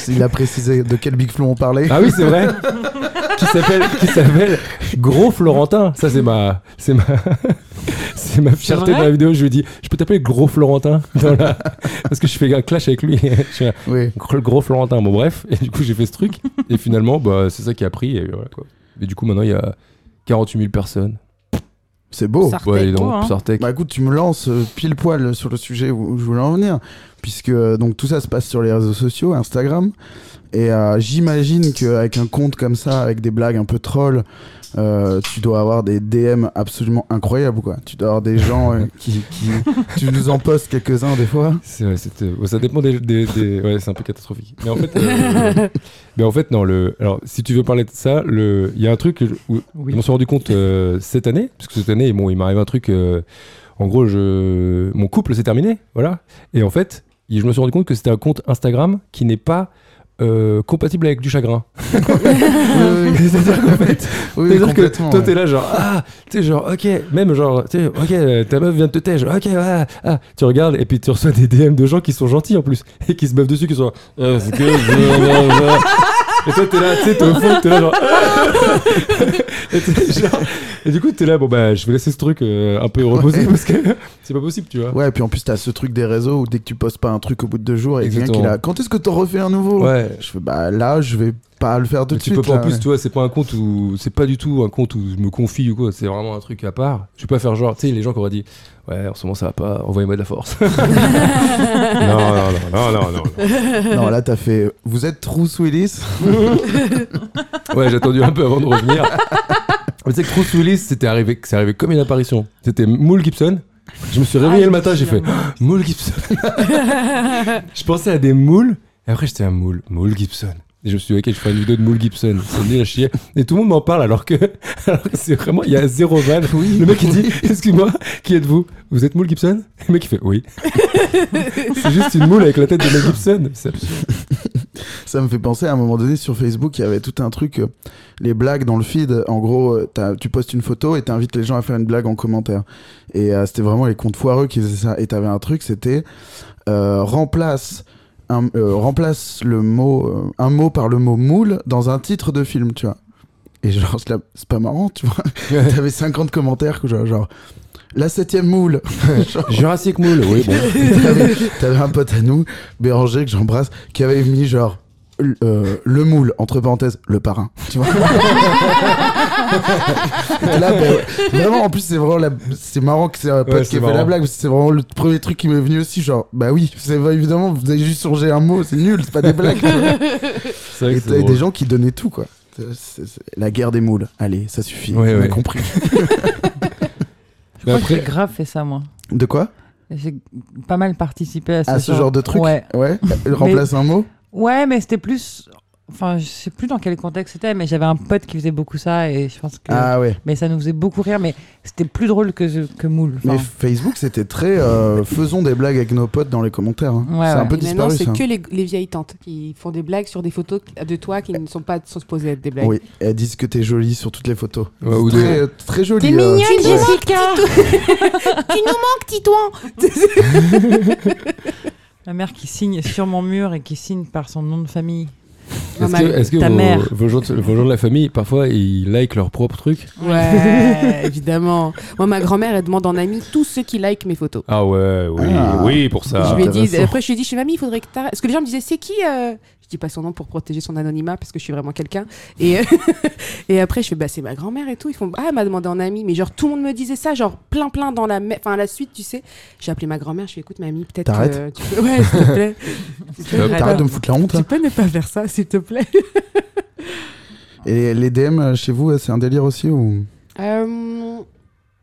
Il a précisé de quel Big Flow on parlait.
ah oui, c'est vrai. qui s'appelle, qui s'appelle Gros Florentin. Ça, c'est ma, c'est ma, c'est ma fierté de
vrai
la vidéo. Je lui dis, je peux t'appeler Gros Florentin dans la- parce que je fais un clash avec lui. Je suis un
Oui.
gros- gros Florentin. Bon, bref. Et du coup, j'ai fait ce truc. Et finalement, bah, c'est ça qui a pris. Et voilà, quoi. Et du coup, maintenant, il y a 48 000 personnes.
C'est beau.
Sartec.
Ouais, et Oh, donc,
beau, hein.
Sartec.
Bah écoute, tu me lances euh, pile poil sur le sujet où où je voulais en venir, puisque euh, donc tout ça se passe sur les réseaux sociaux, Instagram, et euh, j'imagine qu'avec un compte comme ça, avec des blagues un peu troll, euh, tu dois avoir des DM absolument incroyables, quoi. Tu dois avoir des gens euh, qui, qui- tu nous en postes quelques-uns des fois.
C'est vrai, c'était- ouais, ça dépend des, des- des- ouais, c'est un peu catastrophique. Mais en fait, euh, mais en fait, non. Le, alors, si tu veux parler de ça, le, il y a un truc que je- où
Oui.
je m'en suis rendu compte euh, cette année, parce que cette année, bon, il m'arrive un truc. euh, en gros, je, mon couple s'est terminé, voilà. Et en fait, il- je me suis rendu compte que c'était un compte Instagram qui n'est pas euh, compatible avec du chagrin.
Oui, oui, oui.
C'est-à-dire qu'en fait,
Oui,
c'est-à-dire que
complètement,
toi
ouais.
t'es là genre ah tu sais genre ok même genre tu sais ok euh, ta meuf vient de te tèche ok ouais, ah tu regardes et puis tu reçois des DM de gens qui sont gentils en plus et qui se bavent dessus qui sont Ah, c'est que je- et toi t'es là tu sais t'es au fond t'es là genre Ah. et, t'es genre- et du coup t'es là bon bah je vais laisser ce truc euh, un peu reposer
Ouais.
parce que c'est pas possible tu vois
Ouais, puis en plus t'as ce truc des réseaux où dès que tu postes pas un truc au bout de deux jours, et quelqu'un qui
Exactement.
là, quand est-ce que t'en refais un nouveau
ouais
Je fais bah là, je vais pas le faire tout
Mais
de
tu
suite.
peux pas en
là,
plus,
ouais.
tu vois, c'est pas un compte où c'est pas du tout un compte où je me confie ou quoi, c'est vraiment un truc à part. Je peux pas faire genre, tu sais, les gens qui auraient dit Ouais, en ce moment ça va pas, envoyez-moi de la force. non, non, non, non, non, non.
Non, là t'as fait. Vous êtes Trousse Willis
Ouais, j'ai attendu un peu avant de revenir. Mais tu sais que Bruce Willis, c'était arrivé, c'est arrivé comme une apparition. C'était Moule Gibson. Je me
Ah,
suis réveillé le matin, j'ai fait Moule Gibson. je pensais à des moules, et après j'étais à Moule, Moule Gibson. Et je me suis dit, ok, je ferai une vidéo de Moule Gibson. C'est nul à chier. Et tout le monde m'en parle alors que, alors que c'est vraiment, il y a zéro van. Le mec il dit, excuse-moi, qui êtes-vous Vous êtes Moule Gibson Le mec il fait, oui. c'est juste une moule avec la tête de Moule Gibson. C'est absurde.
Ça me fait penser à un moment donné sur Facebook, il y avait tout un truc, euh, les blagues dans le feed. En gros, euh, t'as- tu postes une photo et t'invites les gens à faire une blague en commentaire. Et euh, c'était vraiment les comptes foireux qui faisaient ça. Et t'avais un truc, c'était euh, remplace. Un, euh, remplace le mot euh, un mot par le mot moule dans un titre de film tu vois et genre c'est la- c'est pas marrant tu vois t'avais 50 commentaires que genre, genre la septième moule
Jurassic Moule, oui, bon.
T'avais- T'avais un pote à nous, Béranger, que j'embrasse, qui avait mis genre. l- euh, le moule, entre parenthèses, le parrain. Tu vois Et là, ben, Vraiment, en plus, c'est vraiment la- c'est marrant que c'est un pote
Ouais, c'est
qui a fait
marrant.
la blague, parce que c'est vraiment le premier truc qui m'est venu aussi. Genre, bah oui, c'est vrai, évidemment, vous avez juste changé un mot, c'est nul, c'est pas des blagues. tu vois.
C'est vrai
Et
que c'est
t'avais
drôle.
des gens qui donnaient tout, quoi. C'est- c'est- c'est- La guerre des moules, allez, ça suffit,
Ouais,
on a
ouais.
compris.
Je crois
après-
que j'ai grave fait ça, moi.
De quoi
J'ai pas mal participé à ce,
À ce genre de truc
Ouais,
Ouais, elle remplace un mot
ouais mais c'était plus. Enfin, je sais plus dans quel contexte c'était, mais j'avais un pote qui faisait beaucoup ça et je pense que.
Ah ouais.
Mais ça nous faisait beaucoup rire, mais c'était plus drôle que, ce- que Moule.
Mais
Enfin,
Facebook, c'était très euh, faisons des blagues avec nos potes dans les commentaires. hein.
Ouais,
c'est
ouais.
un peu
Et maintenant,
disparu
c'est
ça.
que les, les vieilles tantes qui font des blagues sur des photos de toi qui ne sont pas supposées être des blagues.
Oui, elles disent que t'es jolie sur toutes les photos.
Ouais, ou
C'est
des-
très, très jolie.
T'es
euh,
mignonne,
ouais.
Jessica Tu nous manques, Titouan
Ma mère qui signe sur mon mur et qui signe par son nom de famille.
Est-ce
Normal.
que, est-ce que
Ta mère.
vos, vos gens, de- vos gens de la famille, parfois, ils likent leur propre truc
Ouais, évidemment. Moi, ma grand-mère, elle demande en ami tous ceux qui likent mes photos.
Ah ouais, oui,
Ah.
oui, pour
Ah,
je lui ai dit,
intéressant.
après, je lui ai dit, je suis mamie, il faudrait que t'arrêtes. Parce que les gens me disaient, c'est qui euh Je dis pas son nom pour protéger son anonymat parce que je suis vraiment quelqu'un. Et, euh, et après, je fais, bah, c'est ma grand-mère et tout. Ils font, ah, elle m'a demandé en ami. Mais genre, tout le monde me disait ça, genre, plein, plein dans la, me- enfin, la suite, tu sais. J'ai appelé ma grand-mère, je lui ai dit, écoute, mamie, peut-être.
T'arrêtes
euh, tu peux- Ouais, s'il te plaît. S'il te plaît,
T'arrêtes de me foutre la honte. hein.
Tu
là.
peux ne pas faire ça, s'il te plaît.
Et les DM euh, chez vous, euh, c'est un délire aussi ou
Euh,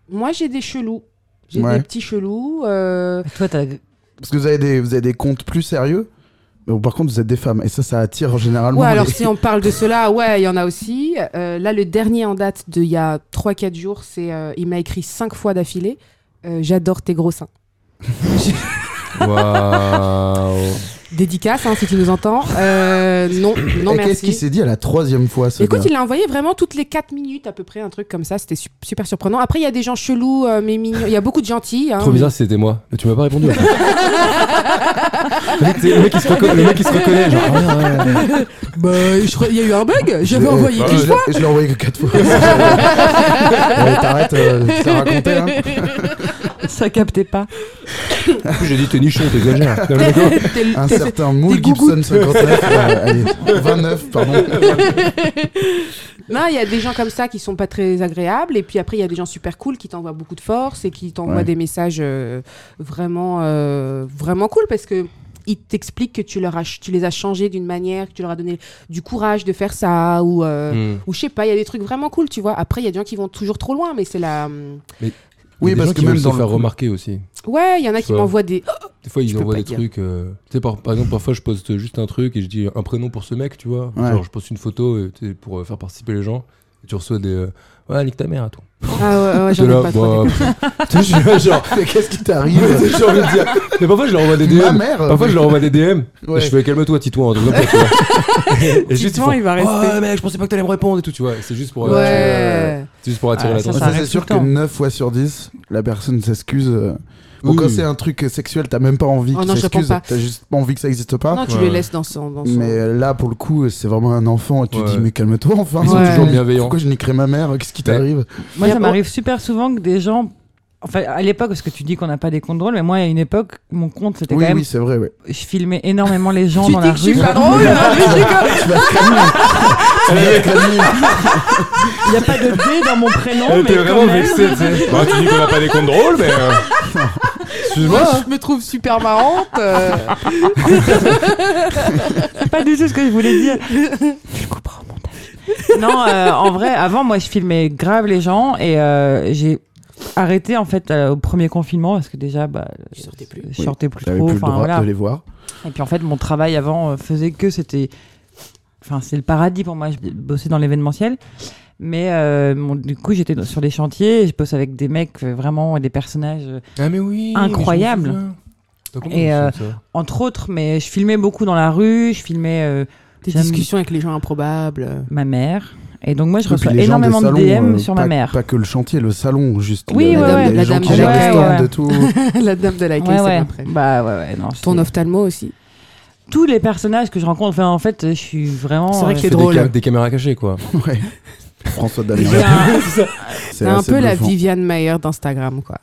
moi, j'ai des chelous. J'ai
Ouais.
des petits chelous. euh,
Bah, Toi, t'as.
Parce que vous avez des, vous avez des comptes plus sérieux. mais par contre, vous êtes des femmes et ça, ça attire généralement.
Ouais, alors
les-
si on parle de cela, ouais, il y en a aussi. Euh, là, le dernier en date d'il y a 3-4 jours, c'est euh, il m'a écrit 5 fois d'affilée euh, J'adore tes gros seins.
Waouh.
Dédicace, hein, si tu nous entends. Euh, non, non,
Et
merci.
qu'est-ce qu'il s'est dit à la troisième fois ce
Écoute,
gars
il l'a envoyé vraiment toutes les 4 minutes à peu près, un truc comme ça. C'était su- super surprenant. Après, il y a des gens chelous, euh, mais mignons. Il y a beaucoup de gentils. hein,
Trop bizarre si c'était moi. Mais tu m'as pas répondu. en fait. le, mec, c'est- le mec, il se reco- le mec, il se reconnaît. Genre,
Ah, ouais, ouais, ouais.
mais- Bah, je crois- il y a eu un bug. J'avais
Je-
envoyé.
je-
une fois.
Je l'ai envoyé que 4 fois. Ouais, T'arrêtes, euh, c'est raconté. Hein.
Ça captait pas.
en plus, j'ai dit t'es nichon, t'exagères. Non, mais d'accord.
T'es-
Un
t'es-
certain Moule
des gougous.
Gibson 59, euh, allez, 29, pardon.
Non, il y a des gens comme ça qui sont pas très agréables. Et puis après, il y a des gens super cool qui t'envoient beaucoup de force et qui t'envoient
Ouais.
des messages euh, vraiment, euh, vraiment cool parce que. Ils t'expliquent que tu, leur as, tu les as changés d'une manière, que tu leur as donné du courage de faire ça, ou, euh,
Hmm.
ou je sais pas, il y a des trucs vraiment cool, tu vois. Après, il y a des gens qui vont toujours trop loin, mais c'est la.
Oui,
Il y a des
parce
gens
que
qui
même
veulent se
dans le
faire
coup-
remarquer aussi.
Ouais, il y en a
Tu
qui
vois.
m'envoient des.
Des fois,
Je
ils
peux
envoient
pas
des
dire.
trucs. euh, Tu sais, par, par exemple, parfois, je poste juste un truc et je dis un prénom pour ce mec, tu vois.
Ouais.
Genre, je poste une photo euh, tu sais, pour euh, faire participer les gens. Et tu reçois des. euh, ouais, nique ta mère, à tout.
Ah ouais, ouais, j'en
T'es là,
ai pas trop.
bah, pff. Tu sais, je suis là, genre.
Mais qu'est-ce qui
j'ai
t'arrive
envie de dire. Mais parfois, je leur envoie des DM.
Ma mère
Parfois, je leur envoie des DM.
Ouais.
Et je fais calme-toi, Titouan. un truc comme ça, tu vois. Et juste, ils
Titouan,
font,
il va rester.
Ouais, mec, je pensais pas que t'allais me répondre et tout, tu vois. C'est juste pour,
Ouais.
euh, c'est juste pour attirer
Ouais, ça,
l'attention.
Ça,
arrive
c'est
tout
sûr
le
que
temps.
9 fois sur 10, la personne s'excuse. euh. Bon,
Oui.
quand c'est un truc sexuel, t'as même pas envie
Oh
qu'il
non, je
s'excuse.
réponds pas.
T'as juste pas envie que ça existe pas.
Non, tu
Ouais.
les laisses dans son. Dans son-
Mais là, pour le coup, c'est vraiment un enfant. Et tu te dis,
Ouais.
mais calme-toi enfin.
Ils
sont Ouais. toujours
bienveillants.
Pourquoi je niquerais ma mère Qu'est-ce qui t'arrive
Moi,
Mais
ça
on-
m'arrive super souvent que des gens. Enfin, à l'époque, parce que tu dis qu'on n'a pas des comptes drôles, mais moi, à une époque, mon compte, c'était
Oui,
quand même.
oui, c'est vrai. Ouais.
Je filmais énormément les gens
Tu
dans
dis
la
que je suis
rue.
pas drôle, hein, mais je rigole.
tu vas être calme. Tu vas être calme.
Il n'y a pas de D dans mon prénom, mais.
T'es
quand
vraiment
même.
vexé, tu sais. Bah, tu dis qu'on a pas des comptes drôles, mais. euh,
Moi, Oh, je me trouve super marrante. euh.
C'est pas du tout ce que je voulais dire. Je comprends mon montage. Non, euh, en vrai, avant, moi, je filmais grave les gens et euh, j'ai arrêté en fait euh, au premier confinement parce que déjà, bah,
Je sortais plus.
je sortais plus
T'avais
trop.
plus le
enfin,
droit
voilà.
de les voir.
Et puis en fait, mon travail avant euh, faisait que c'était. Enfin, c'est le paradis pour moi. Je bossais dans l'événementiel. Mais euh, mon- du coup, j'étais dans- sur des chantiers et je bosse avec des mecs euh, vraiment, des personnages, euh,
Ah, mais oui.
Incroyable.
je me souviens. T'as combien
Et,
de
euh,
films, ça
entre autres. Mais je filmais beaucoup dans la rue, je filmais euh,
Des
J'aime-
discussions avec les gens improbables.
ma mère. Et donc, moi, je
Et puis
reçois
les gens
énormément
des
de
salons,
DM
euh,
sur
pas-
ma mère.
Pas que le chantier, le salon, juste.
Oui,
les-
ouais,
les-
ouais.
les
La
gens
dame
qui
de
gèrent
l'accueil.
les stands
Ouais,
et tout.
La dame de l'accueil,
Ouais,
c'est
ouais.
après.
Bah ouais, ouais, non.
Ton
c'est-
ophtalmo aussi.
Tous les personnages que je rencontre, enfin, en fait, je suis vraiment.
C'est vrai
euh,
que
Fais
t'es
des
drôle.
cam- Des caméras cachées, quoi.
Ouais. François Damien.
j'ai un-
C'est
T'es un
assez
peu la
bluffant.
Viviane Mayer d'Instagram, quoi.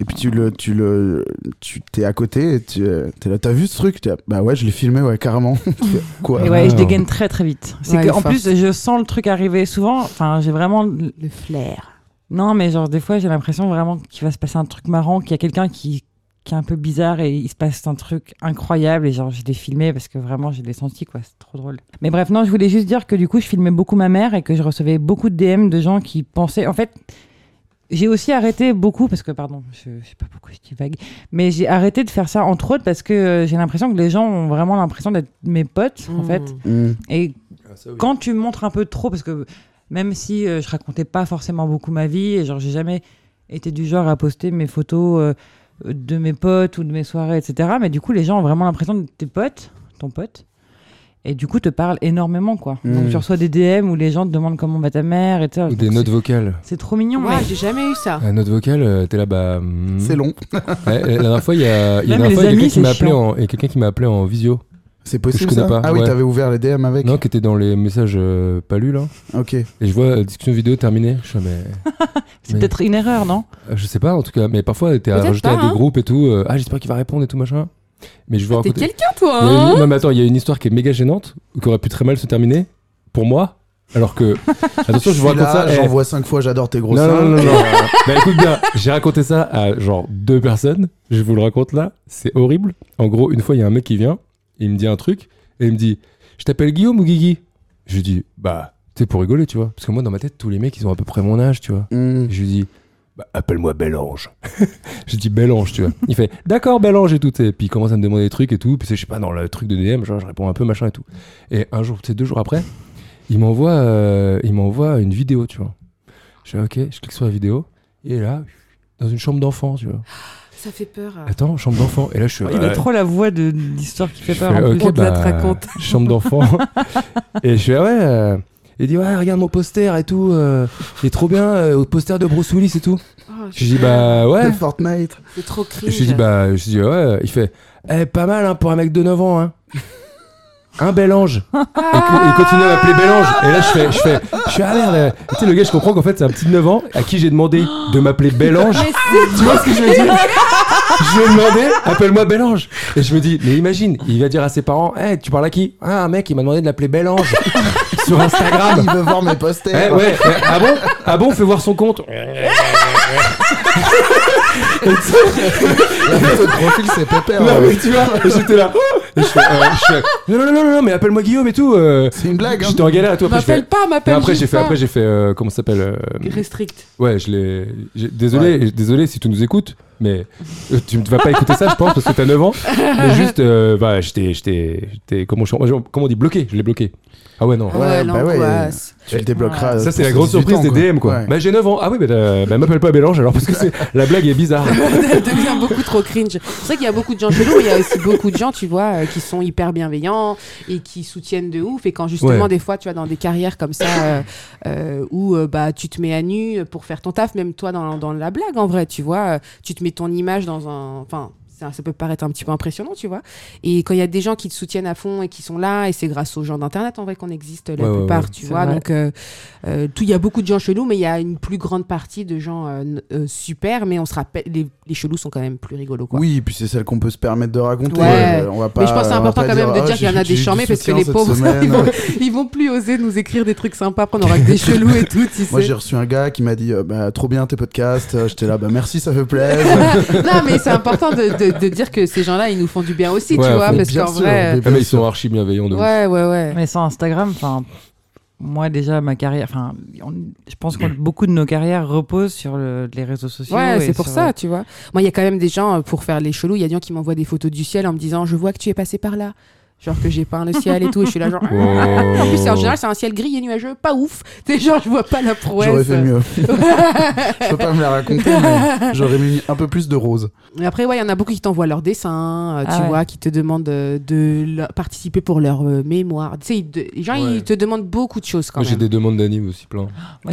Et puis tu le, tu le, tu t'es à côté et tu euh, t'es là, t'as vu ce truc T'es là, Bah ouais, je l'ai filmé, ouais, carrément. Tu fais, Quoi
Et ouais, je dégaine très très vite. C'est
Ouais,
que en
force.
plus, je sens le truc arriver souvent. Enfin, j'ai vraiment.
Le flair.
Non, mais genre, des fois, j'ai l'impression vraiment qu'il va se passer un truc marrant, qu'il y a quelqu'un qui... qui est un peu bizarre et il se passe un truc incroyable. Et genre, je l'ai filmé parce que vraiment, j'ai des sentis, quoi. C'est trop drôle. Mais bref, non, je voulais juste dire que du coup, je filmais beaucoup ma mère et que je recevais beaucoup de DM de gens qui pensaient. En fait. J'ai aussi arrêté beaucoup parce que pardon, je, je sais pas pourquoi je dis vague, mais j'ai arrêté de faire ça entre autres parce que euh, j'ai l'impression que les gens ont vraiment l'impression d'être mes potes en fait
Hmm.
Mmh.
et quand tu montres un peu trop, parce que même si euh, je racontais pas forcément beaucoup ma vie, et genre j'ai jamais été du genre à poster mes photos euh, de mes potes ou de mes soirées, etc. Mais du coup, les gens ont vraiment l'impression de tes potes, ton pote. Et du coup, te parlent énormément, quoi.
Mm.
Donc, tu reçois des DM où les gens te demandent comment va ta mère, etc.
Ou
Donc,
des
c'est-
notes vocales.
C'est trop mignon,
Moi,
mais-
j'ai jamais eu ça.
Un note vocale, euh, t'es là, bah. hmm.
C'est long,
Ouais, la dernière fois, il y a, il y a
Ouais, mais
la dernière fois, il y a
les
quelqu'un
amis,
qui m'a
c'est
appelé
chiant.
en, il y a quelqu'un qui m'a appelé en visio.
c'est possible
Je connais
ça
pas,
Ah oui,
ouais.
t'avais ouvert les DM avec
Non, qui était dans les messages euh, pas lus là.
Ok.
Et je vois euh, discussion vidéo terminée. Je suis là, mais
c'est
mais-
peut-être une erreur, non
euh, je sais pas en tout cas. Mais parfois t'es
Peut-être
rajouté
pas,
à des
hein. Ah,
groupes et tout. euh, ah j'espère qu'il va répondre et tout machin. Mais je vois
T'es quelqu'un, toi hein
Non mais attends, il y a une histoire qui est méga gênante qui aurait pu très mal se terminer pour moi. Alors que attention, je vous raconte ça. eh,
J'envoie 5 fois, j'adore tes gros
non,
seins.
non, non, non, non. Bah, écoute bien, j'ai raconté ça à genre deux personnes. Je vous le raconte là. C'est horrible. En gros, une fois, il y a un mec qui vient, il me dit un truc, et il me dit Je t'appelle Guillaume ou Guigui Je lui dis Bah, tu sais, pour rigoler, tu vois. Parce que moi, dans ma tête, tous les mecs, ils ont à peu près mon âge, tu vois.
Mmh.
Et Je lui dis Bah, appelle-moi Belange. je dis Belange, tu vois. Il fait D'accord, Belange et tout. tu sais. Et puis il commence à me demander des trucs et tout. Puis c'est, je sais pas, dans le truc de DM, genre, je réponds un peu machin et tout. Et un jour, tu sais, deux jours après, il m'envoie, euh, il m'envoie une vidéo, tu vois. Je fais Ok, je clique sur la vidéo. Et là, dans une chambre d'enfant, tu vois.
Ça fait peur. euh.
Attends, chambre d'enfant. Et là, je suis.
Il a trop la voix de l'histoire qui fait
Je
peur.
fais,
en plus.
ok,
On te la
bah,
raconte.
Chambre d'enfant. et je fais, ah ouais. euh, Il dit, ouais, regarde mon poster et tout. euh, il est trop bien, euh, au poster de Bruce Willis et tout.
Oh,
Je dis, bah ouais.
De Fortnite.
C'est trop
Et
cringe.
Je lui dis, bah, je lui dis, ouais. Il fait, eh, pas mal hein, pour un mec de 9 ans. Hein. Un bel ange. Et co- il continue à m'appeler bel ange. Et là, je fais, je fais, je suis, ah merde. euh, Tu sais, le gars, je comprends qu'en fait, c'est un petit de 9 ans à qui j'ai demandé de m'appeler bel ange.
Mais c'est
Tu vois ce que je veux dire Je lui ai demandé, appelle-moi Bel Ange. Et je me dis, mais imagine, il va dire à ses parents, Eh, tu parles à qui Ah, un mec, il m'a demandé de l'appeler Bel Ange sur Instagram.
Il veut voir mes
Eh
posters.
ouais, eh, ah bon Ah bon, fais voir son compte.
La photo de profil, c'est pépère.
Non, mais Ah, tu vois, j'étais là. Et je fais, euh, je fais, non, non, non, non, non, mais appelle-moi Guillaume et tout. euh.
C'est une blague. hein.
J'étais en galère et tout. Après, je fais-
M'appelle pas,
Non,
m'appelle
après
juste
j'ai fait,
pas.
après j'ai fait, euh, comment ça s'appelle euh,
Restrict.
Ouais, je l'ai. j'ai- Désolé, désolé si tu nous écoutes, mais euh, tu ne vas pas écouter ça, je pense, parce que t'as 9 ans. Mais juste, euh, bah, j'étais, j'étais, j'étais, comment, je- comment on dit, bloqué. Je l'ai bloqué. Ah ouais, non.
Ah
Ouais,
ouais,
bah ouais.
l'angoisse.
Tu le débloqueras.
Ah,
euh,
Ça, c'est la
pour
grosse
18
surprise
ans,
des DM, quoi.
Ouais.
Bah, j'ai 9 ans. Ah oui, bah, euh, bah, m'appelle pas Bélange alors, parce que c'est, la blague est bizarre.
Elle devient beaucoup trop cringe. C'est vrai qu'il y a beaucoup de gens chelous, mais il y a aussi beaucoup de gens, tu vois, euh, qui sont hyper bienveillants et qui soutiennent de ouf. Et quand justement,
Ouais.
des fois, tu vois, dans des carrières comme ça, euh, euh, où euh, bah, tu te mets à nu pour faire ton taf, même toi dans, dans la blague, en vrai, tu vois, euh, tu te mets ton image dans un. Enfin, ça, ça peut paraître un petit peu impressionnant, tu vois. Et quand il y a des gens qui te soutiennent à fond et qui sont là, et c'est grâce aux gens d'Internet, en vrai, qu'on existe la
Ouais, ouais,
plupart,
ouais.
tu
C'est
vois.
vrai.
Donc, euh, euh, tout- il y a beaucoup de gens chelous, mais il y a une plus grande partie de gens euh, n- euh, super. Mais on se rappelle, les, les chelous sont quand même plus rigolos. Quoi.
Oui, et puis c'est celle qu'on peut se permettre de raconter.
Ouais.
Euh, on va pas,
mais je pense que c'est
on va
important
pas
quand même de
Ah,
dire qu'il y en a
j'ai-
des
j'ai
charmés
du
parce que
soutien
les
cette
pauvres,
semaine.
ils, vont, ils vont plus oser nous écrire des trucs sympas. Après, on aura que des chelous et tout, tu sais.
Moi j'ai reçu un gars qui m'a dit euh, bah, trop bien tes podcasts, Euh, j'étais là bah merci ça fait plaisir.
non, mais c'est important de, de- de dire que ces gens-là, ils nous font du bien aussi,
Ouais,
tu vois,
mais
parce
bien
qu'en
sûr,
vrai. euh,
Ah, mais ils sont archi bienveillants de ouf.
Ouais, ouais, ouais.
Mais sans Instagram, enfin, moi déjà, ma carrière, enfin, on- je pense que beaucoup de nos carrières reposent sur le- les réseaux sociaux.
Ouais,
et
c'est pour
sur-
ça, tu vois. Moi, il y a quand même des gens, euh, pour faire les chelous, il y a des gens qui m'envoient des photos du ciel en me disant Je vois que tu es passé par là. Genre que j'ai peint le ciel et tout. Et je suis là, genre.
Wow.
En plus,
Oh.
c'est en général, c'est un ciel gris et nuageux, pas ouf. T'es genre, je vois pas la prouesse.
J'aurais fait mieux. je peux pas me la raconter mais j'aurais mis un peu plus de rose.
Mais Après, ouais, il y en a beaucoup qui t'envoient leurs dessins, euh,
Ah
tu
ouais.
vois, qui te demandent euh, de leur- participer pour leur euh, mémoire. Tu sais, ils te- les gens,
Ouais.
ils te demandent beaucoup de choses quand
Moi, j'ai
même.
des demandes d'anime aussi plein.
Moi,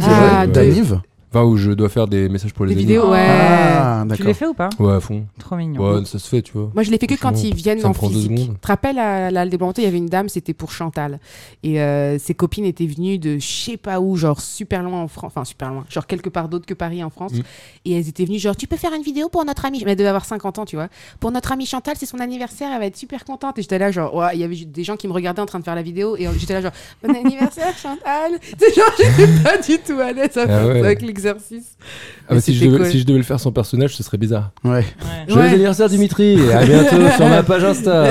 Ah,
c'est vrai.
de-
Daniv
Enfin, où je dois faire des messages pour les
Des
animes.
vidéos, ouais.
Ah
Tu
d'accord.
l'as fait ou pas
Ouais, à fond.
Trop mignon.
Ouais, ça se fait, tu vois.
Moi, je l'ai fait que quand
Franchement,
ils viennent
ça me
en
prend deux
physique. Tu
secondes.
te rappelles, à la Halle des Blancs-Manteaux, il y avait une dame, c'était pour Chantal. Et euh, ses copines étaient venues de je sais pas où, genre super loin en France. Enfin, super loin. Genre quelque part d'autre que Paris en France.
Mm.
Et elles étaient venues, genre, tu peux faire une vidéo pour notre amie. Mais elle devait avoir 50 ans, tu vois. Pour notre amie Chantal, c'est son anniversaire, elle va être super contente. Et j'étais là, genre, ouais, il y avait des gens qui me regardaient en train de faire la vidéo. Et euh, j'étais là, genre, bon anniversaire, Chantal. C'est genre, j'étais pas du tout à l'aise à
Ah
faire
ouais.
ça avec l'exercice.
Ah, bah, si, je
c'était
devais,
cool.
si je devais le faire sans personnage, ce serait bizarre.
Ouais.
Ouais.
Joyeux Ouais.
anniversaire Dimitri, à bientôt sur ma page Insta.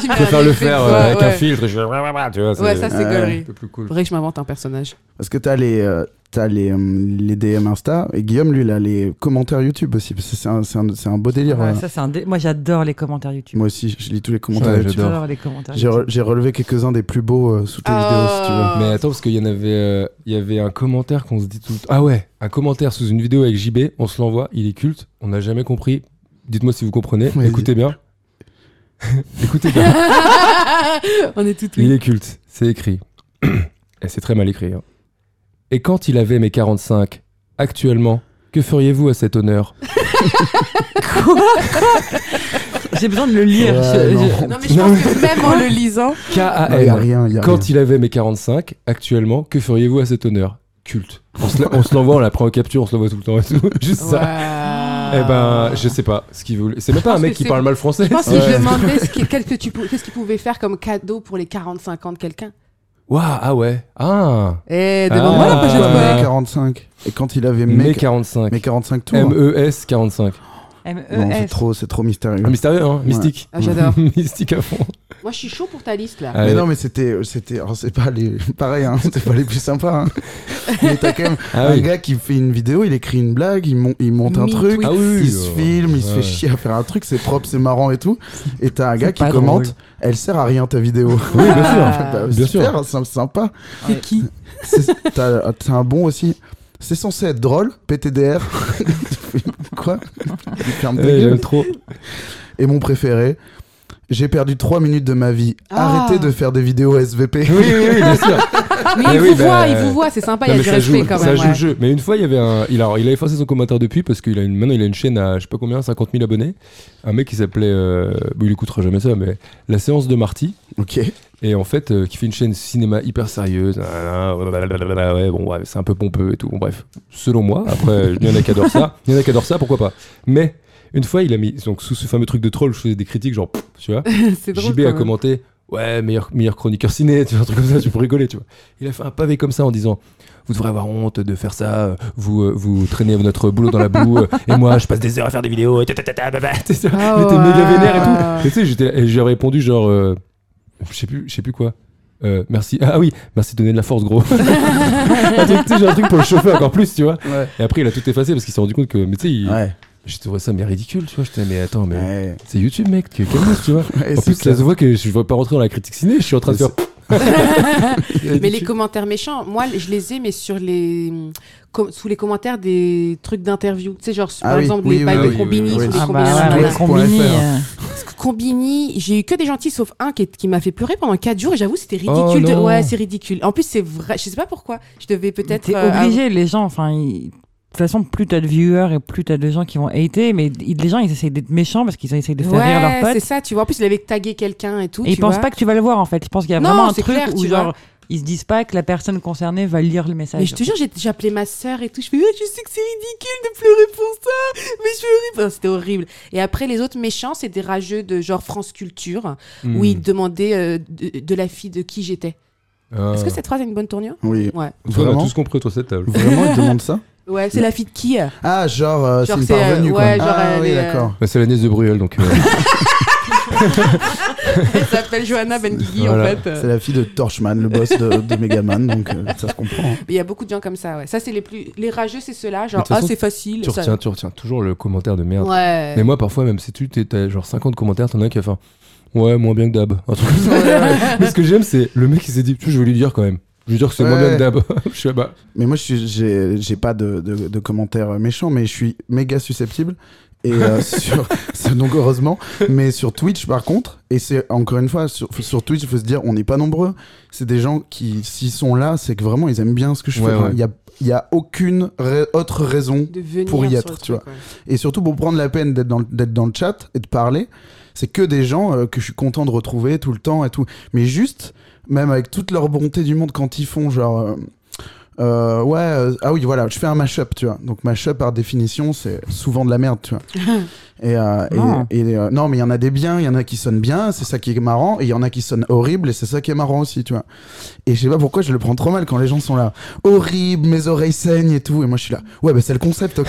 Tu
Je préfère le faire euh, avec un ah
ouais.
filtre. et Je... Tu vois,
Ouais, ça, c'est
Ouais.
galerie.
peu plus cool.
Faudrait que je m'invente un personnage.
Parce que t'as les, euh, t'as les, euh, les DM Insta et Guillaume, lui, il a les commentaires YouTube aussi. Parce que c'est un, c'est un, c'est un beau délire.
Ouais,
euh.
ça, c'est un dé- Moi, j'adore les commentaires YouTube.
Moi aussi, je lis tous les commentaires
Ouais,
YouTube.
j'adore.
les commentaires.
J'ai re- j'ai relevé quelques-uns des plus beaux euh, sous tes vidéos, si tu veux.
Ah.
Mais attends, parce qu'il y en avait, euh, il y avait un commentaire qu'on se dit tout. le temps- Ah ouais, un commentaire sous une vidéo avec JB, on se l'envoie, il est culte, on n'a jamais compris. Dites-moi si vous comprenez.
Vas-y.
Écoutez bien. Écoutez bien.
On est tout
Il est culte, c'est écrit. Et c'est très mal écrit. hein. Et quand il avait mes 45, actuellement, que feriez-vous à cet honneur
J'ai besoin de le lire.
Ouais,
Je-
non.
je-
Non mais je pense que même en le lisant,
Non, y a
K-A-N.
rien, y a
Quand
rien.
il avait mes 45, actuellement, que feriez-vous à cet honneur Culte. On se la- on se l'envoie, on la prend en capture, on se l'envoie tout le temps et tout. Juste ça.
Waouh.
Eh ben, je sais pas ce qu'il voulait. C'est même pas un
pense
mec
que
qui
c'est-
parle mal français.
Je pense que
Ouais.
je demandais ce qui- quel que tu pou- qu'est-ce qu'il pouvait faire comme cadeau pour les 45 ans de quelqu'un.
Waouh, ah ouais. Ah.
Eh,
Ah.
demande-moi la prochaine
Quand il avait
fois.
Ouais.
45. Et quand il avait mes,
Mai 45.
mes 45 tours.
E M-E-S 45.
E
Non, c'est
MES.
trop, c'est trop mystérieux.
Ah, mystérieux, hein Mystique.
Ah, J'adore.
Mystique à fond.
Moi, je suis chaud pour ta liste là.
mais
Allez.
non, mais c'était, euh, c'était, alors, c'est pas les, pareil, hein, c'était pas les plus sympas. hein. Mais t'as quand même
Ah
un
oui.
gars qui fait une vidéo, il écrit une blague, il, mon- il monte un
Mi-tweet.
truc,
Ah oui, oui,
il se
euh,
filme, il se
ouais.
fait chier à faire un truc, c'est propre, c'est marrant et tout. Et t'as un gars qui
pas
commente,
drôle.
elle sert à rien ta vidéo.
Oui, bien sûr.
Ah.
Bah,
Bien
super, c'est sympa.
C'est qui
C'est- T'as t'as un bon aussi. C'est censé être drôle, PTDR. Quoi Ferme ta
Ouais,
gueule.
J'aime trop.
Et mon préféré, j'ai perdu 3 minutes de ma vie.
Ah.
Arrêtez de faire des vidéos SVP.
Oui, oui, oui, bien sûr.
Mais
Eh
il
oui,
vous
bah,
voit, il vous voit, c'est sympa, il y
Non,
a
mais
du
ça joue,
respect quand
ça
même.
joue
ouais.
le jeu. Mais une fois, il y avait un, il a, alors, il a effacé son commentaire depuis parce qu'il a une, maintenant il a une chaîne à je sais pas combien, 50 000 abonnés. Un mec qui s'appelait, euh, bon, il écoutera jamais ça, mais la séance de Marty.
Ok.
Et en fait, euh, qui fait une chaîne cinéma hyper sérieuse. nanana, blablabla, Ouais, bon, ouais, c'est un peu pompeux et tout. Bon, bref, selon moi, après, il y en a qui adorent ça. Il y en a qui adorent ça, pourquoi pas. Mais une fois, il a mis, donc sous ce fameux truc de troll, je faisais des critiques, genre, pff, tu vois.
C'est drôle.
JB
quand
a
même.
commenté Ouais, meilleur, meilleur chroniqueur ciné, tu vois, un truc comme ça, tu peux rigoler, tu vois. Il a fait un pavé comme ça en disant Vous devrez avoir honte de faire ça, euh, vous, euh, vous traînez notre boulot dans la boue, euh, et moi, je passe des heures à faire des vidéos, et tatatata, baba. Tu sais,
Ah
Il était méga
ouais.
vénère et tout. Et tu sais, j'étais là- et j'ai répondu genre euh, Je sais plus, je sais plus quoi. Euh, merci. Ah oui, merci de donner de la force, gros. Un truc, tu sais, j'ai un truc pour le chauffer encore plus, tu vois.
Ouais.
Et après, il a tout effacé parce qu'il s'est rendu compte que, mais tu sais, il-
Ouais.
j'ai trouvé ça mais ridicule, tu vois. J'étais, mais attends, mais
Ouais.
c'est YouTube, mec, que- calme-toi, tu vois.
Ouais,
En
c'est
plus, ça
clair.
se voit que je ne vais pas rentrer dans la critique ciné, je suis en train de
Mais
faire.
Mais les commentaires méchants, moi, je les ai, mais sur les. com- sous les commentaires des trucs d'interview. Tu sais, genre, sur-
Ah
par
oui,
exemple,
oui,
les
oui,
bails
oui,
de
oui,
Combini,
oui,
sur
oui.
les
Ah
Combini,
bah
sur
ouais,
les-
la combini.
Fr.
euh,
Parce que Combini, j'ai eu que des gentils sauf un qui, qui m'a fait pleurer pendant 4 jours et j'avoue c'était
Oh
ridicule. de-
non.
Ouais, c'est ridicule. En plus, c'est vrai, je sais pas pourquoi. Je devais peut-être
T'es
euh,
obligé, les gens, enfin, ils- de toute façon, plus t'as de viewers et plus t'as de gens qui vont hater, mais ils- les gens, ils essayent d'être méchants parce qu'ils essayent de faire rire leurs
Ouais, c'est
potes.
ça, tu vois. En plus, il avait tagué quelqu'un et tout.
Et ils
tu
pensent
vois.
pas que tu vas le voir, en fait. Ils pensent qu'il y a
Non,
vraiment un
c'est
truc
clair,
où,
tu
genre,
vois.
ils se disent pas que la personne concernée va lire le message.
Mais je te jure, j'ai j'ai appelé ma sœur et tout. Je fais, Ah, je sais que c'est ridicule de pleurer pour ça, mais je suis horrible. Enfin, c'était horrible. Et après, les autres méchants, c'était rageux de genre France Culture,
Mm.
où
Hmm.
ils demandaient euh, de, de la fille de qui j'étais. Est-ce que
Ah.
cette phrase a une bonne tournure
Oui.
Ouais.
Ah, On a
Vraiment
tous compris autour de cette table.
Vraiment, ils demandent ça
Ouais, c'est la fille de qui euh
Ah, genre, euh, c'est
Genre,
une
c'est, euh,
parvenue, quoi.
ouais, genre,
ah,
elle
oui,
est, euh,
d'accord.
Bah, c'est la nièce de Bruel, donc. euh,
Elle s'appelle Johanna Benguigui,
Voilà.
en fait. euh.
C'est la fille de Torchman, le boss de, de Megaman, donc euh, ça se comprend.
Mais Il y a beaucoup de gens comme ça, ouais. Ça, c'est les plus. Les rageux, c'est ceux-là.
Mais
Genre,
de toute
ah,
façon,
c'est facile.
tu,
ça-
retiens, tu retiens toujours le commentaire de merde.
Ouais.
Mais moi, parfois, même si tu t'es- t'as genre 50 commentaires, t'en as un qui va faire Ouais, moins bien que d'hab. Un truc comme ça. Mais ce que j'aime, c'est le mec qui s'est dit Tu, je vais lui dire quand même. Je vais lui dire que c'est moins
Ouais.
bien que d'hab. je suis là, bah.
Mais moi, je suis- j'ai j'ai pas de, de, de commentaires euh, méchants, mais je suis méga susceptible. Et euh, sur, c'est donc heureusement, mais sur Twitch par contre, et c'est encore une fois, sur, sur Twitch, il faut se dire, on n'est pas nombreux. C'est des gens qui, s'ils sont là, c'est que vraiment, ils aiment bien ce que je
Ouais,
fais.
ouais.
Il y a, il y a aucune ra- autre raison
De venir
pour y
sur
être,
le
tu
truc, ouais.
et surtout pour prendre la peine d'être dans, le- d'être dans le chat et de parler, c'est que des gens euh, que je suis content de retrouver tout le temps et tout. Mais juste, même avec toute leur bonté du monde, quand ils font genre. euh, euh, ouais, euh, ah oui, voilà, je fais un mashup, tu vois. Donc, mashup par définition, c'est souvent de la merde, tu vois. et, euh, et-
Non.
et, euh, non, mais il y en a des biens, il y en a qui sonnent bien, c'est ça qui est marrant, et il y en a qui sonnent horrible, et c'est ça qui est marrant aussi, tu vois. Et je sais pas pourquoi je le prends trop mal quand les gens sont là, horrible, mes oreilles saignent et tout, et moi je suis là, ouais, bah c'est le concept, ok.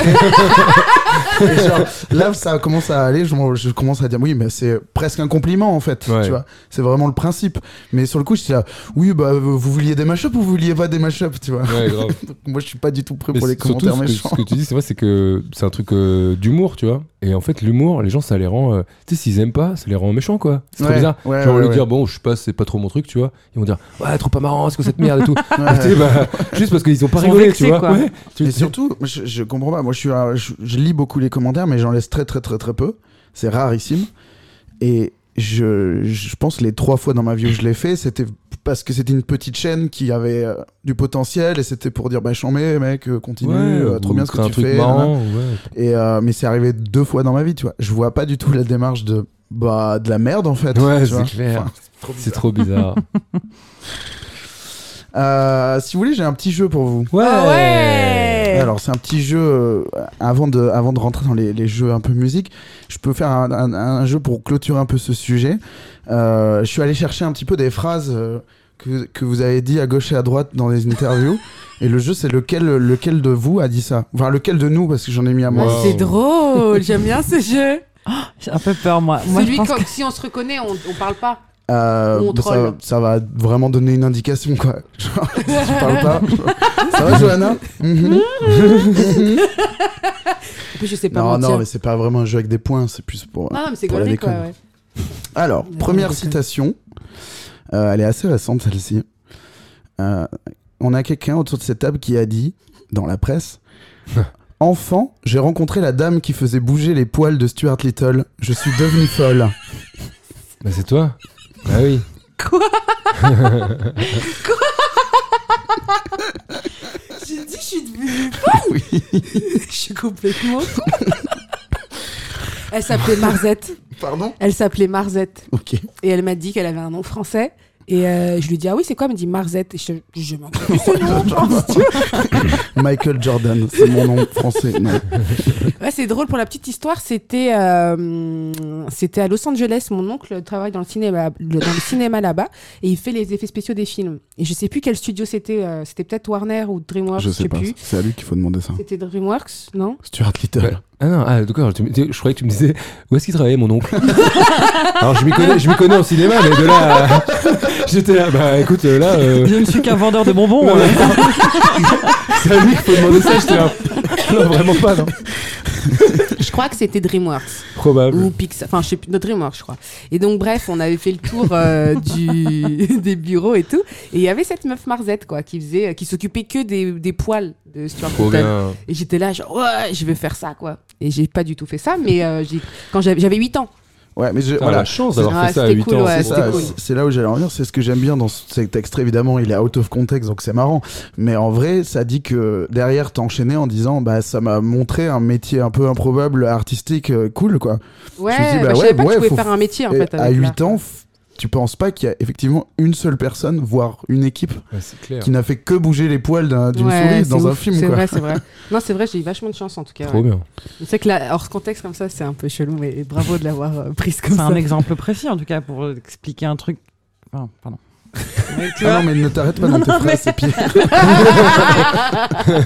Et genre, là, ça commence à aller. Je, m'en- je commence à dire, oui, mais c'est presque un compliment en fait.
Ouais.
Tu vois, c'est vraiment le principe. Mais sur le coup, je suis là, oui, bah, vous vouliez des mashups ou vous vouliez pas des mashups, tu vois.
Ouais, grave.
Moi, je suis pas du tout prêt
Mais
pour les
surtout,
commentaires
ce que-
méchants.
Ce que tu dis, c'est vrai, c'est que c'est un truc euh, d'humour, tu vois. Et en fait, l'humour, les gens, ça les rend. euh, tu sais, s'ils aiment pas, ça les rend méchants, quoi. C'est trop
Ouais,
bizarre.
ouais,
Genre,
ouais,
lui
ouais.
dire, bon, je passe, c'est pas trop mon truc, tu vois. Ils vont dire, ouais, trop pas marrant, c'est que cette merde et tout. Mais tu sais, bah, juste parce qu'ils ont pas
Ils sont
rigolé,
vexés,
tu vois.
quoi.
Ouais. Tu-
Et surtout, moi, je, je comprends pas. Moi, je, suis un- je, je lis beaucoup les commentaires, mais j'en laisse très, très, très, très peu. C'est rarissime. Et je, je pense que les trois fois dans ma vie où je l'ai fait, c'était parce que c'était une petite chaîne qui avait euh, du potentiel et c'était pour dire bah chambé mec euh, continue
Ouais,
euh, trop
ou
bien ce que
crée
tu
un truc
fais nanana.
marrant, ouais.
et euh, mais c'est arrivé deux fois dans ma vie tu vois je vois pas du tout la démarche de bah de la merde en fait
Ouais,
tu
c'est
vois.
clair.
Enfin,
C'est trop bizarre.
euh, si vous voulez j'ai un petit jeu pour vous
Ah ouais
Alors c'est un petit jeu euh, avant de avant de rentrer dans les, les jeux un peu musique. Je peux faire un, un- un jeu pour clôturer un peu ce sujet. Euh, je suis allé chercher un petit peu des phrases euh, que, que vous avez dit à gauche et à droite dans les interviews. et le jeu c'est lequel lequel de vous a dit ça. Enfin lequel de nous parce que j'en ai mis à
Ah,
moi.
Wow.
C'est drôle, j'aime bien ce jeu.
J'ai un peu peur, moi. Moi, je
Celui
pense
quand si on se reconnaît, on, on parle pas.
Euh,
Ou on
bah, ça,
troll.
ça va vraiment donner une indication quoi. Genre, si tu parles pas. genre, ça va Johanna Mhm.
En plus, je sais pas
Non
mentir.
non mais c'est pas vraiment un jeu avec des points. C'est plus pour. euh,
non, non, mais c'est
pour la
gaulerie, quoi.
déconne.
ouais.
Alors,
D'accord,
première
ok.
citation. Euh, elle est assez récente, celle-ci. Euh, on a quelqu'un autour de cette table qui a dit, dans la presse, enfant, j'ai rencontré la dame qui faisait bouger les poils de Stuart Little. Je suis devenue folle.
Bah, c'est toi Bah oui.
J'ai dit, je suis devenue folle Je suis complètement folle. Elle s'appelait Marzette.
Pardon
Elle s'appelait Marzette.
Ok.
Et elle m'a dit qu'elle avait un nom français. Et euh, je lui dis, ah oui, c'est quoi Elle me dit Marzette. Et je, je m'en fous de ce nom, penses-tu
Michael Jordan, c'est mon nom français. non.
Ouais, c'est drôle pour la petite histoire. C'était, euh, c'était à Los Angeles. Mon oncle travaille dans le cinéma, le- dans le cinéma là-bas, et il fait les effets spéciaux des films. Et je sais plus quel studio c'était. euh, c'était peut-être Warner ou DreamWorks, Ah, je
Je sais pas.
plus.
C'est à lui qu'il faut demander ça.
C'était DreamWorks, non
Stuart Little.
Ah non, ah, d'accord, tu me- tu- je croyais que tu me disais où est-ce qu'il travaillait mon oncle Alors je m'y connais, je m'y connais en cinéma, mais de là. à- J'étais là, bah écoute, euh, là. euh,
Je ne suis qu'un vendeur de bonbons.
Ouais,
euh.
c'est à lui qu'il faut demander ça, j'étais là. Non, vraiment pas, non.
Je crois que c'était DreamWorks
Probable.
ou Pixar. Enfin, je sais plus. non, DreamWorks, je crois. Et donc, bref, on avait fait le tour euh, du, des bureaux et tout. Et il y avait cette meuf Marzette, quoi, qui faisait, qui s'occupait que des, des poils de Stuart
Trop
Little.
bien.
Et j'étais là, genre, ouais, je vais faire ça, quoi. Et j'ai pas du tout fait ça, mais euh, j'ai- quand j'avais j'avais 8 ans.
Ouais, mais je-
Putain,
voilà.
la chance d'avoir
Ah,
fait ça à
c'était
8
cool,
ans.
ouais,
c'est
c'était
ça.
Ça,
cool.
c'est- C'est là où j'allais en venir, c'est ce que j'aime bien dans cet extrait, évidemment, il est out of context, donc c'est marrant. Mais en vrai, ça dit que derrière, t'enchaînais en disant, bah ça m'a montré un métier un peu improbable, artistique, euh, cool, quoi.
Ouais,
me suis dit, bah
bah, je
ouais,
savais pas
ouais,
que je
faut-
pouvais faire un métier, en
Et
fait.
à 8 ans, f- tu penses pas qu'il y a effectivement une seule personne, voire une équipe,
Ouais, c'est clair.
qui n'a fait que bouger les poils d'un- d'une souris dans un film,
C'est
quoi.
vrai, c'est vrai. Non, c'est vrai, j'ai eu vachement de chance, en tout cas.
Trop
ouais.
bien.
Je sais que là, hors contexte, comme ça, c'est un peu chelou, mais bravo de l'avoir euh, prise comme
C'est
ça.
un exemple précis, en tout cas, pour expliquer un truc. Enfin, pardon. Mais tu
Ah
vois,
non, mais ne t'arrête pas
Non,
dans tes
non,
phrases,
mais-
c'est pire.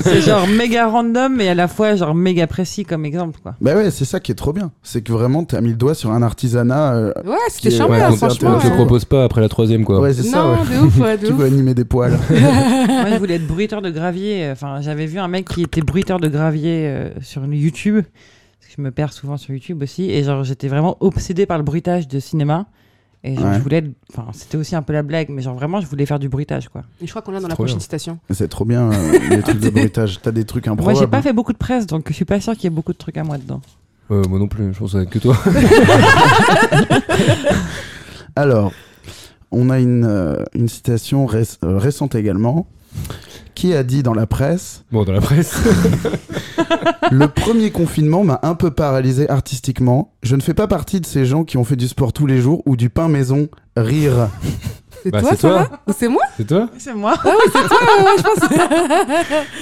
c'est genre méga random et à la fois genre méga précis comme exemple, quoi.
Bah ouais, c'est ça qui est trop bien. C'est que vraiment, t'as mis le doigt sur un artisanat. euh,
Ouais, c'était
Qui est-
charmant,
ouais,
hein,
qu'on-
c'est
franchement.
on te
intéressant.
ouais.
propose pas après la troisième, quoi.
Ouais, c'est ça,
Non,
ouais.
de ouf, ouais, de
Qui
ouf.
veut animer des poils
Moi, je voulais être bruiteur de gravier. Enfin, j'avais vu un mec qui était bruiteur de gravier euh, sur une YouTube. Parce que je me perds souvent sur YouTube aussi. Et genre, j'étais vraiment obsédé par le bruitage de cinéma. Et genre,
Ouais.
je voulais. être- Enfin, c'était aussi un peu la blague, mais genre vraiment, je voulais faire du bruitage, quoi.
Et Je crois qu'on l'a dans la
Trop
prochaine
bien.
citation.
C'est trop bien euh, les trucs de bruitage. T'as des trucs
Moi,
improbables.
j'ai pas fait beaucoup de presse, donc je suis pas sûr qu'il y ait beaucoup de trucs à moi dedans.
Euh, moi non plus, je pense que toi.
Alors, on a une, euh, une citation réc- euh, récente également qui a dit dans la presse
Bon, dans la presse.
Le premier confinement m'a un peu paralysé artistiquement. Je ne fais pas partie de ces gens qui ont fait du sport tous les jours ou du pain maison. Rire.
C'est
Bah,
toi,
c'est
ça
toi.
hein.
va Ou C'est
Bah,
moi
C'est toi
C'est moi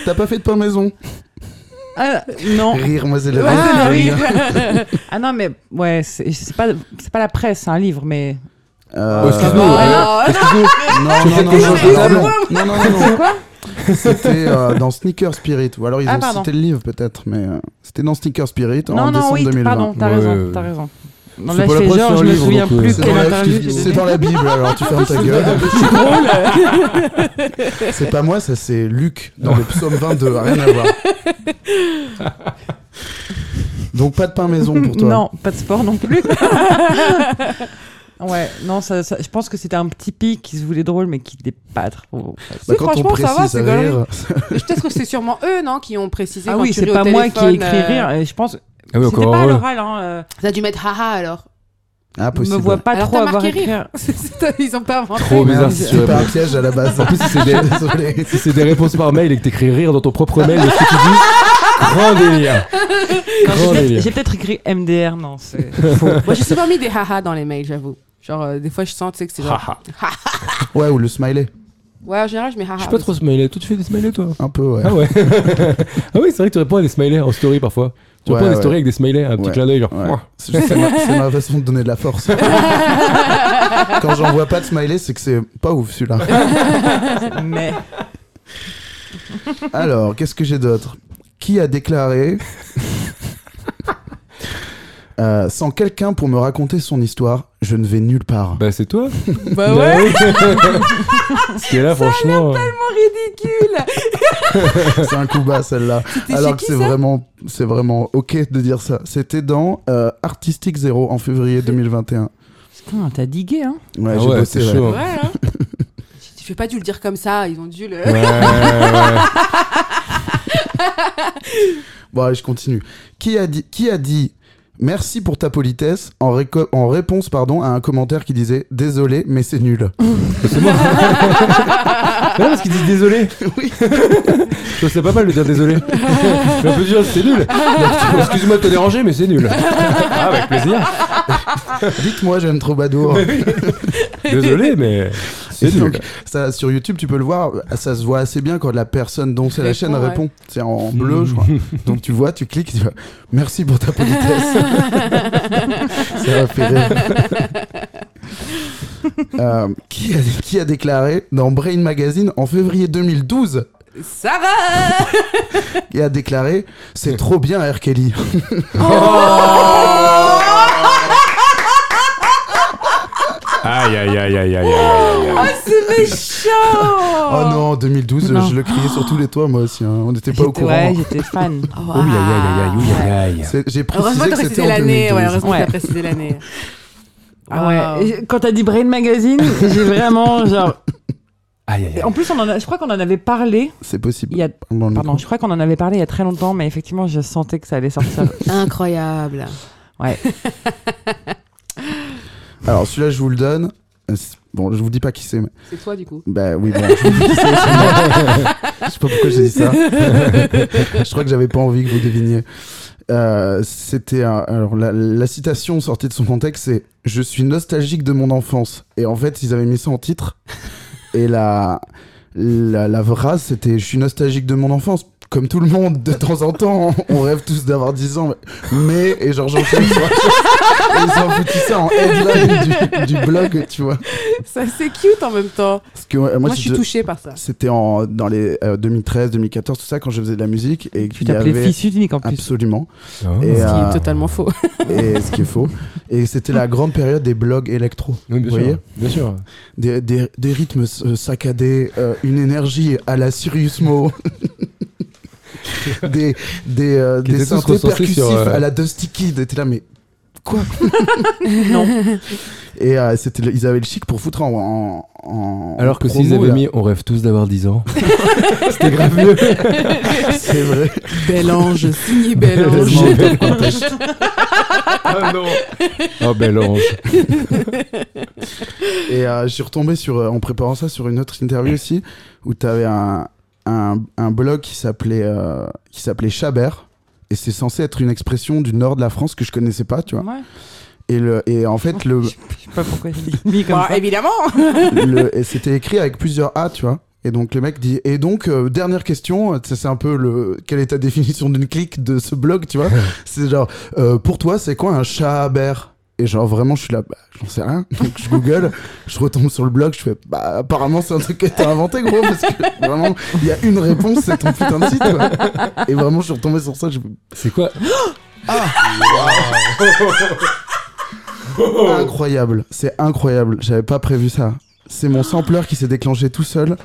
T'as pas fait de pain maison
Ah, Non.
Rire, moi c'est le rire.
Ah, oui.
Ah non, mais ouais, c'est c'est pas, c'est pas la presse, c'est un livre, mais.
Euh,
Oh, excuse-nous.
Ah,
Excuse-nous.
Non,
Tu
non,
fais
non,
quelque
non,
chose de
non,
drôle.
non, non, non, non. C'était euh, dans Sneaker Spirit, ou alors ils
Ah,
ont
pardon.
cité le livre peut-être, mais euh, c'était dans Sneaker Spirit en
non, non,
décembre
oui,
2020.
pardon, t'as
Ouais, ouais,
raison,
ouais.
t'as raison. Non,
C'est pas
là, je
la
fais
presse,
genre,
c'est un
je me
livre,
souviens
donc, euh,
plus
C'est dans,
quelle
la,
interview j'ai
c'est
donnée.
dans la Bible, alors tu fermes ta gueule. C'est pas moi, ça c'est Luc dans le psaume 22, rien à voir. Donc pas de pain maison pour toi.
Non, pas de sport non plus. ouais, non, ça, ça- je pense que c'était un petit pic qui se voulait drôle, mais qui n'était pas trop.
Bah,
Si,
quand on
franchement, ça va,
précise,
c'est
ça va rire.
Mais Peut-être que c'est sûrement eux, non, qui ont précisé.
Ah
quand
oui,
tu
c'est
ris au
pas moi qui ai
téléphone,
écrit
euh,
rire. et Je pense.
Ah oui,
c'était
encore
pas à
heureux.
l'oral. Hein. euh,
Ça a dû mettre haha alors.
Je
Ah,
me
possible.
vois pas
Alors,
trop
t'as
avoir
marqué
écrit.
Ils ont pas inventé.
Trop
Merde,
bizarre si tu
C'est pas un
réponds.
piège à la base.
bah. En plus, si c'est
Je
des,
suis désolé.
si c'est des réponses par mail et que t'écris rire dans ton propre mail, de ce que tu dis,
Ah,
grand délire.
Non,
Grand
j'ai peut-être-
délire.
J'ai peut-être écrit MDR, non. c'est-
Moi, j'ai souvent mis des haha dans les mails, j'avoue. Genre, euh, des fois, je sens, tu sais, que c'est genre.
Haha.
Ouais, ou le smiley.
Ouais, en général, je mets haha.
Je suis pas trop smiley. Toi, tu fais des smileys, toi
Un peu, ouais.
Ah ouais. ah oui, c'est vrai que tu réponds à des smileys en story parfois. Tu
Ouais,
réponds à des
ouais.
stories avec des smileys, un petit
Ouais.
clin d'œil, genre.
Ouais.
Mouah.
C'est juste- c'est ma, c'est ma façon de donner de la force. Quand j'en vois pas de smiley, c'est que c'est pas ouf celui-là.
mais
Alors, qu'est-ce que j'ai d'autre Qui a déclaré Euh, Sans quelqu'un pour me raconter son histoire, je ne vais nulle part.
Bah, c'est toi.
Bah ouais,
Parce que là, franchement.
ridicule.
c'est un coup bas celle-là. Alors que
qui,
c'est
ça
vraiment, c'est vraiment ok de dire ça. C'était dans euh, Artistic Zero en février 2021.
putain, t'as digué, hein.
Ouais,
Ah
j'ai
ouais,
bossé.
c'est
ouais.
chaud.
Ouais, hein. Je fais pas dû le dire comme ça, ils ont dû le.
Ouais, ouais, ouais.
Bon, allez, je continue. Qui a dit, qui a dit merci pour ta politesse en, réco- en réponse pardon, à un commentaire qui disait désolé, mais c'est nul
C'est moi. Mais non, parce qu'ils disent désolé.
Oui.
Je trouve ça pas mal de dire désolé. C'est un peu dur, c'est nul. Donc, Excuse-moi de te déranger, mais c'est nul. Ah, avec plaisir.
Dites-moi, j'aime Troubadour.
Désolé, mais c'est
Et donc,
nul.
ça, sur YouTube, tu peux le voir, ça se voit assez bien quand la personne dont c'est la
Répond,
chaîne
ouais.
répond. C'est en, en bleu, je crois. Donc tu vois, tu cliques, tu vois, merci pour ta politesse. ça m'a fait rire. Euh, qui, a, qui a déclaré dans Brain Magazine en février 2012
Sarah
et a déclaré c'est trop bien R. Kelly. Oh.
Oh,
Aïe, aïe, aïe, aïe, aïe, aïe, aïe. aïe.
Oh, c'est méchant
Oh, non, 2012,
Non.
je le criais sur tous les toits moi aussi. hein. On n'était pas au
J'étais-
courant.
Ouais, j'étais fan.
Oh,
Waouh.
Ouh, aïe, aïe, aïe, aïe, aïe, aïe, aïe.
C'est- J'ai
Heureusement
précisé
que
que
t'as
c'était
précisé
en
l'année. Ouais,
2012.
heureusement que
Ouais.
t'as précisé l'année.
Ah
Waouh.
ouais. Et Quand t'as dit Brain Magazine, j'ai vraiment genre.
Aïe, aïe,
En plus, on en a- je crois qu'on en avait parlé.
C'est
Il
possible.
y a...
Dans le
Pardon,
micro.
je crois qu'on en avait parlé il y a très longtemps, mais effectivement, je sentais que ça allait sortir.
Incroyable.
Ouais.
Alors celui-là, je vous le donne. Euh, c'est- Bon, je vous dis pas qui c'est. Mais...
C'est toi, du coup.
Bah oui, bon, je vous dis qui c'est. c'est moi. je sais pas pourquoi j'ai dit ça. je crois que j'avais pas envie que vous deviniez. Euh, C'était un- alors la, la citation sortie de son contexte, c'est "Je suis nostalgique de mon enfance". Et en fait, ils avaient mis ça en titre. Et la la, la phrase, c'était "Je suis nostalgique de mon enfance". Comme tout le monde, de temps en temps, on rêve tous d'avoir 10 ans. Mais, et genre, j'enchaîne sur la chose. Et ils ont foutu ça en headline du, du blog, tu vois.
Ça, c'est cute en même temps.
Parce que, ouais, moi,
Moi,
si
je suis
je-
touchée par ça.
c'était en dans les euh, 2013 2014 tout ça quand je faisais de la musique et
Tu
qu'il y
t'appelais
avait
fils unique en plus.
absolument
aïe.
et,
Ce qui
euh,
est totalement faux.
et ce qui est faux et c'était la grande période des blogs électro
Oui,
vous voyez
bien sûr.
des, des, des rythmes euh, saccadés euh, une énergie à la Sirius Mo des des, euh,
Qui
des
étaient tous
synthés
recensés
percussifs
sur, euh,
à la Dusty Kid et t'es là mais quoi
Non.
et euh, c'était le- ils avaient le chic pour foutre en, en, en-
Alors que
en
s'ils
promo,
avaient
là.
mis On rêve tous d'avoir 10 ans, c'était grave mieux.
c'est vrai
Bel ange, signé Bel ange.
Tellement.
Ah non. Oh, bel ange.
Et euh, je suis retombé sur, euh, en préparant ça sur une autre interview aussi, où tu avais un, un, un blog qui s'appelait euh, qui s'appelait Chabert. Et c'est censé être une expression du nord de la France que je connaissais pas, tu vois.
Ouais.
Et, le, et en fait, le,
Je sais pas pourquoi j'ai dit unique comme
Bah,
ça.
évidemment
le- et c'était écrit avec plusieurs A, tu vois. Et donc le mec dit et donc euh, dernière question, euh, ça, c'est un peu le quelle est ta définition d'une clique de ce blog, tu vois C'est genre euh, pour toi c'est quoi un Chabert Et genre vraiment je suis là, bah, j'en sais rien. Donc je Google, je retombe sur le blog, je fais bah apparemment c'est un truc que t'as inventé gros parce que vraiment il y a une réponse c'est ton putain de site. quoi. Et vraiment je suis retombé sur ça, je
C'est quoi
Incroyable, c'est incroyable. J'avais pas prévu ça. C'est mon sampleur qui s'est déclenché tout seul.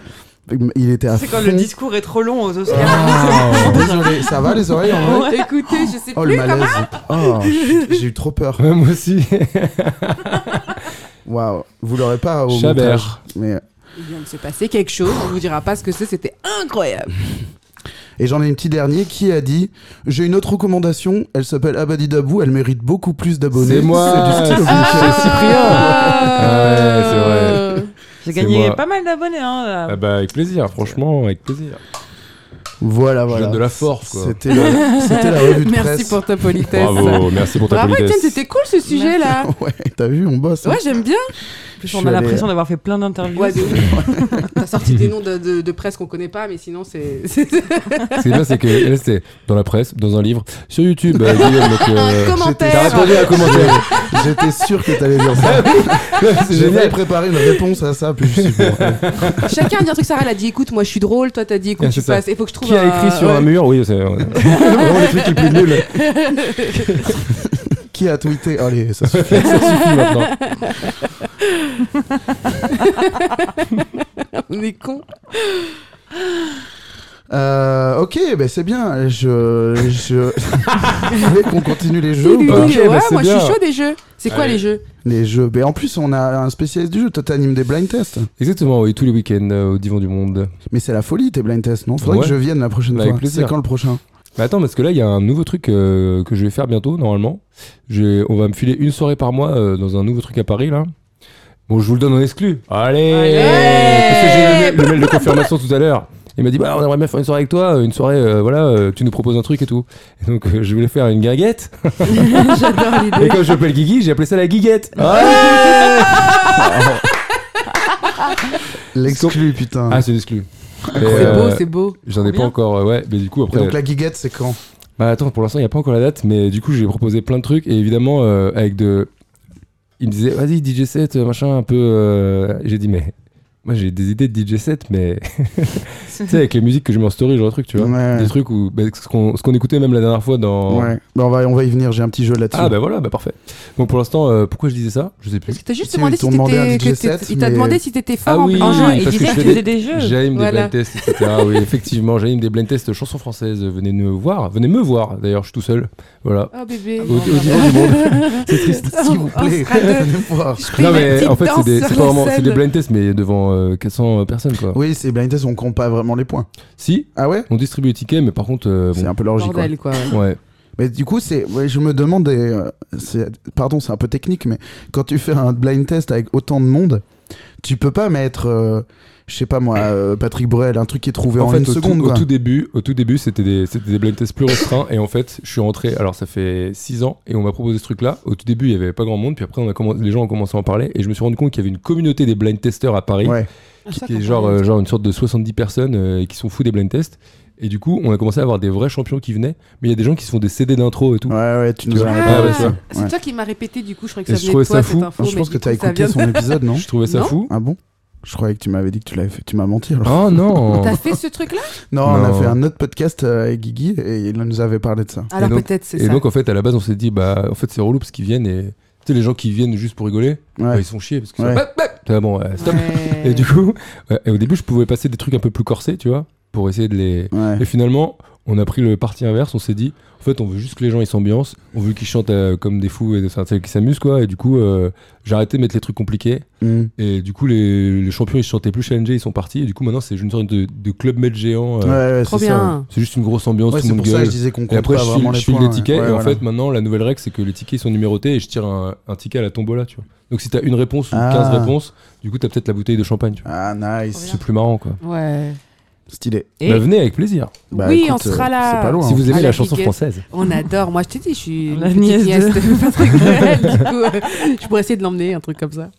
Il était à
C'est quand le
fond.
discours est trop long aux Oscars.
Ah, désolé, ça va les oreilles en vrai
Écoutez, je sais
Oh
plus
le
comment...
malaise. Oh, j'ai j'ai eu trop peur.
Ouais, Moi aussi.
Waouh, vous l'aurez pas au montage.
Chabert.
Mais euh,
Il vient de se passer quelque chose, on vous dira pas ce que c'est, c'était incroyable
et j'en ai un petit dernier qui a dit j'ai une autre recommandation. Elle s'appelle Abadi Dabou. Elle mérite beaucoup plus d'abonnés.
C'est moi.
C'est du style
Ah,
Obligé.
c'est Ah ouais, c'est vrai.
J'ai
C'est
gagné
moi.
pas mal d'abonnés. Hein, là.
Ah bah, avec plaisir, franchement, avec plaisir.
Voilà, voilà.
donne de la force, quoi.
C'était le- c'était la revue de
Merci
presse.
pour ta politesse.
Bravo, merci pour ta
Bravo, Étienne,
politesse.
c'était cool ce sujet là.
Ouais, t'as vu, on bosse. hein.
Ouais, j'aime bien.
En
je
plus,
suis
on a
allé-
l'impression d'avoir fait plein d'interviews.
Ouais, de ouf. T'as sorti des noms de, de, de presse qu'on connaît pas, mais sinon c'est. c'est-
Ce qui est bien, c'est que elle, c'était dans la presse, dans un livre, sur YouTube. euh, Guillaume, donc,
Ah,
euh, T'as
Commentaire.
répondu à la commande.
J'étais sûr que t'allais dire ça.
C'est
J'avais
génial.
préparé une réponse à ça, puis je suis bon.
Chacun dit un truc. Sarah, elle a dit écoute, moi je suis drôle. Toi, t'as dit écoute,
Ouais,
tu
Ah, c'est ça.
passes. Il faut que je trouve.
Qui a
un-
écrit sur
ouais.
un mur Oui, c'est vraiment le truc le plus nul.
Qui a tweeté Oh, Allez, ça suffit.
Ça suffit maintenant.
On est con.
Euh, ok, ben c'est bien. Je, je... Vous voulez qu'on continue les jeux ou pas
Ok,
ouais,
bah, c'est
moi je
bien.
suis chaud des jeux. C'est quoi
Allez.
les jeux
Les jeux. Ben en plus, on a un spécialiste du jeu. Toi, t'animes des blind tests.
Exactement, oui, tous les week-ends euh, au Divan du Monde.
Mais c'est la folie, tes blind tests, non Faudrait
Ouais.
que je vienne la prochaine
Avec
fois.
plaisir.
C'est quand le prochain
Mais attends, parce que là, il y a un nouveau truc euh, que je vais faire bientôt, normalement. J'ai- On va me filer une soirée par mois euh, dans un nouveau truc à Paris, là. Bon, je vous le donne en exclu. Allez,
Allez
Parce que j'ai eu le, ma- le mail de confirmation tout à l'heure. Il m'a dit, bah, on aimerait bien faire une soirée avec toi, euh, une soirée, euh, voilà, euh, tu nous proposes un truc et tout. Et donc, euh, je voulais faire une guinguette.
J'adore l'idée.
Et comme je m'appelle Guigui, j'ai appelé ça la guiguette.
L'exclu, putain.
Ah, c'est une exclu. Et,
C'est beau,
euh,
c'est beau.
J'en ai pas
Combien
encore, euh, ouais, mais du coup,
Et
après.
donc la guiguette, c'est quand
Bah attends, pour l'instant, il n'y a pas encore la date, mais du coup, j'ai proposé plein de trucs, et évidemment, euh, avec de... Il me disait, vas-y, DJ set, euh, machin, un peu... euh, J'ai dit, mais... Moi, j'ai des idées de DJ set, mais... tu sais, avec les musiques que je mets en story, genre un truc, tu vois.
Ouais.
Des trucs où... bah, ce qu'on ce qu'on écoutait même la dernière fois dans...
Ouais. Bah, on, va, on va y venir, j'ai un petit jeu là-dessus.
Oh. Ah bah voilà, bah parfait. Donc pour l'instant, euh, pourquoi je disais ça Je sais
Parce
plus.
que t'as juste
Si,
demandé
ils t'ont
si
demandé un
t'étais. que
DJ set,
t'étais- Il t'a
mais-
demandé si t'étais fort
Ah
en
oui,
en jeu.
Ah, il
parce que
disait
je
que tu
fais des-
faisais des jeux.
J'aime des
Voilà.
blind tests, etc. oui, effectivement, j'aime des blind tests chansons françaises. Venez nous voir. Venez me voir, d'ailleurs, je suis tout seul. Voilà.
Oh bébé.
Au, au divan du monde. C'est triste.
S'il vous plaît,
On sera deux.
venez voir.
Je fais
Non
ma
mais
petite
en fait c'est
danse
des,
sur
c'est
la
pas vraiment- c'est
scène.
des blind tests mais devant euh, 400 personnes quoi.
Oui, c'est blind test, on compte pas vraiment les points.
Si
Ah ouais
on distribue les tickets mais par contre euh,
C'est
bon,
un peu logique. quoi.
Bordel, quoi. ouais.
ouais.
Mais du coup, c'est, ouais, je me demande, des, euh, c'est- pardon, c'est un peu technique, mais quand tu fais un blind test avec autant de monde, tu peux pas mettre, euh, je sais pas moi, euh, Patrick Bruel, un truc qui est trouvé en,
fait
une
au,
seconde.
tout, au
quoi.
tout début au tout début c'était des c'était des blind tests plus restreints et en fait je suis rentré alors ça fait 6 ans et on m'a proposé ce truc là au tout début il y avait pas grand monde puis après on a commen- les gens ont commencé à en parler et je me suis rendu compte qu'il y avait une communauté des blind testeurs à Paris
Ouais.
qui, qui est genre, euh, genre une sorte de 70 personnes euh, qui sont fous des blind tests et du coup on a commencé à avoir des vrais champions qui venaient mais il y a des gens qui se font des CD d'intro et tout.
ouais, ouais, tu nous
vois.
en as
Ah,
parlé.
ouais,
ça.
C'est
Ouais.
toi qui m'as répété du coup, je croyais que
Et
ça
je
venait
trouvais
de toi
ça fou.
cette info.
Je
mais
pense
du
que
coup,
t'as
ça
écouté
vient de-
son épisode, non
Je trouvais ça
Non.
fou.
Ah bon Je croyais que tu m'avais dit que tu l'avais fait. Tu m'as menti alors.
Oh non
T'as fait ce truc-là
Non, on a
Non.
fait un autre podcast euh, avec Guigui et il nous avait parlé de ça.
Alors
donc-
peut-être c'est
Et
ça.
donc en fait à la base on s'est dit bah en fait c'est relou parce qu'ils viennent et tu sais les gens qui viennent juste pour rigoler bah,
Ouais.
ils sont chiés parce que
Ouais.
ça... Bap, bap T'es là, bon ouais, stop.
Ouais.
Et du coup ouais, et au début je pouvais passer des trucs un peu plus corsés tu vois pour essayer de les
Ouais.
et finalement on a pris le parti inverse on s'est dit en fait on veut juste que les gens ils s'ambiancent on veut qu'ils chantent euh, comme des fous et enfin, tu sais, qu'ils s'amusent quoi et du coup euh, j'ai arrêté de mettre les trucs compliqués
Mm.
et du coup les, les champions ils chantaient plus challengés ils sont partis et du coup maintenant c'est une sorte de, de club med géant euh,
Ouais, ouais,
Trop
c'est ça, ouais.
bien.
c'est juste une grosse ambiance
Ouais,
tout
c'est
le monde
pour ça que
gueule.
je disais qu'on compte
Et après,
pas
je file,
vraiment les
je file
points, hein.
les tickets.
ouais. Ouais,
et en
voilà.
fait, maintenant, la nouvelle règle, c'est que les tickets sont numérotés et je tire un, un ticket à la tombola, tu vois. Donc, si t'as une réponse ou
Ah.
15 réponses, du coup, t'as peut-être la bouteille de champagne, tu vois.
Ah,
Trop
nice.
bien.
C'est plus marrant, quoi.
Ouais.
Stylé.
Et-
Bah, venez avec plaisir.
Bah,
oui,
écoute,
on sera
euh,
là.
c'est pas loin,
si vous
À
aimez
la
la chanson
piquette.
française.
On adore. Moi, je t'ai dit, je suis une
La
petite
nièce
nièce,
de-
de Patrick Bruel. du coup, euh, je pourrais essayer de l'emmener, un truc comme ça.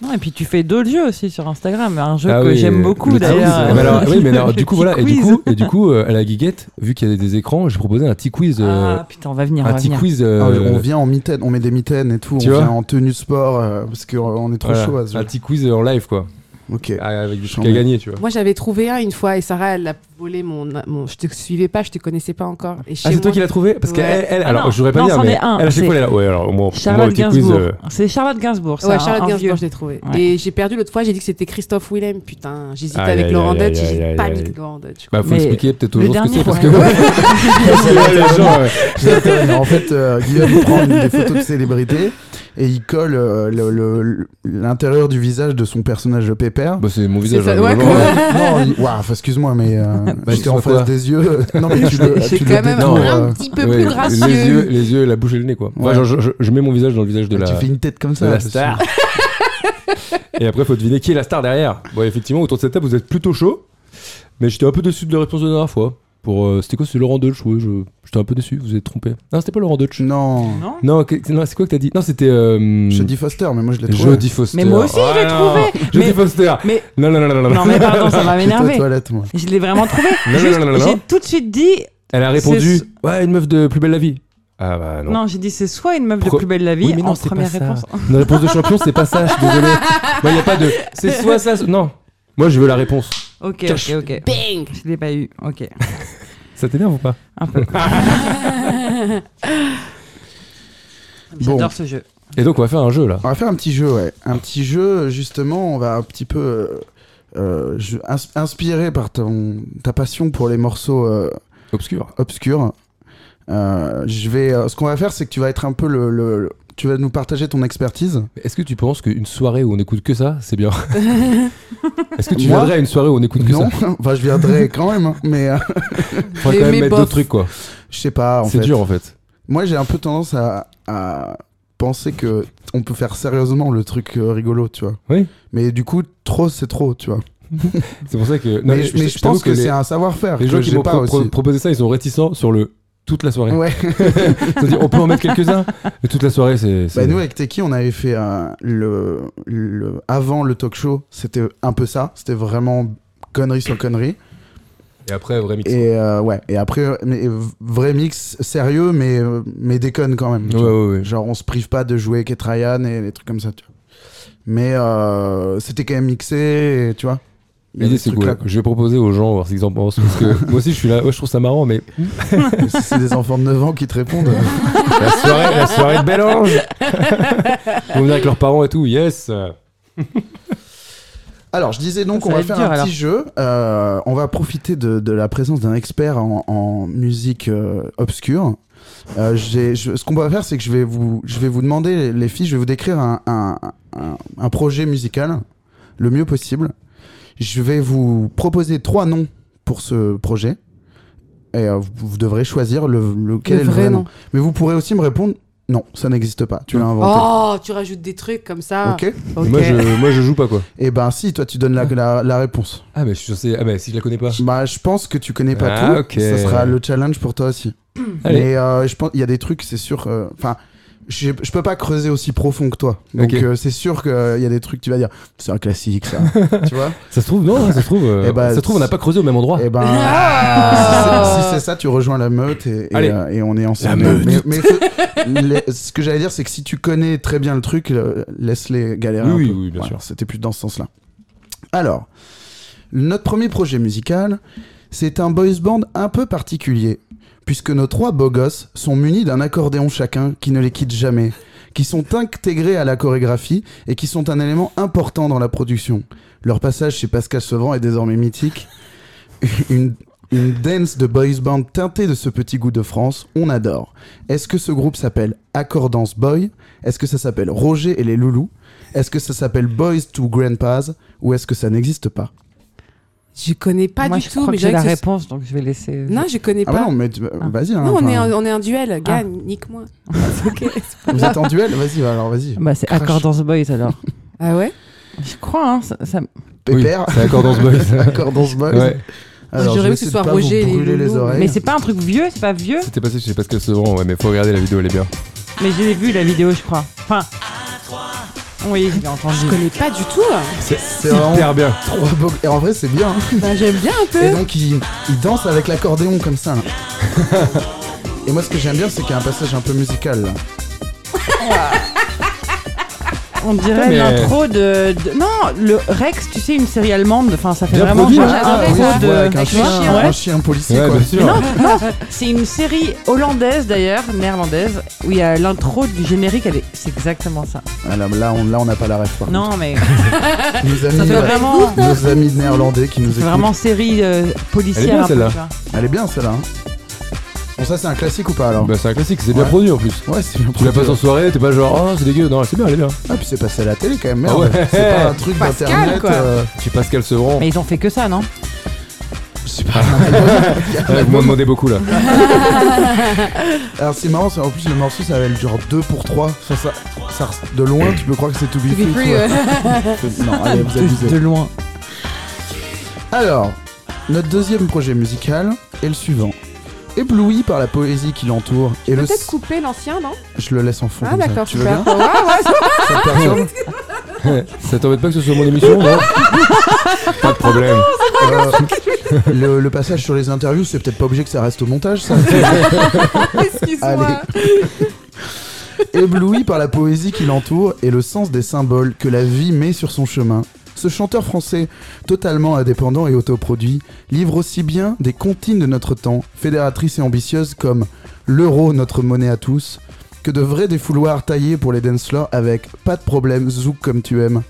Non, et puis tu fais d'autres jeux aussi sur Instagram. Un jeu
Ah
que
oui,
j'aime
euh,
beaucoup
le
d'ailleurs.
quiz. Mais alors, oui, mais alors,
Le
du coup,
petit
voilà. Et du
quiz.
coup, et du coup, euh, à la guiguette, vu qu'il y a des écrans, j'ai proposé un petit quiz. euh,
Ah putain, on va venir. On
un
va
petit
venir.
quiz. euh,
Ah, on vient en mitaine, on met des mitaines et tout, on
Tu vois
vient en tenue sport euh, parce qu'on est trop
voilà,
chaud à ce
un
jeu.
petit quiz en live, quoi.
Ok.
Ah, Avec du truc
Chambé.
à gagner, tu vois.
Moi, j'avais trouvé un une fois et Sarah, elle a volé mon. mon je te suivais pas, je te connaissais pas encore. Et chez
Ah, c'est
moi-
toi qui l'as trouvé Parce
Ouais.
qu'elle, elle-
Ah non,
alors, je voudrais pas
non,
dire,
c'en
mais.
est un,
Elle, à chaque
c'est-
fois, elle est là. Ouais, alors, au moins, pour moi,
Charlotte
le petit quiz.
Gainsbourg.
euh,
C'est Charlotte Gainsbourg. ça,
Ouais,
un-
Charlotte
un
Gainsbourg,
vieux.
je l'ai trouvé.
Ouais.
Et j'ai perdu l'autre fois, j'ai dit que c'était Christophe Willem. Putain, j'hésitais
Aïe,
avec
aïe,
Laurent
aïe,
Dutch,
aïe,
j'ai
aïe,
pas
aïe,
mis
aïe.
de Laurent Dutch.
Bah, faut
Mais
expliquer peut-être aux
le
gens ce que
dernier,
c'est parce que.
ouais.
Ouais, les gens, ouais.
J'adore. en fait, euh, Guillaume il prend une des photos de célébrités et il colle euh, le- le- l'intérieur du visage de son personnage de Pépère.
Bah, c'est mon
C'est
visage.
ça,
hein,
ouais,
globalement, ouais.
Ouais, non, il- ouah, enfin, excuse-moi, mais euh, j'étais
tu
en
vois
face
quoi
des yeux. Non, mais tu le,
J'ai
tu le
quand même
détours,
un
euh,
petit peu
Ouais,
plus gracieux.
Les yeux, les yeux, la bouche et le nez, quoi. Enfin,
Ouais.
genre, je, je- je mets mon visage dans le visage de la,
Bah, Tu fais une tête comme
de
ça.
la
parce que-
star. et après, faut deviner qui est la star derrière. Bon, effectivement, autour de cette table, vous êtes plutôt chaud. Mais j'étais un peu déçu de la réponse de la dernière fois. Pour, euh, c'était quoi C'est Laurent Deutsch, ouais, je- j'étais un peu déçu, vous êtes trompé. Non, c'était pas Laurent Deutsch.
Non.
Non
Non, que- non, c'est quoi que t'as dit Non, c'était. euh,
Je dis Foster, mais moi je l'ai trouvé.
Jodie Foster.
Mais moi aussi, je l'ai
Ah,
trouvé.
non, Jodie
Mais-
Foster.
mais-
Non, non, non, non, non, non.
Non, mais pardon, ça m'a
J'étais aux
énervé.
toilettes, moi.
Je l'ai vraiment trouvé.
Non,
Juste,
non, non, non, non.
J'ai tout de suite dit.
Elle a
C'est
répondu.
ce-
Ouais, une meuf de plus belle la vie. Ah bah non.
Non, j'ai dit c'est soit une meuf de
Pro-
plus belle la vie
Oui, mais non,
en
c'est pas
première
ça.
réponse.
Une réponse de champion, c'est pas ça, je suis désolé. Moi, il n'y a pas de. C'est soit ça, soit- non. Moi, je veux la réponse.
Ok,
Cache.
ok, ok.
Bang
Je l'ai pas eu. Ok.
Ça t'énerve ou pas
Un peu.
Bon.
J'adore ce jeu.
Et donc, on va faire un jeu là.
On va faire un petit jeu, ouais. Un petit jeu, justement, on va un petit peu. euh, euh, je- ins- inspiré par ton, ta passion pour les morceaux euh,
Obscur.
obscurs. Euh, je vais, euh, ce qu'on va faire, c'est que tu vas être un peu le, le- le- Tu vas nous partager ton expertise
Mais Est-ce que tu penses qu'une soirée où on écoute que ça, c'est bien Est-ce que tu
Moi
viendrais à une soirée où on écoute que
Non,
ça
enfin je viendrai quand même, hein, mais euh,
Faudrait
Mais-
quand
mais
même mettre
bof.
d'autres trucs, quoi.
je sais pas en
C'est
fait.
dur, en fait.
Moi j'ai un peu tendance à, à penser que on peut faire sérieusement le truc euh, rigolo, tu vois.
Oui.
Mais du coup, trop c'est trop, tu vois.
C'est pour ça que. non,
mais, mais je,
t'avoue
pense que,
les-
c'est un savoir-faire.
les
que
gens qui
j'ai
m'ont
pas
pro-
aussi.
pro- proposé ça, ils sont réticents sur le toute la soirée.
Ouais.
C'est-à-dire, on peut en mettre quelques-uns, mais toute la soirée, c'est. c'est-
Bah nous avec Teki on avait fait euh, le, le avant le talk show c'était un peu ça c'était vraiment connerie sur connerie
Et après, vrai mix.
et euh, ouais et après euh, mais, euh, vrai mix sérieux mais euh, mais déconne quand même tu
Ouais,
vois.
ouais, ouais.
genre on se prive pas de jouer Kate Ryan et des trucs comme ça tu vois mais euh, c'était quand même mixé et, tu vois Il y a
L'idée,
des
c'est
trucs
cool.
là,
Je vais proposer aux gens, voir ce qu'ils en pensent. Parce que moi aussi, je suis là. Ouais, je trouve ça marrant, mais
quoi. Si c'est des enfants de 9 ans qui te répondent euh,
la soirée, la soirée de Belange Ils vont venir avec leurs parents et tout. Yes
alors je disais donc
Ça
on
va
va
être
faire
dur,
un petit
alors.
jeu Euh, on va profiter de, de la présence d'un expert en, en musique euh, obscure Euh, j'ai- je- ce qu'on va faire, c'est que je vais vous, je vais vous demander, les filles, je vais vous décrire un, un- un- un projet musical le mieux possible. Je vais vous proposer trois noms pour ce projet. Et euh, vous, vous devrez choisir le, le- quel est le vrai nom. Mais vous pourrez aussi me répondre non, ça n'existe pas, tu l'as inventé.
Oh, tu rajoutes des trucs comme
Oh.
ça.
Ok
Ok.
Moi, je, moi, je joue pas, quoi.
Et ben si, toi tu donnes la, la- la réponse.
Ah, mais je suis censé. Ah, mais si je la connais pas.
Bah, je pense que tu connais pas
Ah,
tout.
ok.
Ça sera le challenge pour toi aussi.
Allez.
Mais euh, je pense il y a des trucs, c'est sûr. euh, Enfin, je je peux pas creuser aussi profond que toi. Donc
Ok.
euh, c'est sûr qu'il y a des trucs. Tu vas dire, c'est un classique ça. tu vois
Ça se trouve, non, ça se trouve. euh,
Eh ben,
ça se trouve, on n'a pas creusé au même endroit.
Et ben.
Ah.
Si c'est- si c'est ça, tu rejoins la meute et, et,
Allez.
euh, et on est ensemble.
La meute.
Mais, mais faut- les- ce que j'allais dire, c'est que si tu connais très bien le truc, le- laisse-les galérer.
Oui,
un
oui,
peu.
oui, bien sûr.
C'était plus dans ce sens-là. Alors, notre premier projet musical, c'est un boys band un peu particulier, puisque nos trois beaux gosses sont munis d'un accordéon chacun qui ne les quitte jamais, qui sont intégrés à la chorégraphie et qui sont un élément important dans la production. Leur passage chez Pascal Sevran est désormais mythique. Une, une dance de boys band teintée de ce petit goût de France, on adore. Est-ce que ce groupe s'appelle Accordance Boy Est-ce que ça s'appelle Roger et les Loulous Est-ce que ça s'appelle Boys to Grandpas Ou est-ce que ça n'existe pas
Je connais pas
Moi,
du
je
tout,
crois
mais
que j'ai
j'aurais
la
que ce-
réponse, donc je vais laisser. euh,
Non, je connais
Ah
pas.
bah non, mais tu-
Ah.
vas-y. hein,
Non, on, est
enfin,
un, on est un duel, gagne, nique-moi. Ok.
Vous êtes en duel Vas-y, va, alors vas-y.
Bah, c'est
Crash.
Accordance Boys alors.
Ah ouais
Je crois, hein. Ça, ça-
Oui,
Pépère,
c'est Accordance Boys.
Accordance Boy.
Ouais,
J'aurais
Alors, je
voulu
vais
que
essayer
ce
de
soit
pas
Roger et
vous
les
brûler les
Loulous.
oreilles.
Mais c'est pas un truc vieux, c'est pas vieux.
c'était passé chez Pascal Sevran, ouais, mais faut regarder la vidéo, elle est bien.
Mais j'ai vu la vidéo, je crois. Enfin. Oui, j'ai entendu.
Je connais pas du tout.
C'est vraiment
Hyper bien.
trois beaux... Et en vrai, c'est bien. hein.
Bah, J'aime bien un
Et
peu.
donc il, il danse avec l'accordéon comme ça. là. Et moi ce que j'aime bien c'est qu'il y a un passage un peu musical là.
On dirait
Mais- euh,
l'intro de, de- Non, le Rex, tu sais, une série allemande. Enfin, ça fait
Bien
vraiment
produit,
genre
hein.
Ah,
j'adorais
oui,
ça.
l'intro
je
de.
vois, avec un
avec
chien,
le chien,
un
ouais.
chien policier
Ouais,
quoi.
bien sûr.
C'est une série hollandaise d'ailleurs, néerlandaise, où il y a l'intro du générique. Elle est... C'est exactement ça.
Ah, là, là, on là on n'a pas la ref par contre.
Non, mais
Nos amis,
ça fait
ouais,
vraiment.
nos amis néerlandais qui nous
C'est
écoutent.
vraiment série
Elle
euh,
est bien,
policière. un peu,
celle-là.
tu vois.
Elle est bien celle-là. hein. Bon ça c'est un classique ou pas alors
Bah, c'est un classique, c'est
Ouais.
bien produit en plus.
Ouais c'est bien.
Tu la
produit,
passes en
ouais.
soirée, t'es pas genre, oh, c'est dégueu. Non, c'est bien, elle est bien.
Ah puis c'est passé à la télé quand même
Ah
merde.
ouais.
C'est pas un truc
Pascal,
d'internet.
quoi.
euh,
Chez Pascal Sevran.
Mais ils ont fait que ça, non
je sais pas.
Ouais, vous m'en demandez beaucoup là.
Alors c'est marrant, c'est- en plus le morceau ça va être genre 2 pour 3. Ça, ça, ça res- de loin tu peux croire que c'est To Be,
To be
Free,
free,
tu vois.
ouais.
Non,
Ah,
allez, vous abusez.
De loin.
Alors, notre deuxième projet musical est le suivant. Ébloui par la poésie qui l'entoure et le.
Peut-être couper l'ancien, non
Je le laisse en fond.
Ah
comme ça.
d'accord,
Tu veux
super.
bien
Ouais, ouais,
Ça te perturbe
Eh, ça t'embête pas que ce soit mon émission, non Pas de problème.
Ah, Euh, le, le passage sur les interviews, c'est peut-être pas obligé que ça reste au montage, ça. Allez.
Oh, Excuse-moi.
Ébloui par la poésie qui l'entoure et le sens des symboles que la vie met sur son chemin. Ce chanteur français, totalement indépendant et autoproduit, livre aussi bien des comptines de notre temps, fédératrices et ambitieuses comme l'euro, notre monnaie à tous, que de vrais défouloirs taillés pour les dance floors avec pas de problème, zouk comme tu aimes.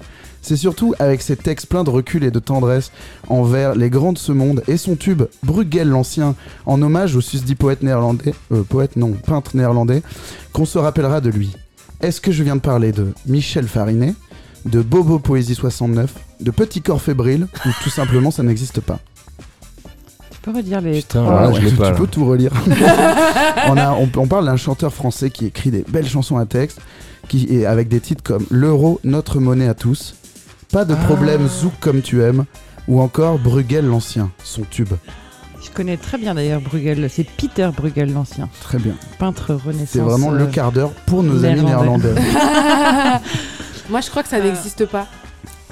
C'est surtout avec ses textes pleins de recul et de tendresse envers les grands de ce monde et son tube Bruegel l'Ancien, en hommage au susdit poète néerlandais, euh, poète non, peintre néerlandais, qu'on se rappellera de lui. Est-ce que je viens de parler de Michel Farinet, de Bobo Poésie 69, de Petit Corps Fébrile, ou tout simplement ça n'existe pas
Tu peux redire les.
Putain, alors là,
Ouais,
Ah, je l'ai
tu
pas. là.
peux tout relire. on, a- on- on parle d'un chanteur français qui écrit des belles chansons à texte, qui est avec des titres comme L'euro, notre monnaie à tous, Pas
Ah.
de problème, Zouk comme tu aimes, ou encore Bruegel l'ancien, son tube.
Je connais très bien d'ailleurs Bruegel. C'est Peter Bruegel l'ancien,
Très bien.
peintre renaissance.
C'est vraiment le
euh,
quart d'heure pour nos amis
néerlandais.
néerlandais.
Moi, je crois que ça
Ah.
n'existe pas.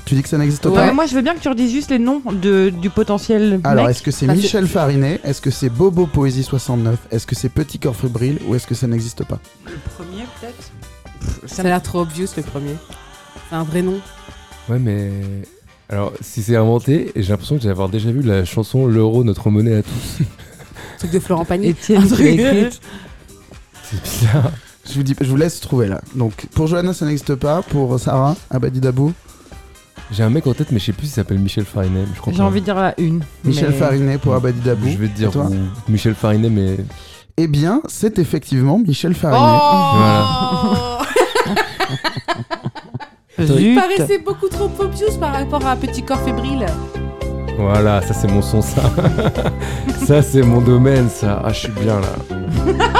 tu dis que ça n'existe
Non,
Ouais.
pas
mais moi, je veux bien que tu redises juste les noms de, du potentiel
Alors,
mec.
est-ce que c'est
Bah, c'est-
Michel Farinet Est-ce que c'est Bobo Poésie 69 Est-ce que c'est Petit Corps Fébrile Ou est-ce que ça n'existe pas
Le premier, peut-être
Ça a l'air trop obvious le premier. C'est un vrai nom.
Ouais, mais. Alors, si c'est inventé, j'ai l'impression que j'ai avoir déjà vu la chanson L'euro, notre monnaie à tous.
Truc de Florent Pagny.
Étienne,
Un
qui l'a
truc.
écrite.
C'est bizarre.
je vous, dis, je vous laisse trouver là. Donc, pour Johanna, ça n'existe pas. Pour Sarah, Abadi Dabou,
J'ai un mec en tête, mais je sais plus s'il s'appelle Michel Farinet. mais Je crois
J'ai
pas.
envie de dire la une.
Michel
mais-
Farinet pour Abadi Dabou.
Je vais te dire
Et toi
ou Michel Farinet, mais.
Eh bien, c'est effectivement Michel Farinet.
Oh Il
Zut.
paraissait beaucoup trop obvious par rapport à Petit Corps Fébrile.
Voilà, ça c'est mon son, ça. ça c'est mon domaine, ça. Ah, je suis bien là.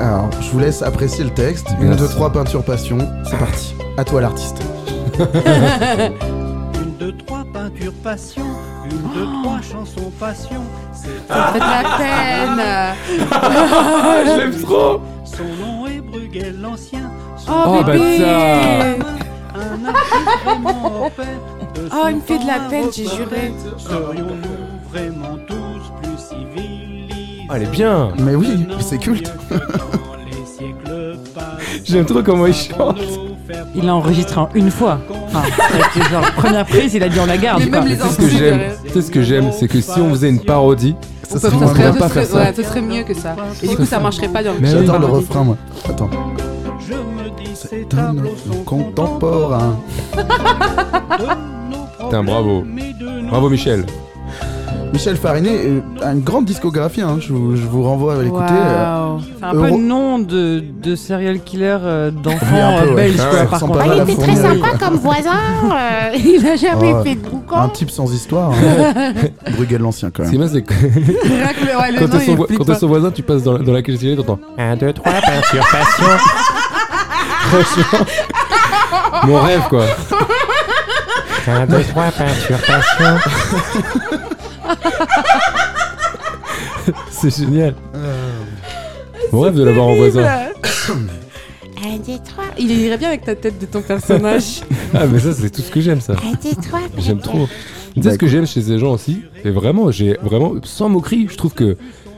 Alors, je vous laisse apprécier le texte. Une,
Merci.
deux, trois peintures passion. C'est parti. À toi l'artiste.
Une, deux, trois peintures passion. Une, deux,
Oh.
trois chansons passion. C'est
Ça me fait de la peine.
Ah, je l'aime trop
Son nom est Bruegel l'ancien. Son
Oh,
Oh,
bébé
bâtard.
Un artiste vraiment hors pair. De
Oh, il me
son
fait de la
temps
peine, j'ai
reporté.
juré. Ah,
Serions-nous vraiment tous plus civilisés
Ah, elle est bien
Mais oui,
Maintenant,
c'est culte.
mieux que dans les siècles passés.
J'aime trop comment il chante.
Savons-nous faire
Il l'a enregistré en une fois.
preuve
Ah, c'est genre, première prise, il a dit on la garde.
Mais
quoi.
même les
Tu sais ce que
intrigues,
j'aime
ouais.
Tu sais ce que j'aime C'est que si on faisait une parodie,
Ça
Ça
serait
On
moins
peut
serait,
bien.
pas
ce
faire
serait-
ça.
ouais, ce serait mieux que ça. Et du coup, ça marcherait pas dans le
Mais oui.
J'adore le
parodie.
refrain, moi. Attends.
Je me dis ces
Un
tableaux sont contemporains.
contemporain.
Putain,
bravo. Bravo Michel.
Michel Farinet euh, a une grande discographie. hein. Je, vous, je vous renvoie à l'écouter. euh,
Waouh.
C'est un peu
Euro-
le nom de, de serial killer euh,
Oui, un
d'enfant
peu, ouais.
euh, belge,
Ah
quoi,
ouais,
par
ça
contre.
ressemble pas mal à la
très
fourmi.
comme voisin. euh, il a
Ah
jamais
Oh,
fait de
Un
boucan.
type sans histoire. hein. Bruegel l'ancien, quand
c'est bien,
même.
c'est que
Rien que le- ouais, le
quand
nom,
t'as son,
il
voi-
flippe
quand t'as
pas.
son voisin, tu passes dans la, dans la cafétéria, t'entends 1, 2, 3, peinture, passion. Franchement, mon rêve quoi. 1, 2, 3, peinture, passion. c'est génial.
Euh.
Mon rêve de l'avoir en voisin.
Un, deux, trois.
Il irait bien avec ta tête de ton personnage.
Ah, mais ça, c'est tout ce que j'aime ça.
Un, deux, trois.
Ah,
Oh
J'aime trop. Tu sais ce que j'aime chez ces gens aussi Et vraiment, j'ai vraiment sans moquerie, je trouve que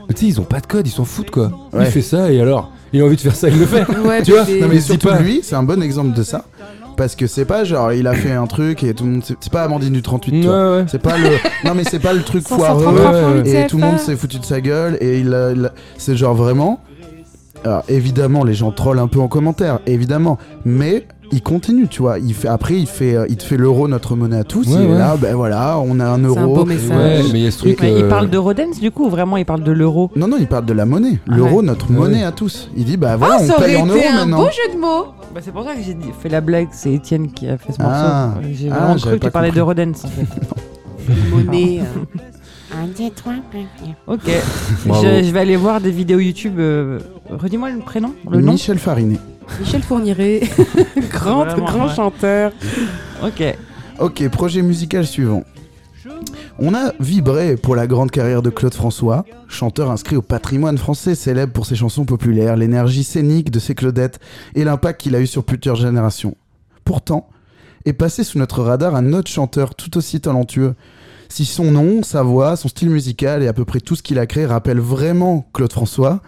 tu sais, ils ont pas de code, ils s'en foutent quoi. Il
Ouais.
fait ça et alors, il a envie de faire ça, il le fait.
Ouais,
Tu vois,
c'est-
Non, mais
Il se dit
surtout
pas.
lui, c'est un bon exemple de ça. Parce que c'est pas genre il a fait un truc et tout le monde. C'est c'est pas Amandine du 38. tu vois.
Ouais, ouais.
C'est pas le. Non mais c'est pas le truc
533
foireux.
francs
ouais,
du
euh, Et
CFA.
tout le monde s'est foutu de sa gueule et il, a- il a- c'est genre vraiment. Alors évidemment les gens trollent un peu en commentaire, évidemment, mais il continue, tu vois. Il fait après il fait euh, il te fait l'euro notre monnaie à tous.
Ouais,
il est
ouais.
là, ben voilà, on a un
C'est un beau
euro.
message.
Ouais, mais il y a ce truc.
Mais
euh,
Il parle de Rodens, du coup, ou vraiment, il parle de l'euro
Non non, il parle de la monnaie,
Ah
l'euro
ouais.
notre
Ouais.
monnaie à tous. Il dit bah voilà,
Ah, ça
on
aurait
paye en euros
été un
maintenant.
beau jeu de mots.
bah, C'est pour ça que j'ai dit- fait la blague, c'est Étienne qui a fait ce morceau.
Ah.
Euh, J'ai
Ah,
vraiment
j'avais
cru que
pas
tu parlais
compris.
de Rodens, en fait.
Monnaie. euh.
Un, deux, trois.
Ok,
Bravo.
je, je vais aller voir des vidéos YouTube. euh, Redis-moi le prénom, le nom.
Michel Farinet.
Michel Fourniret, grand,
Vraiment,
grand
ouais.
chanteur.
Ok.
Ok, projet musical suivant. On a vibré pour la grande carrière de Claude François, chanteur inscrit au patrimoine français, célèbre pour ses chansons populaires, l'énergie scénique de ses Claudettes et l'impact qu'il a eu sur plusieurs générations. Pourtant, est passé sous notre radar un autre chanteur tout aussi talentueux. Si son nom, sa voix, son style musical et à peu près tout ce qu'il a créé rappellent vraiment Claude François,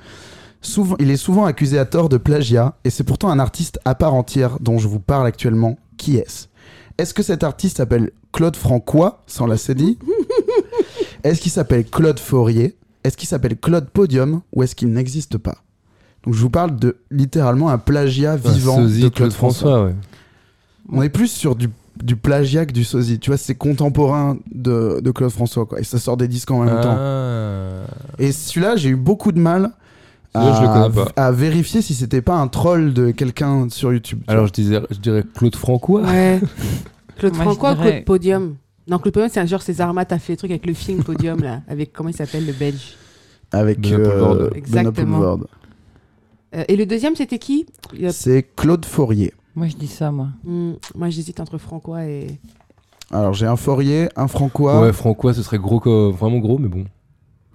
souvent- il est souvent accusé à tort de plagiat et c'est pourtant un artiste à part entière dont je vous parle actuellement. Qui est-ce Est-ce que cet artiste s'appelle Claude Francois, sans la cédille Est-ce qu'il s'appelle Claude Faurier Est-ce qu'il s'appelle Claude Podium ou est-ce qu'il n'existe pas Donc je vous parle de littéralement un plagiat
un
vivant de
sosie
Claude, François.
ouais.
On est plus sur du, du plagiat que du sosie. Tu vois, c'est contemporain de, de Claude François, quoi. Et ça sort des disques en même temps.
Ah.
Et celui-là, j'ai eu beaucoup de mal
Moi, je le
à,
connais
à vérifier si c'était pas un troll de quelqu'un sur YouTube. tu
Alors je, disais, je dirais Claude Francois.
Ouais. Claude
Moi, je
Francois,
dirais-
Claude Podium. Non, Claude Podium, c'est un genre César Armat a fait le truc avec le film Podium, là. Avec, comment il s'appelle, le belge
avec
Benoît
euh,
Poulvord.
Benoît
Exactement.
Poulvord.
Euh, Et le deuxième, c'était qui Il y a-
C'est Claude Fourier.
Moi, je dis ça, moi.
Hmm, Moi, j'hésite entre Francois et...
Alors j'ai un Fourier, un Francois.
Ouais, Francois, ce serait gros, co- vraiment gros, mais bon,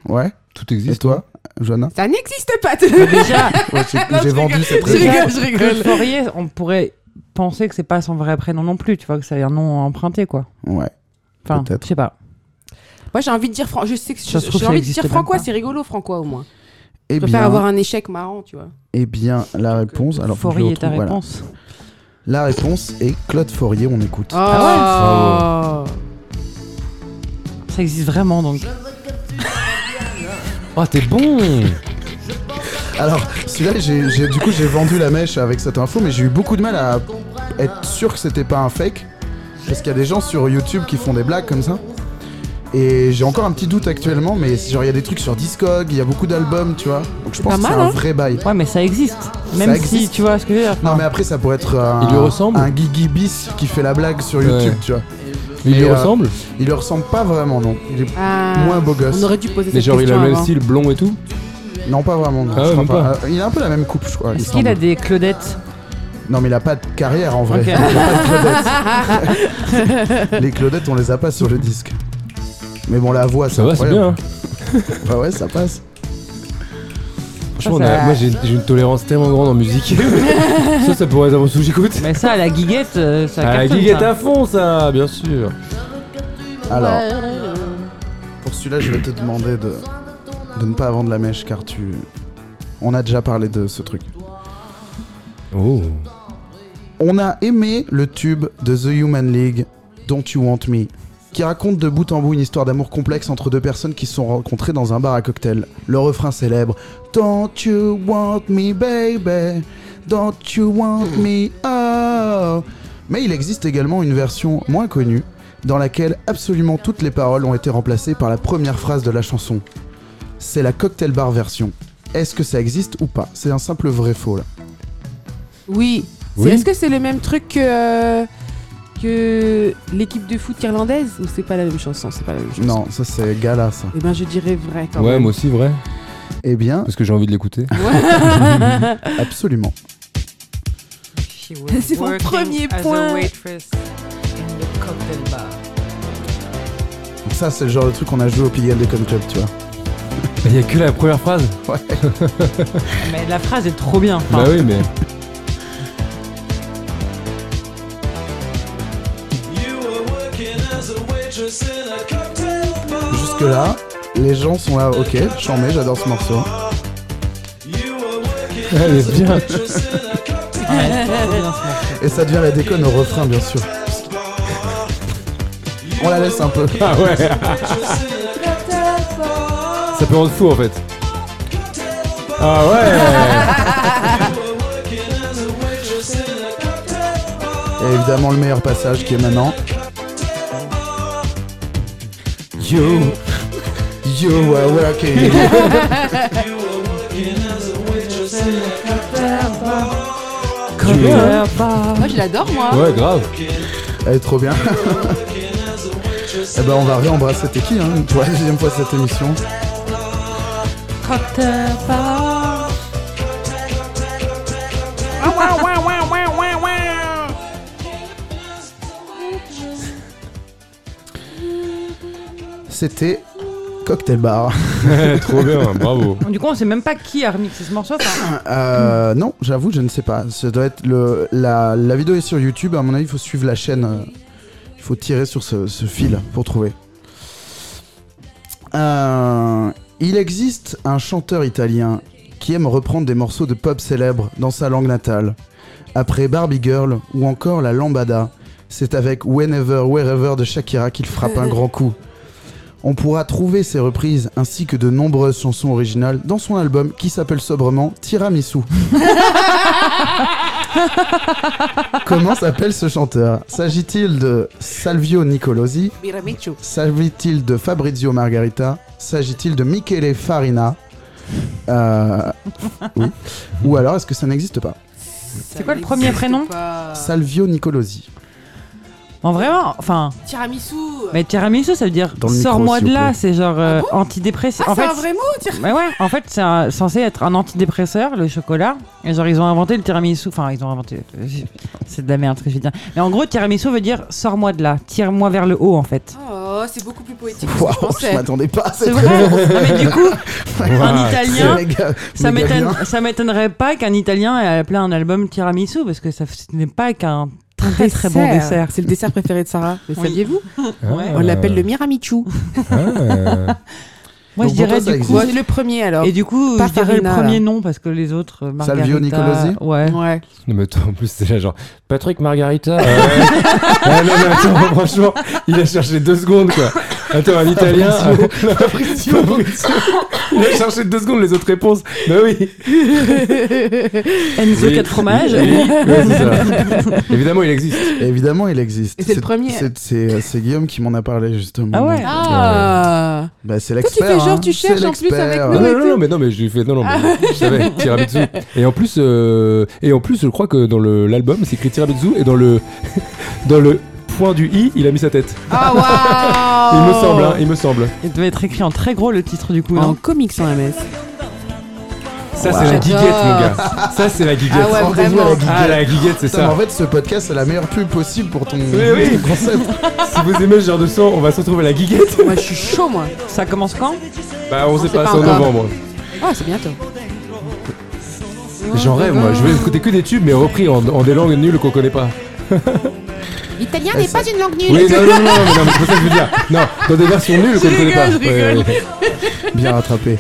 Ouais.
tout
Et
existe.
toi, Johanna
Ça n'existe pas
Déjà,
Ouais, J'ai
Non,
j'ai
je
vendu
rigole,
cette
je
réponse.
rigole, je
Claude
rigole.
Fourier, on pourrait penser que c'est pas son vrai prénom non plus, tu vois, que c'est un nom emprunté, quoi.
Ouais.
Enfin,
Peut-être.
je sais pas.
Moi, j'ai envie de dire... Fran- Je sais que
Ça se trouve,
j'ai
ça
envie de
existe
dire
même
Francois,
pas.
c'est rigolo, Francois, au moins.
Eh
Je préfère
bien,
avoir un échec marrant, tu vois.
eh bien, la réponse. Bah, Alors, je le
Fourier est ta
retrouve, voilà.
réponse.
La réponse est Claude Fourier. On écoute.
Oh, Ah ouais
Ça existe vraiment, donc.
Ah, t'es bon
Alors, celui-là, j'ai- j'ai- du coup, j'ai vendu la mèche avec cette info, mais j'ai eu beaucoup de mal à être sûr que c'était pas un fake. Parce qu'il y a des gens sur YouTube qui font des blagues comme ça. Et j'ai encore un petit doute actuellement, mais genre, il y a des trucs sur Discog, il y a beaucoup d'albums, tu vois. Donc, je pense
pas
que c'est
mal,
un
hein.
vrai bail.
Ouais, mais ça existe. Même si,
existe.
tu vois ce que je veux dire.
Non, mais après, ça pourrait être un,
Il lui ressemble
un Guigui Bis qui fait la blague sur YouTube,
Ouais.
tu vois.
Il lui
euh,
ressemble
Il lui ressemble pas vraiment, non. Il est
Ah.
moins beau gosse.
On aurait dû poser
Mais
cette
genre, il a
question
le même
avant.
style, blond et tout
Non, pas vraiment, non.
Ah ouais,
je crois
même pas.
Euh, Il a un peu la même coupe, je crois. il
Est-ce qu'il a
semble.
des Claudettes
Non, mais il a pas de carrière en vrai.
Ok.
Il a pas de Claudette. les Claudettes, on les a pas sur le disque. Mais bon, la voix,
Ça va, c'est bien. hein.
bien. Ouais, ça passe.
Franchement,
Ça,
on a-
ça-
moi j'ai j'ai une tolérance tellement grande en musique. ça, ça pourrait être avant sous j'écoute.
Mais ça, la guiguette, euh, ça
Ah,
cartonne,
Guiguette
ça.
à fond, ça, bien sûr.
Alors, pour celui-là, je vais te demander de, de ne pas vendre la mèche car tu. On a déjà parlé de ce truc.
Oh.
On a aimé le tube de The Human League, Don't You Want Me, qui raconte de bout en bout une histoire d'amour complexe entre deux personnes qui se sont rencontrées dans un bar à cocktail. Le refrain célèbre Don't You Want Me, baby, Don't You Want Me, oh. Mais il existe également une version moins connue, dans laquelle absolument toutes les paroles ont été remplacées par la première phrase de la chanson. C'est la cocktail bar version. Est-ce que ça existe ou pas C'est un simple vrai-faux là.
Oui. C'est-
Oui.
Est-ce que c'est le même truc que, euh, que l'équipe de foot irlandaise Ou c'est pas la même chanson C'est pas la même chanson.
Non, ça c'est gala ça.
Eh ben, je dirais vrai quand
Ouais,
même.
moi aussi, vrai.
Eh bien,
Parce que j'ai envie de l'écouter.
Absolument.
C'est mon working premier as a point.
Ça, c'est le genre de truc qu'on a joué au Pigalle Déconne Club, tu vois.
Il y a que la première phrase.
Mais la phrase est trop bien. enfin.
Bah oui, mais.
Jusque-là, les gens sont là, ok, j'en mets, j'adore ce morceau.
Elle est bien.
Ouais, c'est trop bien, ce morceau.
Et ça devient la déconne au refrain, bien sûr. On la laisse un peu.
Ah ouais. Ça peut rendre fou en fait. Ah ouais.
Et évidemment, le meilleur passage qui est maintenant. Yo, you were working.
Cocktail bar.
Moi, je l'adore, moi.
Ouais, grave.
Elle est trop bien. Eh ben, on va réembrasser Teki hein, pour la deuxième fois de cette émission.
Cocktail bar.
C'était Cocktail Bar.
Trop bien, bravo.
Du coup, on sait même pas qui a remixé ce morceau. enfin,
Euh, non, j'avoue, je ne sais pas. Ça doit être le, la, la vidéo est sur YouTube. À mon avis, il faut suivre la chaîne. euh, Il faut tirer sur ce, ce fil pour trouver. Euh, il existe un chanteur italien qui aime reprendre des morceaux de pop célèbres dans sa langue natale. Après Barbie Girl ou encore La Lambada, c'est avec Whenever, Wherever de Shakira qu'il frappe un grand coup. On pourra trouver ses reprises ainsi que de nombreuses chansons originales dans son album qui s'appelle sobrement Tiramisu. Comment s'appelle ce chanteur S'agit-il de Salvio Nicolosi
Miramichu.
S'agit-il de Fabrizio Margarita S'agit-il de Michele Farina Euh, oui. Ou alors, est-ce que ça n'existe pas
C'est
quoi le premier prénom
Ah.
Salvio Nicolosi.
En vraiment, enfin,
Tiramisu.
mais tiramisu, ça veut dire
Dans le micro,
sors-moi
s'il
de
vous
là,
plaît.
c'est genre euh,
Ah bon
antidépresseur.
Ah,
en
c'est
fait,
un vrai mot tir-
Mais ouais, en fait, c'est un- censé être un antidépresseur, le chocolat. Et genre, ils ont inventé le tiramisu. Enfin, ils ont inventé. euh, C'est de la merde ce que je vais dire. Mais en gros, tiramisu veut dire sors-moi de là, tire-moi vers le haut, en fait.
Oh, c'est beaucoup plus poétique que
Waouh,
ce que je
je
pensais.
m'attendais pas à cette
C'est vrai. Non, mais du coup, un
Ouais,
italien.
C'est méga-
Ça
méga
m'étonne-
bien.
ça m'étonnerait pas qu'un italien ait appelé un album tiramisu parce que ça f- ce n'est pas qu'un très très bon dessert.
C'est le dessert préféré de Sarah. Le
Oui. Eh
saviez-vous
Ouais.
On l'appelle le Miramichu.
Ah.
Moi,
Donc,
je
pour
dirais
toi, ça
du coup.
Ouais, le premier alors.
Et du coup,
Pas
je dirais le
Farina, là.
premier nom parce que les autres. euh, Margarita,
Salvio Nicolosi
Ouais.
Ouais.
Non, mais attends, en plus, c'est là genre Patrick Margarita. euh, ouais, non, mais attends, franchement, il a cherché deux secondes quoi. Attends, un italien. euh, Fabrizio. Il a cherché deux secondes les autres réponses. Bah oui.
Enzo
Oui.
4 fromages.
Oui, ouais, c'est ça. Évidemment, il existe.
Évidemment, il existe.
Et c'est le premier.
C'est, c'est- euh, c'est Guillaume qui m'en a parlé justement.
Ah ouais.
Ah
Bah, c'est
Toi, tu
l'expert.
fais genre,
hein.
tu cherches
C'est
en plus avec
l'expert.
Non,
nous.
non,
et
Ah, non,
tout.
non, mais non, mais je lui fais non, non, mais je savais tiramisu. Et en plus, euh, et en plus, je crois que dans le- l'album, c'est écrit tiramisu et dans le dans le point du i, il a mis sa tête.
Ah
Il
waouh
me semble, hein, il me semble.
Il devait être écrit en très gros le titre du coup.
En
non
comics en MS.
Ça, c'est la guiguette, mon gars. Ça, c'est la guiguette.
Ah ouais,
Rendez-vous à
vraiment.
la guiguette.
Ah, la guiguette, c'est
Putain, mais
ça.
en fait, ce podcast, c'est la meilleure pub possible pour ton,
oui.
ton concept.
Si vous aimez ce genre de son, on va se retrouver à la guiguette.
Moi, je suis chaud, moi.
Ça commence quand
Bah, on sait
sait
pas,
pas
c'est en
encore.
novembre.
Ah, c'est bientôt.
J'en rêve, moi. Je vais écouter que des tubes, mais repris en, en des langues nulles qu'on connaît pas.
L'italien n'est pas une langue nulle.
Oui, non, non, non, non, mais non, mais c'est pour ça que je veux dire. Non, dans des versions nulles qu'on connaît pas.
rigole, je rigole.
Ouais, ouais.
Bien rattrapé.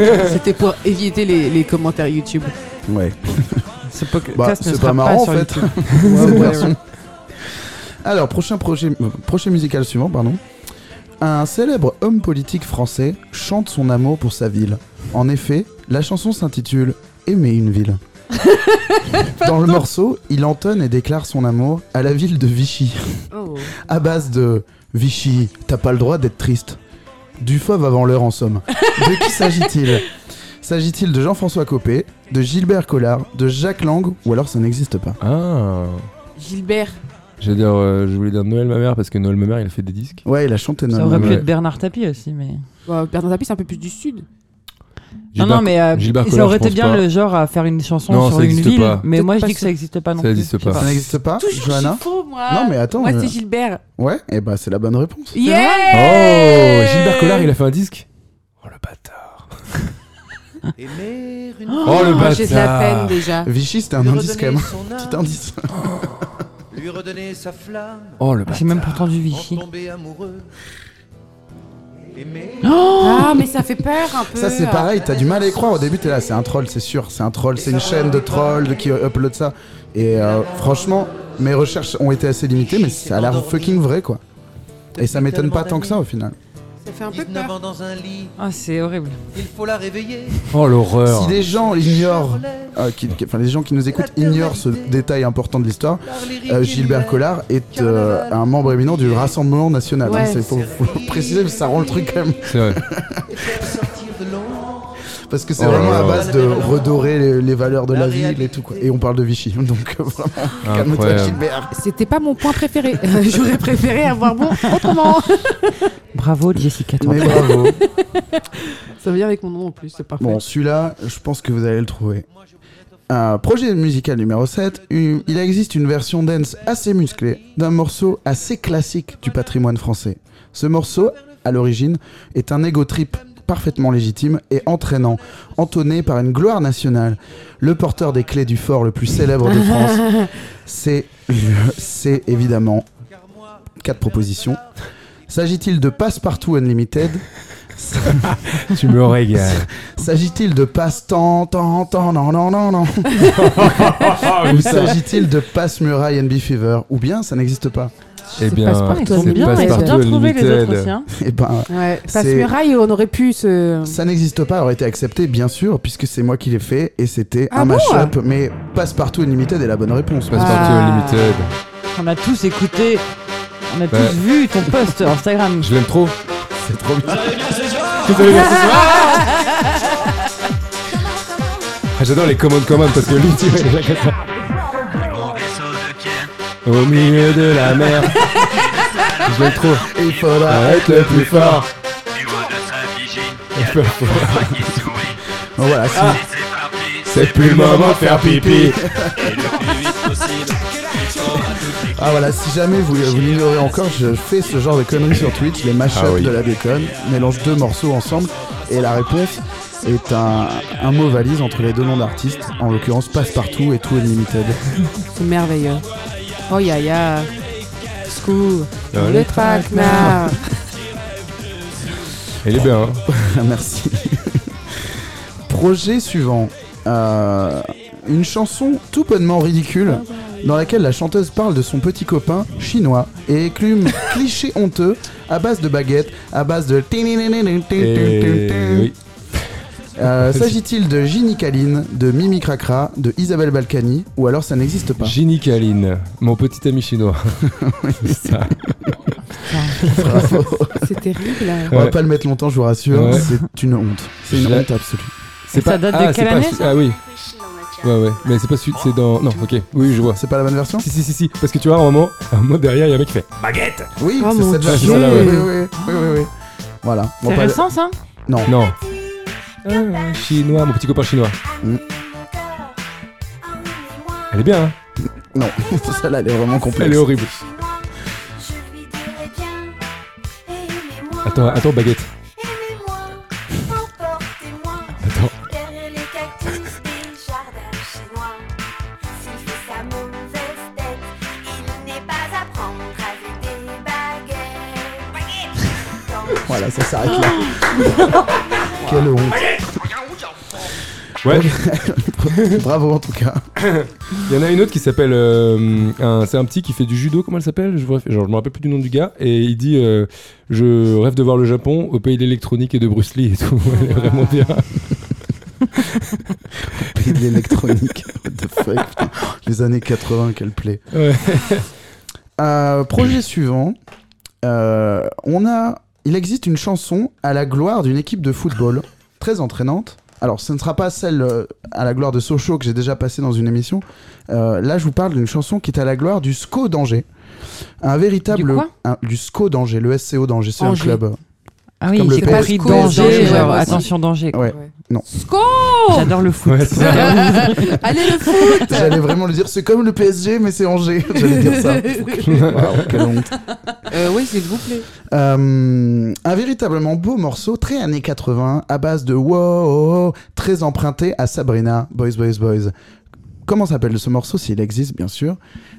Euh, C'était pour éviter les, les commentaires YouTube.
Ouais.
Ce podcast
Bah,
ne
c'est
sera
pas marrant
sur
en fait.
YouTube.
Cette version. Alors, prochain projet, euh, projet musical suivant, pardon. Un célèbre homme politique français chante son amour pour sa ville. En effet, la chanson s'intitule Aimer une ville. Dans le morceau, il entonne et déclare son amour à la ville de Vichy.
Oh.
à base de Vichy, t'as pas le droit d'être triste. Du fauve avant l'heure en somme. De qui s'agit-il S'agit-il de Jean-François Copé, de Gilbert Collard, de Jacques Lang ou alors ça n'existe pas
Ah.
Gilbert.
Je veux dire, euh, je voulais dire Noël ma mère parce que Noël ma mère il a fait des disques.
Ouais, il a chanté
Ça
Noël.
aurait pu
Ouais.
être Bernard Tapie aussi, mais.
Bah, Bernard Tapie, c'est un peu plus du sud. Ah
Non, non, mais euh,
Gilbert
ça
Collard,
aurait
je
été
pense
bien
pas.
le genre à faire une chanson
Non,
sur
ça
une
existe
ville.
pas.
Mais
Peut-être
moi, je
pas
dis que
ça.
ça n'existe pas non
Ça
plus.
existe
Je sais
pas.
Ça n'existe pas
Toujours je
Johanna
suis faux, moi.
Non, mais attends,
Moi,
euh,
c'est Gilbert.
Ouais, et bah c'est la bonne réponse.
Yeah
Oh, Gilbert Collard il a fait un disque Oh le bâtard
Oh,
Aimer une
Oh, le
J'ai de la peine
bâtard.
déjà.
Vichy, c'était un
lui
indice quand
redonner
même.
son
Petit
âme,
indice.
lui redonner sa flamme,
Oh le bâtard
J'ai même pas entendu
en
Vichy.
tomber amoureux. Aimer
Oh.
Ah, mais ça fait peur un peu. hein.
Ça c'est pareil, t'as du mal à y croire au début, t'es là, c'est un troll, c'est sûr, c'est un troll, c'est une chaîne de trolls qui upload ça. Et euh, franchement, mes recherches ont été assez limitées, mais ça a l'air fucking vrai quoi. Et ça m'étonne pas tant que ça au final.
Ça fait un peu
19
peur.
ans dans un lit,
Ah, c'est horrible.
il faut la réveiller.
Oh l'horreur
Si les gens ignorent, euh, qui- qui- enfin les gens qui nous écoutent ignorent ce détail important de l'histoire, euh, Gilbert Collard est euh, un membre éminent du Rassemblement National.
Ouais.
Il faut, faut le préciser, parce que ça rend le truc quand même.
C'est vrai.
Parce que c'est
Oh là
vraiment
là.
à base de redorer les, les valeurs de la, ville et tout quoi. Et on parle de Vichy, donc euh, vraiment, calme-toi
Incroyable.
Gilbert.
C'était pas mon point préféré. Euh, J'aurais préféré avoir bon autrement.
Bravo, Jessica. Tanton.
Mais bravo.
Ça vient avec mon nom en plus, c'est parfait.
Bon, celui-là, je pense que vous allez le trouver. Un projet musical numéro 7, une- il existe une version dance assez musclée d'un morceau assez classique du patrimoine français. Ce morceau, à l'origine, est un ego trip parfaitement légitime et entraînant, entonné par une gloire nationale. Le porteur des clés du fort le plus célèbre de France, c'est c'est évidemment quatre propositions. S'agit-il de Passepartout Unlimited
Tu me régales Eh
S'agit-il de passe tant tant tant non non non non
Ah,
Ou s'agit-il de passe muraille NB Fever Ou bien ça n'existe pas
Eh bien,
Ah, ils
Passe-partout
sont
c'est
Unlimited.
bien, ils ont bien
Passepartout
trouvé les autres
Unlimited.
aussi. hein.
Eh ben
Ouais,
C'est-
passe muraille, on aurait pu se.
ça n'existe pas aurait été accepté bien sûr puisque c'est moi qui l'ai fait et c'était
Ah
un
bon
mashup mais passe partout Unlimited est la bonne réponse.
Passepartout
Ah.
Unlimited.
On a tous écouté, on a
Ouais.
tous vu ton post Instagram.
Ah,
Je l'aime trop.
C'est trop bien.
Vous avez bien ce soir Ah, J'adore les commandes commandes parce que lui, tu vois, il a comme ça. Au milieu de la mer. Je l'aime trop.
Il faudra
Arrête le plus fort.
Bon, voilà, c'est-
Ah, C'est plus le moment de faire pipi.
Ah voilà, si jamais vous, vous l'ignorez encore, je fais ce genre de conneries sur Twitch, les mashups
Ah oui.
de la déconne, mélange deux morceaux ensemble, et la réponse est un, un mot valise entre les deux noms d'artistes, en l'occurrence Passepartout et Too Unlimited.
C'est merveilleux. Oh ya ya. Scoo.
Ah,
Le traquenard.
Elle est bien. hein.
Merci. Projet suivant. Euh, une chanson tout bonnement ridicule dans laquelle la chanteuse parle de son petit copain chinois et éclume cliché honteux à base de baguettes, à base de...
Et Eh oui.
Euh, S'agit-il de Ginny Kaline, de Mimi Cracra, de Isabelle Balkany, ou alors ça n'existe pas
Ginny Kaline, mon petit ami chinois. C'est ça.
Bravo.
C'est terrible. hein.
On va
Ouais.
pas le mettre longtemps, je vous rassure.
Ouais.
C'est une honte. C'est
Je
une
la-
honte absolue.
C'est
Ça date de
ah,
quelle
c'est pas
année,
su- Ah oui. Ouais, ouais. Mais c'est pas su- c'est dans. Non, ok. Oui, je vois.
C'est pas la bonne version
Si, si, si, si. Parce que tu vois, à un moment, à un moment derrière, il y a un mec qui fait.
Oui,
Oh,
c'est
mon
cette
Dieu.
version.
Ah, ouais.
Oui, oui, oui, oui, oui, oui. Voilà.
C'est
On va pas-
récent, ça
Non.
Non. Ah, chinois, mon petit copain chinois.
Mm.
Elle est bien, hein
Non. Celle-là, elle est vraiment complexe.
Elle est horrible. Attends, attends, baguette. Attends.
Voilà, ça s'arrête là. Quelle honte.
Ouais,
Bravo en tout cas.
il y en a une autre qui s'appelle. euh, un- c'est un petit qui fait du judo, comment elle s'appelle je, vois- genre, je me rappelle plus du nom du gars. Et il dit euh, Je rêve de voir le Japon au pays de l'électronique et de Bruce Lee et tout. Elle est vraiment bien.
Pays de l'électronique. What the fuck. putain. Les années 80, qu'elle plaît.
Ouais.
Euh, projet suivant. Euh, on a, il existe une chanson à la gloire d'une équipe de football très entraînante. Alors, ce ne sera pas celle euh, à la gloire de Sochaux que j'ai déjà passée dans une émission. Euh, là, je vous parle d'une chanson qui est à la gloire du SCO d'Angers. Un véritable.
Du quoi
un- du SCO d'Angers, le SCO d'Angers, c'est un
Angers.
club.
Ah oui,
Comme le
j'ai
PS,
pas pris
quoi,
danger,
danger,
genre, Oh
ouais.
attention danger. quoi.
Ouais.
Sco
J'adore le foot.
Ouais, c'est ça.
Ah
Allez le foot
J'allais vraiment le dire, c'est comme le PSG, mais c'est Angers. J'allais dire ça. Waouh, quelle honte.
Euh, Oui, s'il vous plaît.
Euh, un véritablement beau morceau, très années 80, à base de wow, oh, très emprunté à Sabrina, Boys, Boys, Boys. Comment s'appelle ce morceau, s'il existe, bien sûr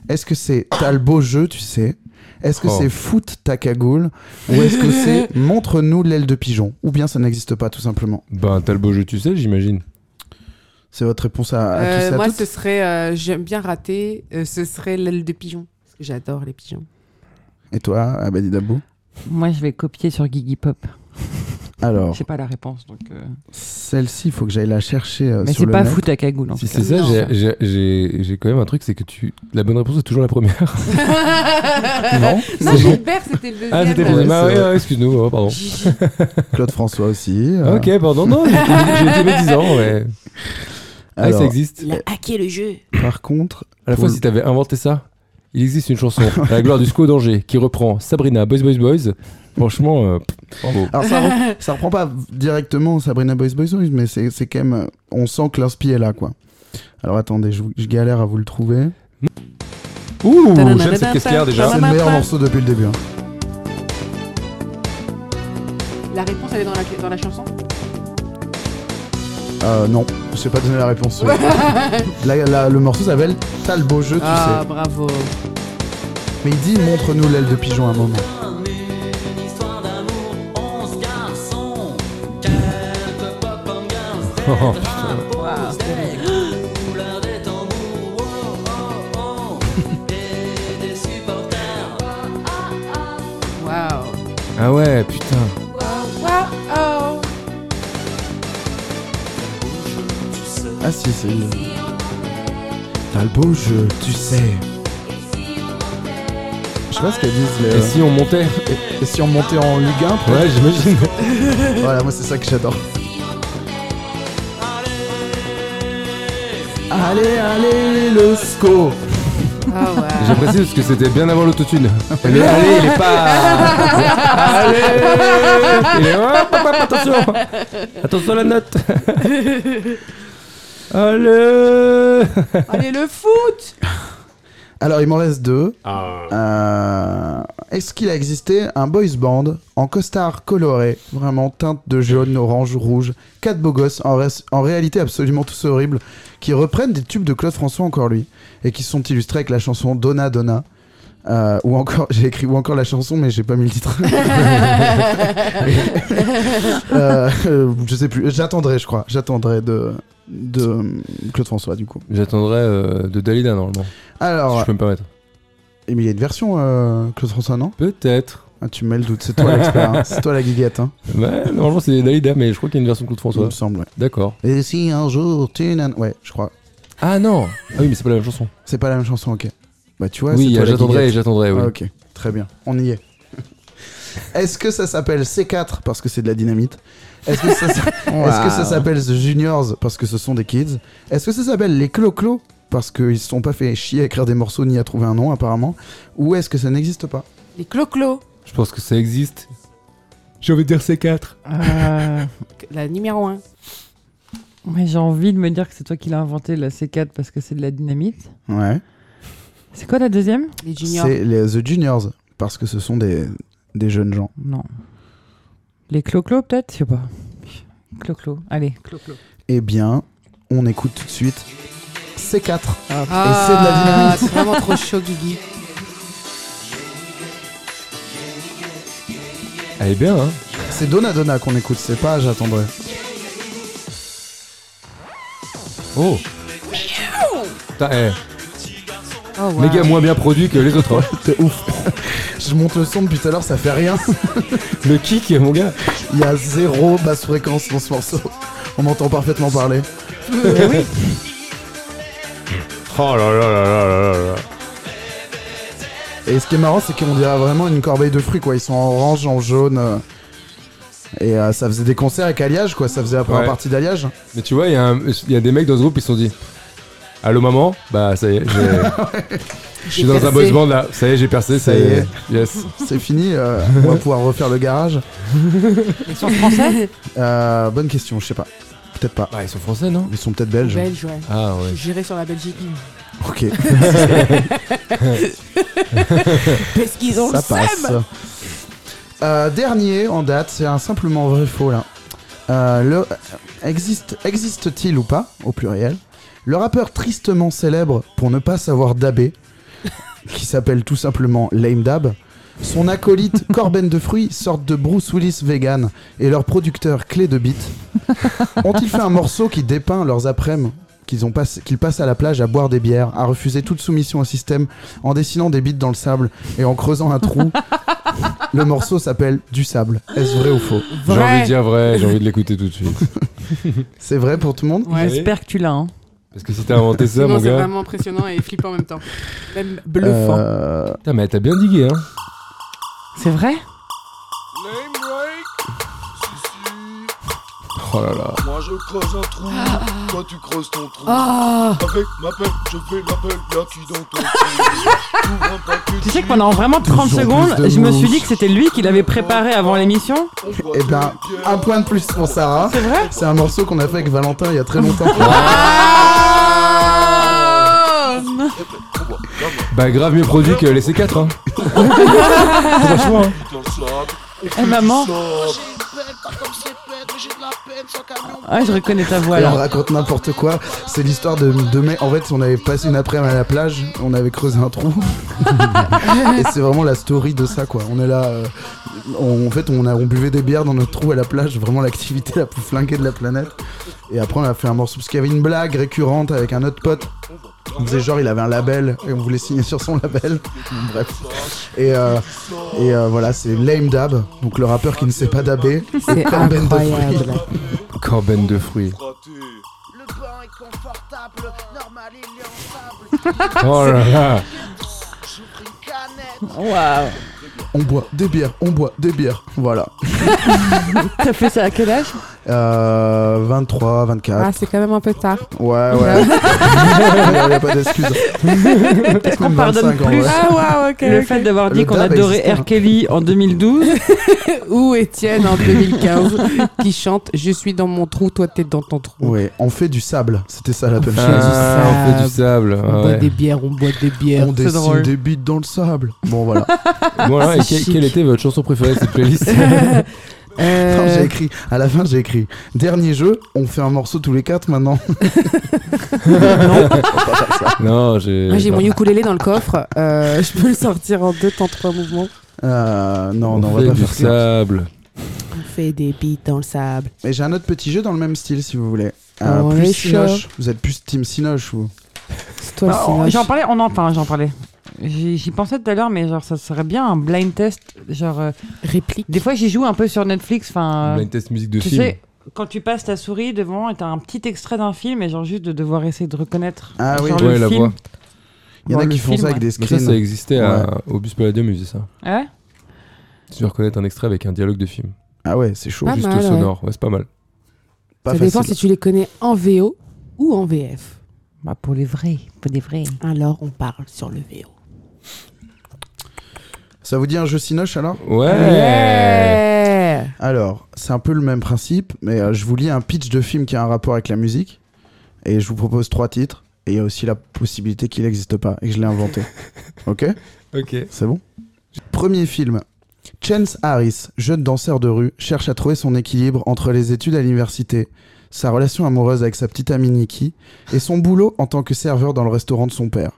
Est-ce que c'est T'as le beau jeu, tu sais Est-ce que
Oh.
c'est Foot ta cagoule Ou est-ce que c'est Montre-nous l'aile de pigeon Ou bien ça n'existe pas, tout simplement
Ben, t'as le beau jeu, tu sais, j'imagine.
C'est votre réponse à, à
Euh,
tous et à
moi,
toutes
ce serait. euh, J'aime bien rater. euh, ce serait l'aile de pigeon. Parce que J'adore les pigeons.
Et toi, Abadi Dabou
Moi, je vais copier sur Gigi Pop.
Alors,
J'ai pas la réponse, donc. euh,
celle-ci, il faut que j'aille la chercher euh,
Mais
sur
c'est
le
pas
net.
foot à cagoule. En
Si
tout
c'est
cas.
ça,
Non.
j'ai- j'ai- j'ai j'ai quand même un truc, c'est que tu. La bonne réponse est toujours la première.
Non,
non,
c'est bon.
Gilbert, c'était le deuxième. euh,
Ah, c'était
Ouais,
le Ah,
c'est
ouais,
vrai.
ouais, excuse-nous, oh, pardon.
Gigi.
Claude François aussi. euh,
Ok, pardon, non, j'ai j'ai été hein, médisant, mais. Ah,
alors,
ça existe.
Il a
hacké le jeu.
par contre,
À la fois,
Pour-
si t'avais inventé ça, il existe une chanson, à La gloire du Sco d'Angers, qui reprend Sabrina, Boys, Boys, Boys. Franchement, euh, pff, bravo.
Alors ça, rep- ça reprend pas directement Sabrina Boys Boys Boys, mais c'est c'est quand même. euh, On sent que l'inspi est là, quoi. Alors attendez, je, vous- je galère à vous le trouver.
Ouh,
Tadadadada,
j'aime cette cascade déjà.
tadadada.
C'est le meilleur morceau depuis le début. hein.
La réponse, elle est dans la, dans la chanson
Euh, non, je sais pas donner la réponse. Là, là, le morceau s'appelle T'as le beau jeu, tu
Ah, bravo.
sais. Mais il dit Montre-nous l'aile de pigeon à un moment.
Oh,
Waouh.
ah ouais, putain.
Waouh.
Ah si, c'est. T'as le beau jeu, tu sais. Je sais pas ce qu'elles disent les.
Et si on montait
et- et si on montait en Ligue 1 peut-être
Ouais, j'imagine.
Voilà, moi c'est ça que j'adore. Allez, allez, le score
Ah
Je
ouais.
précise parce que c'était bien avant l'autotune. Le allez, il est pas. allez Il est- hop, hop, hop, Attention Attention à la note Allez
Allez, le foot
Alors, il m'en reste deux.
Ah.
Euh, Est-ce qu'il a existé un boys band en costard coloré, vraiment teinte de jaune, orange, rouge, quatre beaux gosses, en, res- en réalité absolument tous horribles, qui reprennent des tubes de Claude François, encore lui, et qui sont illustrés avec la chanson Donna Donna euh, ou encore, j'ai écrit ou encore la chanson, mais j'ai pas mis le titre. Euh, euh, je sais plus. J'attendrai, je crois. J'attendrai de, de Claude François, du coup.
J'attendrai euh, de Dalida normalement, si
Alors,
je peux me permettre.
eh, mais il y a une version euh, Claude François, non
Peut-être.
Ah, tu mets le doute, c'est toi l'expert, hein. c'est toi la guiguette, hein.
Ouais, normalement c'est Dalida, mais je crois qu'il y a une version de Claude
il
François.
me semble. ouais.
D'accord.
Et si un jour tu n'en- Ouais, je crois.
Ah non Ah oui, mais c'est pas la même chanson.
C'est pas la même chanson, ok. Bah tu vois,
oui,
c'est
il y
toi
a
la
j'attendrai et
guiguette.
j'attendrai, oui.
Ah, ok, très bien, on y est. Est-ce que ça s'appelle C4 parce que c'est de la dynamite Est-ce que ça, s- est-ce que ça s'appelle The Juniors parce que ce sont des kids Est-ce que ça s'appelle les Clo-Clo parce qu'ils se sont pas fait chier à écrire des morceaux ni à trouver un nom apparemment Ou est-ce que ça n'existe pas
Les clo-clo.
Je pense que ça existe. J'ai envie de dire C4.
Euh,
La numéro 1.
ouais, J'ai envie de me dire que c'est toi qui l'as inventé, la C4, parce que c'est de la dynamite.
Ouais.
C'est quoi la deuxième
Les juniors.
C'est les The Juniors parce que ce sont des, des jeunes gens.
Non. Les clo-clo, peut-être Je sais pas. Clo-clo. Allez, clo-clo.
Eh bien, on écoute tout de suite C4.
Ah,
Et c'est de la dynamite.
C'est vraiment trop chaud, Guigui.
Elle est bien, hein
C'est Donna Donna qu'on écoute, c'est pas J'attendrai.
Oh Putain, eh,
Oh, wow.
méga moins bien produit que les autres.
C'est ouf. Je monte le son depuis tout à l'heure, ça fait rien.
Le kick, mon gars
Il y a zéro basse fréquence dans ce morceau. On m'entend parfaitement parler.
Oh là là là là là là
Et ce qui est marrant, c'est qu'on dirait vraiment une corbeille de fruits, quoi. Ils sont en orange, en jaune. euh, Et euh, ça faisait des concerts avec Alliage, quoi. Ça faisait la première
Ouais.
partie d'Alliage.
Mais tu vois, il y, a un- il y a des mecs dans ce groupe, ils se sont dit Allô maman Bah ça y est, j'ai- je suis
J'ai
dans un boys
percé.
band là, ça y est, j'ai percé, ça, y est. Yes.
C'est fini, euh, on va pouvoir refaire le garage.
Ils sont français
Euh, bonne question, je sais pas. Peut-être pas.
Bah ils sont français, non
Ils sont peut-être belges.
Belge, ouais.
Ah ouais.
J'irai sur la Belgique.
Ok,
Parce qu'ils ont
ça
le seum.
passe. Euh, dernier en date, c'est un simplement vrai-faux là. Euh, le- existe- Existe-t-il ou pas, au pluriel, le rappeur tristement célèbre pour ne pas savoir dabber, qui s'appelle tout simplement Lame Dab, son acolyte Corben de Fruits, sorte de Bruce Willis vegan, et leur producteur Clé de Beat, ont-ils fait un morceau qui dépeint leurs après-midi qu'ils ont passé- qu'ils passent à la plage à boire des bières, à refuser toute soumission au système, en dessinant des bites dans le sable et en creusant un trou. le morceau s'appelle Du sable. Est-ce vrai ou faux
J'ai
Vrai.
envie de dire vrai, j'ai envie de l'écouter tout de suite.
C'est vrai pour tout le monde
Ouais.
J'espère que tu l'as. hein.
Parce que si t'as inventé ça,
Non,
mon
c'est
gars.
vraiment impressionnant et flippant en même temps. Même bluffant.
Euh,
Putain, mais t'as bien digué, hein
C'est vrai
Oh là là.
Moi je creuse un trou, toi tu creuses ton trou.
Ah
Avec ma pelle, je fais l'appel, y'a qui dans ton trou T'ouvres un paquet
Tu sais que
de
pendant vraiment 30
Toujours plus de
secondes, je me suis
mouches.
dit que c'était lui qui l'avait préparé avant l'émission.
chips, on boit
Eh
de
ben,
la bière.
un point de plus pour Sarah.
C'est vrai
C'est un morceau qu'on a fait avec Valentin il y a très longtemps.
Ah
Ah.
Eh ben, On boit de la bière,
Bah grave mieux produit que les C4, hein Franchement, hein.
dans le sable, on fait
Eh
du
maman
sable.
Ouais, Ah, je reconnais ta voix
Et on
là.
raconte n'importe quoi. C'est l'histoire de, de mec- En fait, on avait passé une après-midi à la plage, on avait creusé un trou. et c'est vraiment la story de ça, quoi. On est là. euh, on- en fait, on, a, on buvait des bières dans notre trou à la plage, vraiment l'activité la plus flinguée de la planète. Et après, on a fait un morceau parce qu'il y avait une blague récurrente avec un autre pote. On faisait genre, il avait un label et on voulait signer sur son label. Bref. Et, euh, et euh, voilà, c'est Lame Dab, donc le rappeur qui ne sait pas dabber.
C'est
Corben de fruits.
incroyable.
Corben de fruits.
Raté.
Oh là là
Waouh
On boit des bières, on boit des bières. Voilà.
T'as fait ça à quel âge
Euh, 23, 24.
Ah, c'est quand même un peu tard.
Ouais, ouais. Il n'y a pas d'excuse. Peut-être
qu'on
même
pardonne
25 ans,
plus.
ouais.
Ah, waouh, ok.
Le
ok.
fait d'avoir
Le
dit qu'on
dab
adorait
existe, hein.
R. Kelly en 2012,
Ou Étienne en 2015 qui chante Je suis dans mon trou, toi t'es dans ton trou.
Ouais, on fait du sable. C'était ça la punchline.
Ah, on fait du sable.
On
ah
boit
ouais.
des bières, on boit des bières.
On
C'est
dessine
drôle.
des bites dans le sable. Bon, voilà.
Bon, alors, et que-
chic.
quelle était votre chanson préférée de cette playlist
Euh,
Enfin, j'ai écrit. À la fin, j'ai écrit. Dernier jeu, on fait un morceau tous les quatre maintenant.
Non, j'ai.
Moi j'ai mon ukulélé dans le coffre, Euh, je peux le sortir en deux temps trois mouvements.
Euh, non,
On,
non, on va
fait
pas
du
faire ça.
sable.
On fait des bites dans le sable.
Mais j'ai un autre petit jeu dans le même style, si vous voulez. Euh,
Oh,
plus
les
Sinoche. Vous êtes plus Team Sinoche, vous
C'est toi le
Bah,
Sinoche.
J'en parlais, on en enfin, j'en parlais. J'y j'y pensais tout à l'heure, mais genre ça serait bien un blind test. Genre, euh,
Réplique.
des fois j'y joue un peu sur Netflix.
Ah.
Enfin, euh,
Blind test musique de
tu
film.
sais, quand tu passes ta souris devant et t'as un petit extrait d'un film, et genre juste de devoir essayer de reconnaître.
Ah oui.
genre,
Ouais,
le
la
film.
voix.
Il y en a
Bon,
qui
le
font
film,
ça avec
ouais.
des
Mais Bah, ça,
screens.
ça existait à, au Bus Palladium, ils faisaient ça.
Ouais.
Tu reconnais un extrait avec un dialogue de film.
Ah ouais, c'est chaud.
Pas
Juste
mal, ouais.
sonore, ouais, c'est pas mal.
Pas
ça dépend si
facile.
tu les connais en VO ou en VF.
Bah, pour les vrais, pour les vrais.
Alors on parle sur le VO.
Ça vous dit un jeu Sinoche alors
Ouais
Yeah.
Alors, c'est un peu le même principe, mais euh, je vous lis un pitch de film qui a un rapport avec la musique. Et je vous propose trois titres. Et il y a aussi la possibilité qu'il n'existe pas et que je l'ai inventé. ok
Ok.
C'est bon Premier film. Chance Harris, jeune danseur de rue, cherche à trouver son équilibre entre les études à l'université, sa relation amoureuse avec sa petite amie Nikki et son boulot en tant que serveur dans le restaurant de son père.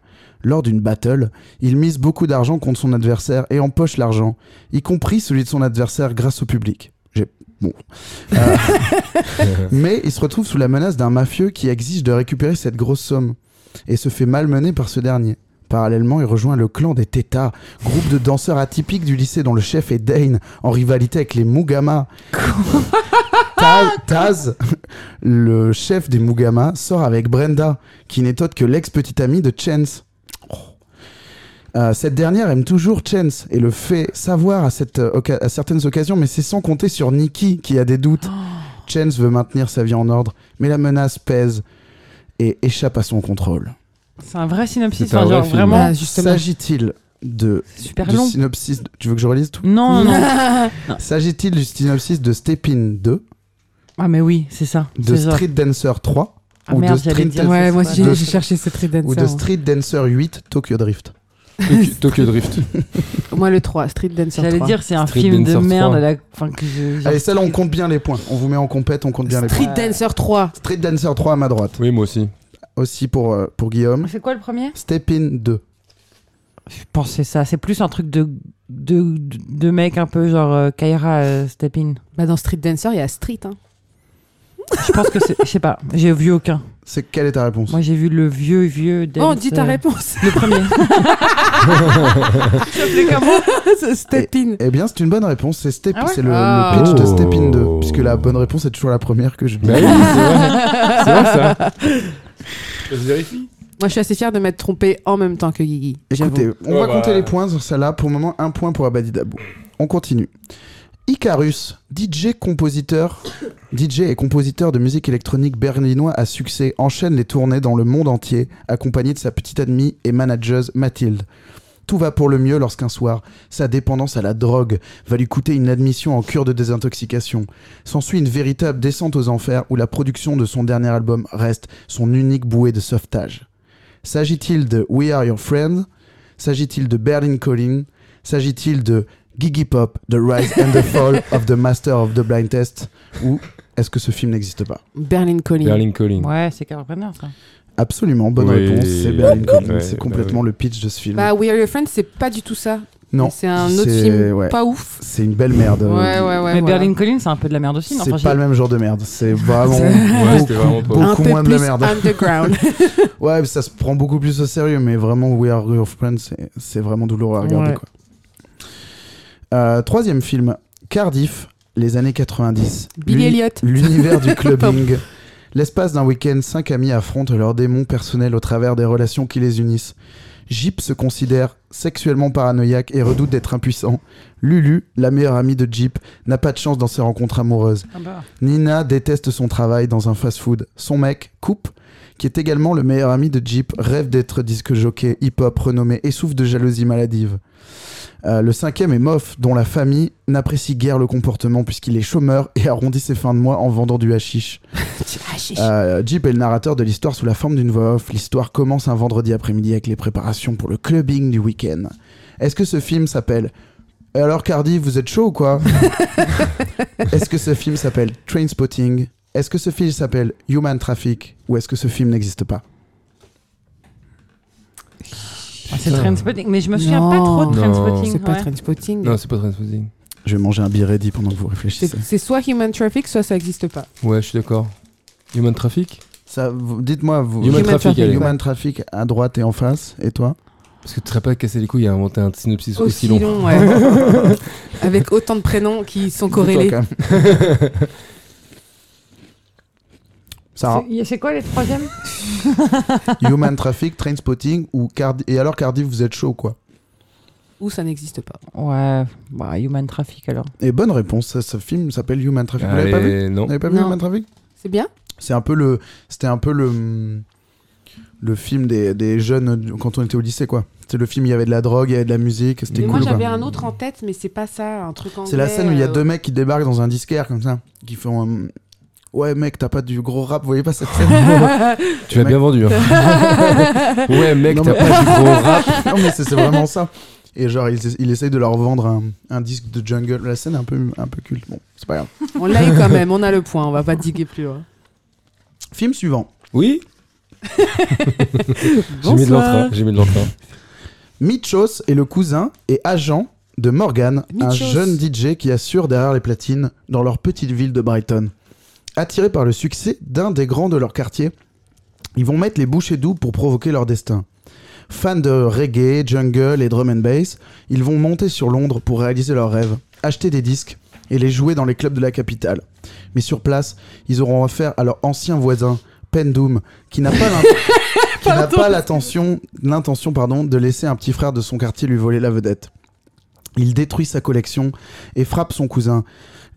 Lors d'une battle, il mise beaucoup d'argent contre son adversaire et empoche l'argent, y compris celui de son adversaire grâce au public. J'ai- Bon. Euh, Mais il se retrouve sous la menace d'un mafieux qui exige de récupérer cette grosse somme et se fait malmener par ce dernier. Parallèlement, il rejoint le clan des Theta, groupe de danseurs atypiques du lycée dont le chef est Dane, en rivalité avec les Mugama. Ta- Taz, le chef des Mugama, sort avec Brenda, qui n'est autre que l'ex-petite amie de Chance. Oh. Euh, cette dernière aime toujours Chance et le fait savoir à, cette, euh, oca- à certaines occasions, mais c'est sans compter sur Nikki qui a des doutes. Chance veut maintenir sa vie en ordre, mais la menace pèse et échappe à son contrôle.
C'est un vrai synopsis.
C'est un
enfin,
vrai
genre
film.
vraiment
Ah, justement.
S'agit-il de
super
Bah, du
long.
synopsis. de- Tu veux que je relise tout
Non, non, non.
S'agit-il du synopsis de Step In 2,
ah, mais oui, c'est ça.
de
C'est genre-
Street Dancer 3
Ah,
ou
merde,
de
j'allais
Street
dire.
Ouais, moi
c'est
aussi
pas-
j'ai j'ai cherché ce Street Dancer.
ou de Street Dancer 8 Tokyo Drift
Tokyo- Tokyo Drift.
Moi le 3, Street Dancer
J'allais
3.
dire, c'est un
Street
film de
Dancer
merde.
3.
à la- Enfin, que je. genre-
Allez, celle on compte bien les points. On vous met en compète, on compte bien les points.
Street Dancer 3.
Street Dancer 3 à ma droite.
Oui, moi aussi.
Aussi pour, euh, pour Guillaume.
C'est quoi le premier
Step In 2.
Je pensais ça. C'est plus un truc de, de, de, de mec un peu genre euh, Kaira euh, Step In.
Bah dans Street Dancer, il y a Street hein.
Je pense que c'est. Je sais pas. J'ai vu aucun.
C'est quelle est ta réponse
Moi, j'ai vu le vieux, vieux.
Oh,
dance,
dis ta
euh,
réponse.
Le premier.
Step in.
Eh bien, c'est une bonne réponse. C'est Step,
Ah ouais
c'est le, le
Ah.
pitch de Step In 2,
Oh.
puisque la bonne réponse est toujours la première que je dis.
Bah oui, c'est vrai. C'est vrai ça. Je vérifie.
Moi, je suis assez fière de m'être trompée en même temps que Guigui.
Écoutez,
J'avoue.
on
Ouais,
va
bah.
compter les points sur celle-là. Pour le moment, un point pour Abadi Dabou. On continue. Icarus, DJ compositeur, DJ et compositeur de musique électronique berlinois à succès, enchaîne les tournées dans le monde entier, accompagné de sa petite amie et manageuse Mathilde. Tout va pour le mieux lorsqu'un soir, sa dépendance à la drogue va lui coûter une admission en cure de désintoxication. S'ensuit une véritable descente aux enfers où la production de son dernier album reste son unique bouée de sauvetage. S'agit-il de We Are Your Friends S'agit-il de Berlin Calling S'agit-il de Gigi Pop, The Rise and the Fall of the Master of the Blind Test Ou est-ce que ce film n'existe pas
Berlin Collins.
Berlin Calling.
Ouais, c'est Kaira Brenner, ça.
Absolument, bonne
Oui.
réponse, c'est Berlin Calling.
Ouais,
c'est
bah
complètement le pitch de ce film.
Bah, We Are Your Friends, c'est pas du tout ça.
non,
C'est un autre
c'est-
film
ouais.
pas ouf.
C'est euh, une belle merde.
Ouais, ouais, ouais.
mais
voilà.
Berlin Collins, c'est un peu de la merde aussi.
C'est
Non,
pas
Enfin, j'ai-
le même genre de merde. C'est vraiment
Ouais, c'était vraiment
beaucoup,
pas
Un
beaucoup
peu
moins de
plus
la merde.
underground.
Ouais, mais ça se prend beaucoup plus au sérieux, mais vraiment, We Are Your Friends, c'est- c'est vraiment douloureux à regarder.
Ouais.
Quoi. Euh, troisième film, Cardiff, les années 90.
Billy
L'uni-
Elliot.
L'univers du clubbing. L'espace d'un week-end, cinq amis affrontent leurs démons personnels au travers des relations qui les unissent. Jeep se considère sexuellement paranoïaque et redoute d'être impuissant. Lulu, la meilleure amie de Jeep, n'a pas de chance dans ses rencontres amoureuses.
Ah bah.
Nina déteste son travail dans un fast-food. Son mec, Coupe, qui est également le meilleur ami de Jeep, rêve d'être disque jockey, hip-hop renommé et souffre de jalousie maladive. Euh, le cinquième est Moff, dont la famille n'apprécie guère le comportement puisqu'il est chômeur et arrondit ses fins de mois en vendant du hashish. Euh, Jeep est le narrateur de l'histoire sous la forme d'une voix off. L'histoire commence un vendredi après-midi avec les préparations pour le clubbing du week-end. Est-ce que ce film s'appelle Et alors Cardi, vous êtes chaud ou quoi Est-ce que ce film s'appelle Train Spotting Est-ce que ce film s'appelle Human Traffic Ou est-ce que ce film n'existe pas
Ah, c'est Trainspotting, mais je me souviens pas
Non.
trop de
Non.
Trainspotting.
C'est pas
ouais.
Trainspotting.
Non, c'est pas Trainspotting.
Je vais manger un biretti pendant que vous réfléchissez.
C'est c'est soit Human Traffic, soit ça existe pas.
Ouais, je suis d'accord. Human Traffic
Ça, vous- Dites-moi, vous,
Human,
Human
Traffic,
Traffic,
allez.
Human Traffic à droite et en face, et toi
Parce que tu serais pas cassé les couilles à inventer un synopsis aussi,
Aussi
long.
long, ouais. Avec autant de prénoms qui sont
Toi,
corrélés.
quand même. Sarah,
C'est- C'est quoi les troisièmes
Human Traffic, Train Spotting ou Cardi. Et alors Cardi, vous êtes chaud ou quoi
Ou ça n'existe pas.
Ouais, bah, Human Traffic alors.
Et bonne réponse, ça, ce film s'appelle Human Traffic. Vous l'avez Ah, pas vu
Allez, non.
Vous l'avez pas vu
Non.
Human Traffic
C'est bien
C'est un peu le, c'était un peu le, le film des, des jeunes quand on était au lycée quoi. C'est le film, il y avait de la drogue, il y avait de la musique, c'était
Mais
cool.
moi
quoi.
j'avais un autre en tête, mais c'est pas ça, un truc anglais.
C'est la scène où il y a
euh,
deux mecs qui débarquent dans un disquaire comme ça, qui font, euh, ouais mec, t'as pas du gros rap, vous voyez pas cette scène
Tu l'as
Mec-
bien vendu. hein. ouais, mec,
Non,
t'as
mais-
pas du gros rap.
non mais c'est c'est vraiment ça. Et genre il, il essaye de leur vendre un, un disque de jungle. La scène est un peu un peu culte. Bon, c'est pas grave.
On l'a eu quand même, on a le point, on va pas diguer plus loin.
Film suivant.
Oui J'ai mis de l'entrain. J'ai mis de l'entrain.
Mitchos est le cousin et agent de Morgan, un
Mitchos.
jeune DJ qui assure derrière les platines dans leur petite ville de Brighton. Attirés par le succès d'un des grands de leur quartier, ils vont mettre les bouchées doubles pour provoquer leur destin. Fans de reggae, jungle et drum and bass, ils vont monter sur Londres pour réaliser leurs rêves, acheter des disques et les jouer dans les clubs de la capitale. Mais sur place, ils auront affaire à leur ancien voisin, Pendoom, qui n'a pas l'in- qui n'a pas l'attention- l'intention pardon, de laisser un petit frère de son quartier lui voler la vedette. Il détruit sa collection et frappe son cousin,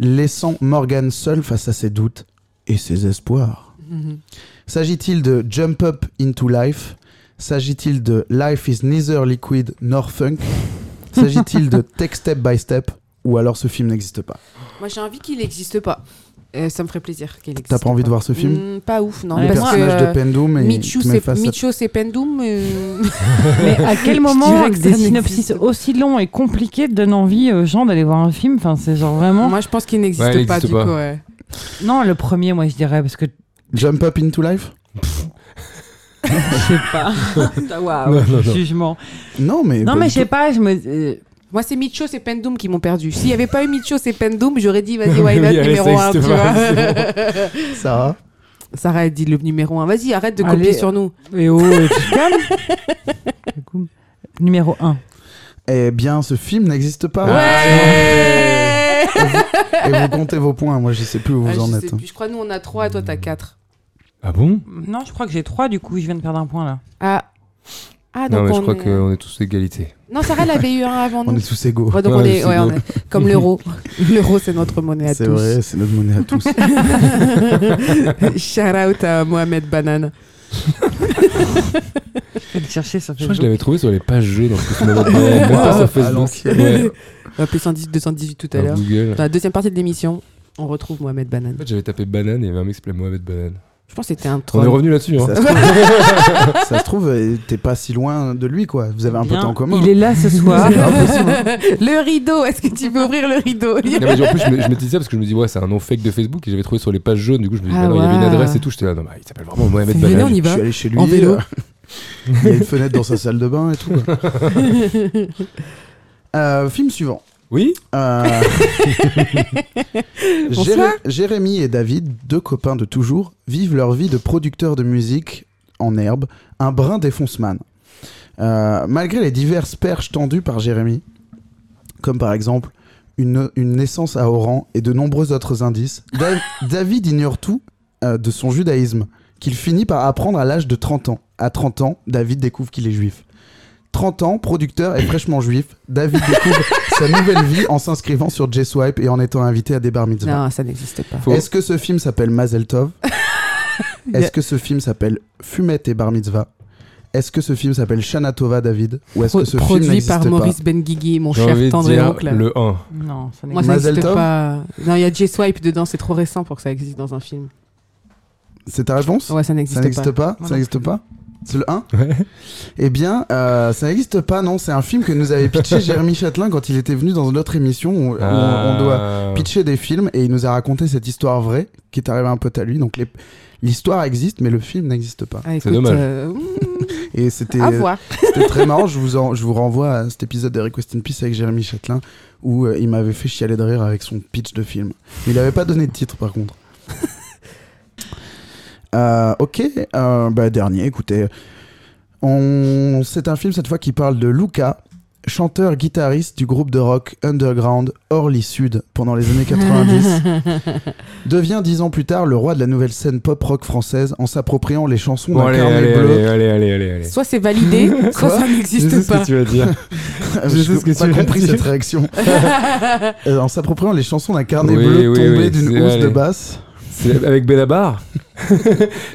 laissant Morgan seul face à ses doutes et ses espoirs.
Mhm.
S'agit-il de Jump Up into Life S'agit-il de Life is neither liquid nor funk S'agit-il de Take Step by Step Ou alors ce film n'existe pas
Moi j'ai envie qu'il n'existe pas. Euh, ça me ferait plaisir qu'il existe.
T'as pas envie de voir ce film
Mm, Pas ouf, non.
Ouais,
Le
parce que,
personnage
euh,
de Pendoom et
Michou,
tu mets
c'est
face à-
Michou, c'est Pendoum. euh,
Mais à quel
Je
moment
dirais que ça
des synopsis
n'existe pas.
aussi longs et compliqués donnent envie aux gens d'aller voir un film Enfin, c'est genre vraiment.
Moi je pense qu'il n'existe
Ouais, il
pas
n'existe
du
pas.
coup. ouais.
Non, le premier, moi, je dirais, parce que
Jump Up into Life
je sais pas. Waouh,
Non, non, non.
jugement.
Non mais
Non,
bah,
mais je sais pas, je me. euh,
Moi c'est Michou, c'est Pendoum qui m'ont perdu. S'il y avait pas eu Michou, c'est Pendoum, j'aurais dit vas-y, why
Oui,
not,
allez,
numéro
ça
1. Tu
existe pas,
vois
Sarah
Sarah elle dit le numéro 1. Vas-y, arrête de copier
Allez.
sur nous.
Et oh, tu te calmes Du coup, Numéro 1.
Eh bien ce film n'existe pas
Ouais
Et vous comptez vos points, moi je sais plus où
Ah,
vous
je,
en
sais
êtes. hein.
plus. je crois nous on a 3 et toi t'as 4.
Ah bon
Non, je crois que j'ai 3, du coup, je viens de perdre un point là.
Ah. Ah,
Non,
donc
mais je
on
crois
est-
qu'on est tous égalité.
Non, Sarah, elle avait eu un avant
On
nous.
est tous égaux.
Ouais, donc
Ouais,
on,
c'est
est, ouais,
beau.
on est- comme l'euro. l'euro, c'est notre monnaie à
C'est
tous.
vrai, c'est notre monnaie à tous.
Shout out à Mohamed Banane.
Je vais le chercher sur
Je crois que je
Facebook.
l'avais trouvé sur les pages jeux dans le monde. Même pas sur
À
Facebook.
l'ancienne.
Ouais,
On a appelé 110 218 tout à
sur
l'heure.
Google.
Dans la deuxième partie de l'émission, on retrouve Mohamed
En
Banane.
fait, j'avais tapé banane et il y avait un mec qui s'appelait Mohamed Banane.
Je pense que c'était un
On est
troll.
revenu là-dessus. Hein.
Ça se trouve- ça se trouve, euh, t'es pas si loin de lui, quoi. Vous avez un peu de temps en commun.
Il est là ce soir.
C'est impossible, hein.
Le rideau, est-ce que tu peux ouvrir le rideau
Non, mais en plus, je me, je m'étais dit ça parce que je me dis, ouais, c'est un nom fake de Facebook et j'avais trouvé sur les pages jaunes. Du coup, je me dis,
Ah
bah non, il y avait une
ouais.
adresse et tout. J'étais là, non, bah, il s'appelle vraiment Mohamed
Venez, on
Banane.
y
Je
va.
suis allé chez lui.
En vélo.
euh, Il y a une fenêtre dans sa salle de bain et tout. quoi. Euh, film suivant.
Oui
Euh, Jéré-
Bonsoir.
Jérémy et David, deux copains de toujours, vivent leur vie de producteurs de musique en herbe, un brin défonceman. Euh, malgré les diverses perches tendues par Jérémy, comme par exemple une, une naissance à Oran et de nombreux autres indices, Da- David ignore tout euh, de son judaïsme, qu'il finit par apprendre à l'âge de 30 ans. À 30 ans, David découvre qu'il est juif. 30 ans, producteur et fraîchement juif, David découvre sa nouvelle vie en s'inscrivant sur J-Swipe et en étant invité à des bar mitzvahs.
Non, ça n'existe pas.
Faut-
Est-ce que ce film s'appelle Mazel Tov Est-ce que ce film s'appelle Fumette et Bar Mitzvah Est-ce que ce film s'appelle Shana Tova David Ou est-ce que ce film
Produit
n'existe
par
pas
Maurice Benguigui, mon
J'ai
cher
envie de
tendre et
dire
oncle.
le 1.
Non, ça
Moi,
n'existe
ça
Mazel
n'existe
Tov
pas. Non, il y a J-Swipe dedans, c'est trop récent pour que ça existe dans un film.
C'est ta réponse
Ouais, ça n'existe
Ça
pas.
n'existe pas,
Moi
Ça
non
n'existe pas C'est le 1
Ouais.
Eh bien, euh, ça n'existe pas, non. C'est un film que nous avait pitché Jérémy Châtelain quand il était venu dans notre émission où, où
Ah.
on doit pitcher des films et il nous a raconté cette histoire vraie qui est arrivée un peu à lui. Donc les- l'histoire existe, mais le film n'existe pas.
Ah, écoute,
dommage. euh,
euh, mm,
Et c'était
à voir.
c'était très marrant. Je vous, en- je vous renvoie à cet épisode de Request in Peace avec Jérémy Châtelain où euh, il m'avait fait chialer de rire avec son pitch de film. Mais il n'avait pas donné de titre par contre. Euh, ok, euh, bah, dernier, écoutez. On... C'est un film cette fois qui parle de Luca, chanteur-guitariste du groupe de rock underground Orly Sud pendant les années 90 devient dix ans plus tard le roi de la nouvelle scène pop-rock française en s'appropriant les chansons
Bon,
d'un
allez,
carnet
allez,
bleu.
allez, allez, allez, allez, allez.
Soit c'est validé, soit
Quoi
ça
Je sais
n'existe
ce que
pas.
tu vas dire. Je sais
J'ai
ce que
pas
tu veux
compris
dire.
cette réaction. Euh, en s'appropriant les chansons d'un carnet
Oui,
bleu
oui,
tombé
oui,
d'une
c'est-
housse
allez.
de basse.
C'est avec Benabar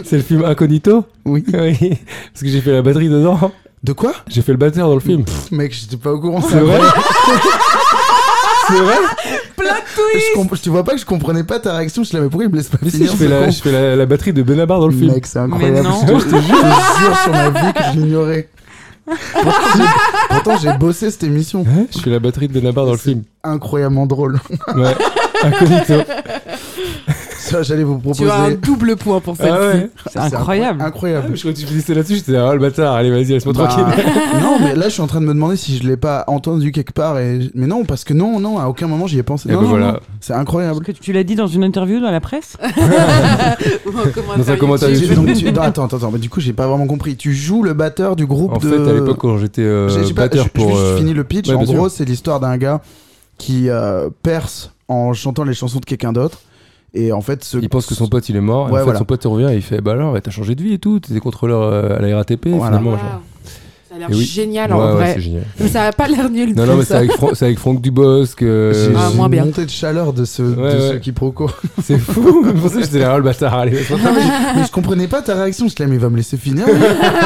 C'est le film Incognito
Oui.
Oui. Parce que j'ai fait la batterie dedans.
De quoi
J'ai fait le batteur dans le film.
Pff, Mec, j'étais pas au courant.
C'est vrai C'est vrai
Je comp- je- Tu vois pas que je comprenais pas ta réaction. Je l'avais pourri, il me laisse pas
Mais si,
finir.
je fais,
ce
la,
con.
je fais la, la batterie de Benabar dans le film.
Mec, c'est incroyable.
non.
Je te jure, je te jure sur ma vie que je l'ignorais. Pourtant, j'ai- Pourtant, j'ai bossé cette émission.
Hein je fais la batterie de Benabar dans le
C'est
film.
Incroyablement drôle.
Ouais. Incognito.
Ça, j'allais vous proposer.
Tu as un double point pour
Ah
celle-ci.
ouais.
C'est incroyable.
Ah,
Incroyable.
mais je crois que tu finissais là-dessus, j'étais ah le bâtard, allez vas-y, laisse-moi
Bah,
tranquille.
non, mais là, je suis en train de me demander si je l'ai pas entendu quelque part. Et... Mais non, parce que non, non, à aucun moment j'y ai pensé.
Et
Non,
ben
non,
voilà.
non, c'est incroyable.
Parce que tu l'as dit dans une interview dans la presse
Ou un
Dans un commentaire
YouTube.
YouTube.
Donc, tu- non, attends, attends, attends, mais du coup, j'ai pas vraiment compris. Tu joues le batteur du groupe
En
de.
fait, à l'époque, quand j'étais euh,
J'ai- j'ai pas-
batteur
je- je-
pour.
je
euh,
finis le pitch.
ouais,
en
bien
gros, c'est l'histoire d'un gars qui euh, perce en chantant les chansons de quelqu'un d'autre. Et en fait, ce.
Il pense que son pote il est mort, et en
Ouais,
fait,
voilà.
son pote il revient et il fait Bah alors, ouais, t'as changé de vie et tout, t'étais contrôleur euh, à la RATP,
Voilà.
finalement.
Wow.
machin.
Ça a l'air
Et oui.
génial
ouais,
en
ouais,
vrai.
c'est génial.
Mais ça a pas l'air nul.
Non, non,
comme
mais c'est
ça.
avec, Fran- c'est avec Franck Dubosc. euh,
J'ai
Ah,
j'ai
moins bien.
une montée de chaleur de ce,
Ouais,
de
ouais.
ce quiproquo.
c'est fou. C'est pour ça que j'étais là, oh, le bâtard, allez.
Non, mais, je, mais je comprenais pas ta réaction. Je te mais il va me laisser finir.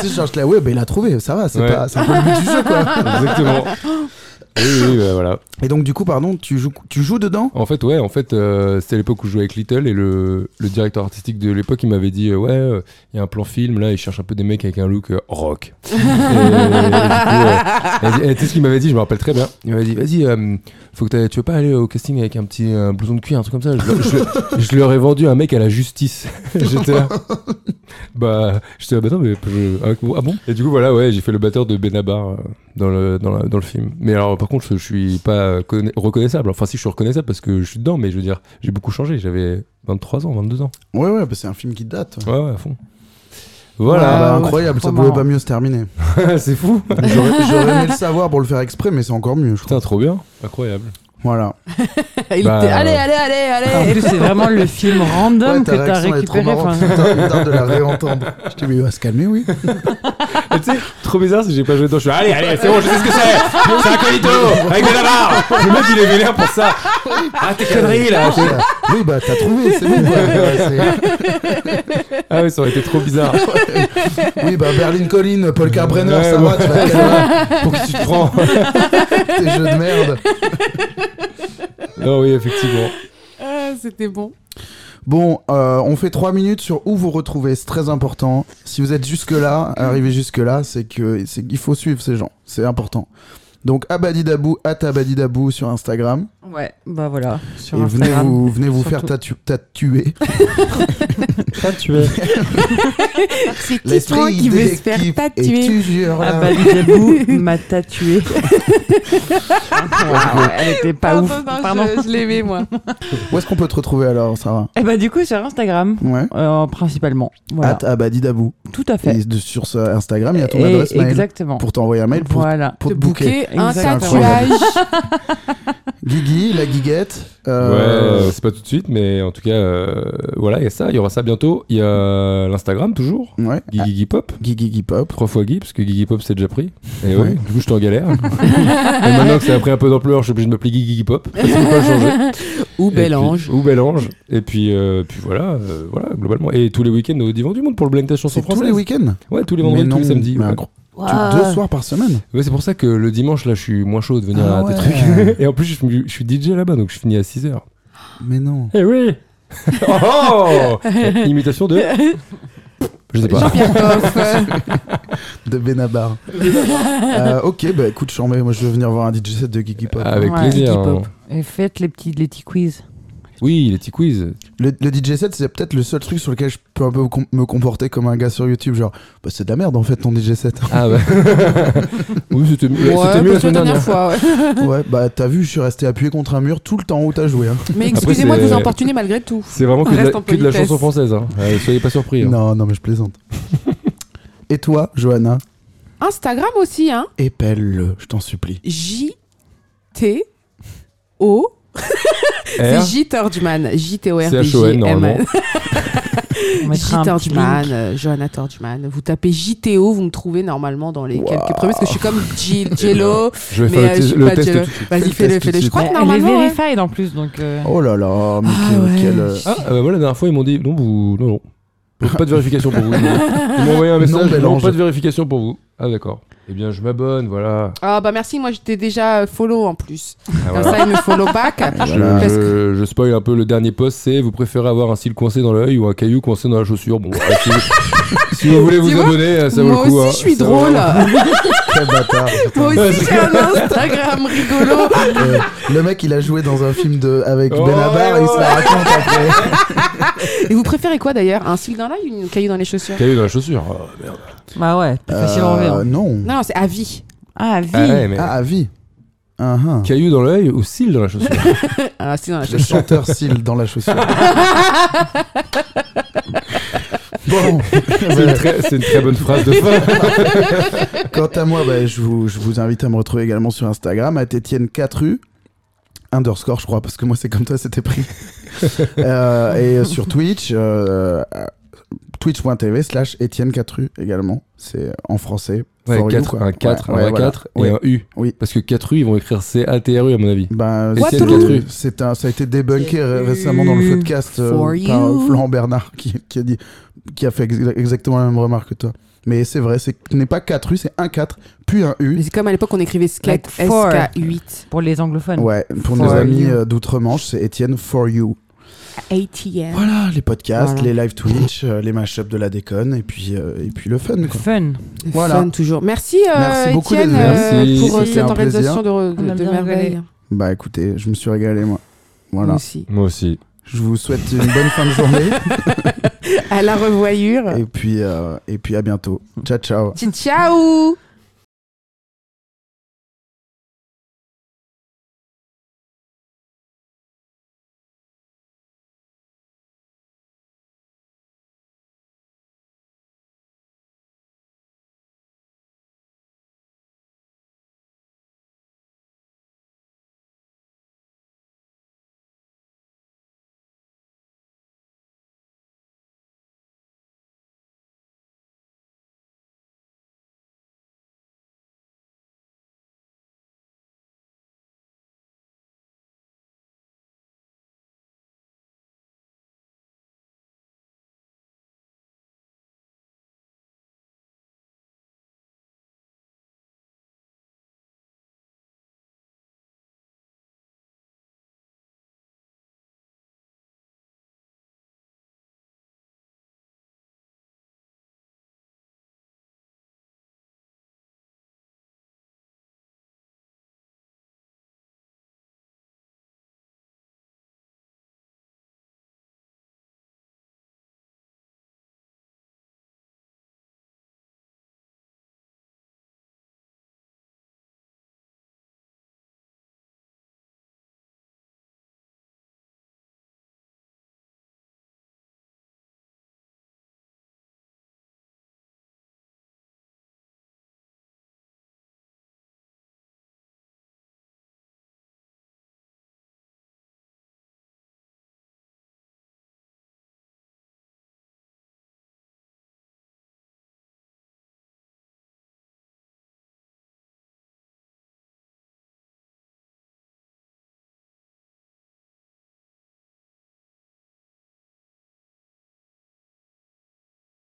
tu sais, genre, je te ouais, bah, il a trouvé, ça va, c'est
Ouais.
pas, c'est un peu le but du jeu, quoi.
Exactement. Oui, oui, bah, voilà.
Et donc, du coup, pardon, tu joues, tu joues dedans
En fait, ouais, en fait, euh, c'était l'époque où je jouais avec Little et le, le directeur artistique de l'époque, il m'avait dit euh, Ouais, euh, il y a un plan film, là, il cherche un peu des mecs avec un look euh, rock. et, et du coup, euh, et- et tu sais ce qu'il m'avait dit, je me rappelle très bien. Il m'avait dit Vas-y, euh, faut que t'ailles- tu veux pas aller au casting avec un petit euh, blouson de cuir, un truc comme ça je, leur- je- je leur ai vendu un mec à la justice. J'étais là. Bah, j'étais là, bah non, mais je- ah, ah bon Et du coup, voilà, ouais, j'ai fait le batteur de Benabar euh, dans le, dans, la- dans le film. Mais alors, par contre, je, je suis pas conna- reconnaissable. Enfin, si je suis reconnaissable parce que je suis dedans, mais je veux dire, j'ai beaucoup changé. J'avais 23 ans, 22 ans.
Ouais, ouais, bah, c'est un film qui date.
Ouais, ouais, à fond.
Ah,
Voilà,
bah,
ouais,
incroyable,
c'est
ça
trop
pouvait
marrant.
pas mieux se terminer.
c'est fou.
J'aurais j'aurais aimé le savoir pour le faire exprès, mais c'est encore mieux, je
Putain,
trouve.
trop bien. Incroyable.
Voilà.
Il
Bah,
était, Allez, allez, allez,
En
allez.
plus, c'est vraiment le film random
Ouais,
que t'as
elle est trop
récupéré.
marrante.
enfin.
Putain, il est tard de la réentendre. Je t'ai dit, mais il va se calmer, oui.
Et tu sais, trop bizarre si j'ai pas joué dedans. Je suis allez, allez, c'est bon, je sais ce que c'est. C'est incognito, avec Benabar. Le mec, il est vénère pour ça. Ah, tes conneries là.
Oui, bah, t'as trouvé, c'est bon, quoi. Ouais,
Ah, ouais, ça aurait été trop bizarre.
c'est- Oui, bah, Berlin Collin, Paul Carbrenner,
Ouais,
ça
bon.
va, tu vas te calmer,
Pour qui tu te prends
tes jeux de merde.
Non, oui, effectivement.
Ah, C'était bon.
Bon, euh, on fait 3 minutes sur où vous retrouvez, c'est très important. Si vous êtes jusque-là, arrivé jusque-là, c'est que c'est qu'il faut suivre ces gens, c'est important. Donc Abadidabou, at Abadidabou sur Instagram.
Ouais, bah voilà. Sur
et venez
Instagram.
vous, venez vous faire
Surtout.
tatu- tatuer.
C'est Titouan qui veut se faire
d'équipe est
tatuer.
toujours
Ah
là.
bah Lidabou m'a tatoué. Ah, elle était pas
Pardon,
ouf.
non,
Pardon.
Je, je l'aimais, moi.
Où est-ce qu'on peut te retrouver alors, Sarah
Et bah du coup sur Instagram
Ouais.
euh, principalement. Voilà.
At Abadidabou.
Tout à fait.
Et de- sur ce Instagram, il y a ton
Et-
adresse mail
Exactement.
pour t'envoyer un mail pour,
Voilà.
pour
De
te booker.
bouquet, un
Exactement.
tatouage.
Guigui, la guiguette.
Ouais,
euh,
euh, c'est pas tout de suite, mais en tout cas, euh, voilà, il y a ça, il y aura ça bientôt. Il y a l'Instagram toujours,
ouais.
Guigui Guigui Pop.
Guigui Guigui Pop.
Trois fois Guy, parce que Guigui Pop c'est déjà pris. Et ouais,
Ouais.
du coup je suis en galère. Et maintenant que ça a pris un peu d'ampleur, je suis obligé de me plier Guigui Pop. Parce que je peux pas le changer.
Ou
Et
bel
puis-
ange.
Ou bel ange. Et puis, euh, puis voilà, euh, voilà, globalement. Et tous les week-ends au Divan du Monde pour le Blank Test Chanson
C'est tous
Française.
les week-ends.
Ouais, tous les
Mais
vendredis,
non,
tous les samedis.
mais
ouais.
un gros- Tu- Deux soirs par semaine.
Ouais, c'est pour ça que le dimanche, là, je suis moins chaud de venir
Ah
à tes
ouais.
trucs. Et en plus, je, suis- je suis DJ là-bas, donc je finis à 6h.
Mais non.
Eh oui Oh Imitation de. Je sais pas.
Jean-Pierre Coff.
De Benabar. Euh, ok, bah écoute, je moi je veux venir voir un DJ set de Guigui Pop.
Avec
Ouais.
plaisir.
Guigui
hein.
Pop.
Et faites les petits, les petits quiz.
Oui, les petits quiz.
Le, le DJ set, c'est peut-être le seul truc sur lequel je peux un peu com- me comporter comme un gars sur YouTube. Genre, bah, c'est de la merde en fait ton DJ set.
Ah bah. oui, c'était mieux
Ouais,
c'était mieux la
parce que
semaine dernière.
fois. ouais.
ouais, bah t'as vu, je suis resté appuyé contre un mur tout le temps où t'as joué. hein.
Mais
Après,
excusez-moi de vous
c'est-
importuner malgré tout.
C'est vraiment que de, la,
Reste en
que de la
politesse.
chanson française. Hein. Euh, soyez pas surpris. hein.
Non, non, mais je plaisante. Et toi, Johanna
Instagram aussi, hein.
Épelle-le, je t'en supplie.
J T O. C'est
R,
J Tordman. J T O R D
C H O
J
N,
M
normalement.
N.
On
J
mettra un petit
Tordman,
link.
euh, Johanna Tordman. Vous tapez JTO, vous me trouvez normalement dans les quelques premiers parce que je suis comme J- Jello.
Je vais
Mais
faire le
euh,
te-
je suis
le,
pas
test
Jello.
tout de suite.
Vas-y,
Fais le
fais-le,
test tout de
fais-le. Je
suite.
crois que
Elle est
normalement. ouais.
verified en plus, donc. euh,
Oh là là, mais
Ah
quel-
ouais.
quel, euh,
Ah, ah bah moi la dernière fois ils m'ont dit non vous non non Donc, pas de vérification pour vous. Ils m'ont envoyé un message
bel
non,
ange.
pas de vérification pour vous. Ah d'accord. Eh bien je m'abonne voilà.
Ah bah merci, moi j'étais déjà euh, follow en plus.
Ah,
Comme
voilà.
ça, il me follow back.
Je,
Parce que-
je- je spoil un peu le dernier post c'est vous préférez avoir un cil coincé dans l'œil ou un caillou coincé dans la chaussure bon voilà, si, vous, si vous voulez
Tu
vous
vois,
abonner ça vaut
Moi
le coup.
aussi,
hein.
je suis
Ça
drôle.
vaut-
quel bâtard.
Moi aussi, j'ai un Instagram rigolo.
Euh, le mec, il a joué dans un film de avec
Oh,
Benabar,
ouais,
il se la raconte après.
Et vous préférez quoi d'ailleurs Un cil dans l'œil ou une caillou dans les chaussures
Caillou dans la chaussure. Ah, merde.
Bah ouais, plus facile à enlever.
Euh,
hein.
non.
Non, non, c'est à vie.
Ah, vie.
Ah ouais, mais-
Ah, à vie. Ah, ah.
Caillou dans l'œil ou cil dans la chaussure.
Un cil dans la
Le
chaussure.
chanteur Seal dans la chaussure. bon,
c'est une, très- c'est une très bonne phrase de fin.
quant à moi, bah, je, vous, je vous invite à me retrouver également sur Instagram, à Étienne 4U, underscore, je crois, parce que moi, c'est comme toi, c'était pris. Euh, et sur Twitch, euh, twitch.tv slash Étienne 4U également. C'est en français.
Ouais,
For you,
quatre-
quoi.
un 4,
Ouais, ouais,
un
voilà.
4 et
Ouais.
un U.
Oui.
Parce que 4 U, ils vont écrire C-A-T-R-U à mon avis.
Ben,
What
c'est-
to do
euh, c'est un, ça a été débunké ré- récemment dans le podcast euh,
For
par euh,
you.
Florent Bernard qui, qui a dit qui a fait ex- exactement la même remarque que toi. Mais c'est vrai, c'est ce n'est pas 4 U, c'est un 4 puis un
Mais
U.
c'est comme à l'époque on écrivait skate
Like four.
SK8
Pour les anglophones.
Ouais, pour
For
nos amis
you.
euh, d'outre-Manche, c'est Étienne for you.
ATM.
Voilà, les podcasts,
Voilà.
les live Twitch, euh, les mashups de la déconne et puis euh, et puis le fun quoi.
Fun.
Voilà.
Fun toujours. Merci, euh,
Merci beaucoup
Étienne,
d'être
venu.
euh, pour euh,
Merci. C'était
cette
un
organisation de, re-
On
de,
a
de
bien
merveille.
rigolé.
Bah écoutez, je me suis régalé moi.
Nous
Voilà.
aussi.
Moi aussi.
Je vous souhaite une bonne fin de journée
À la revoyure.
et puis euh, et puis à bientôt. Ciao ciao.
Ciao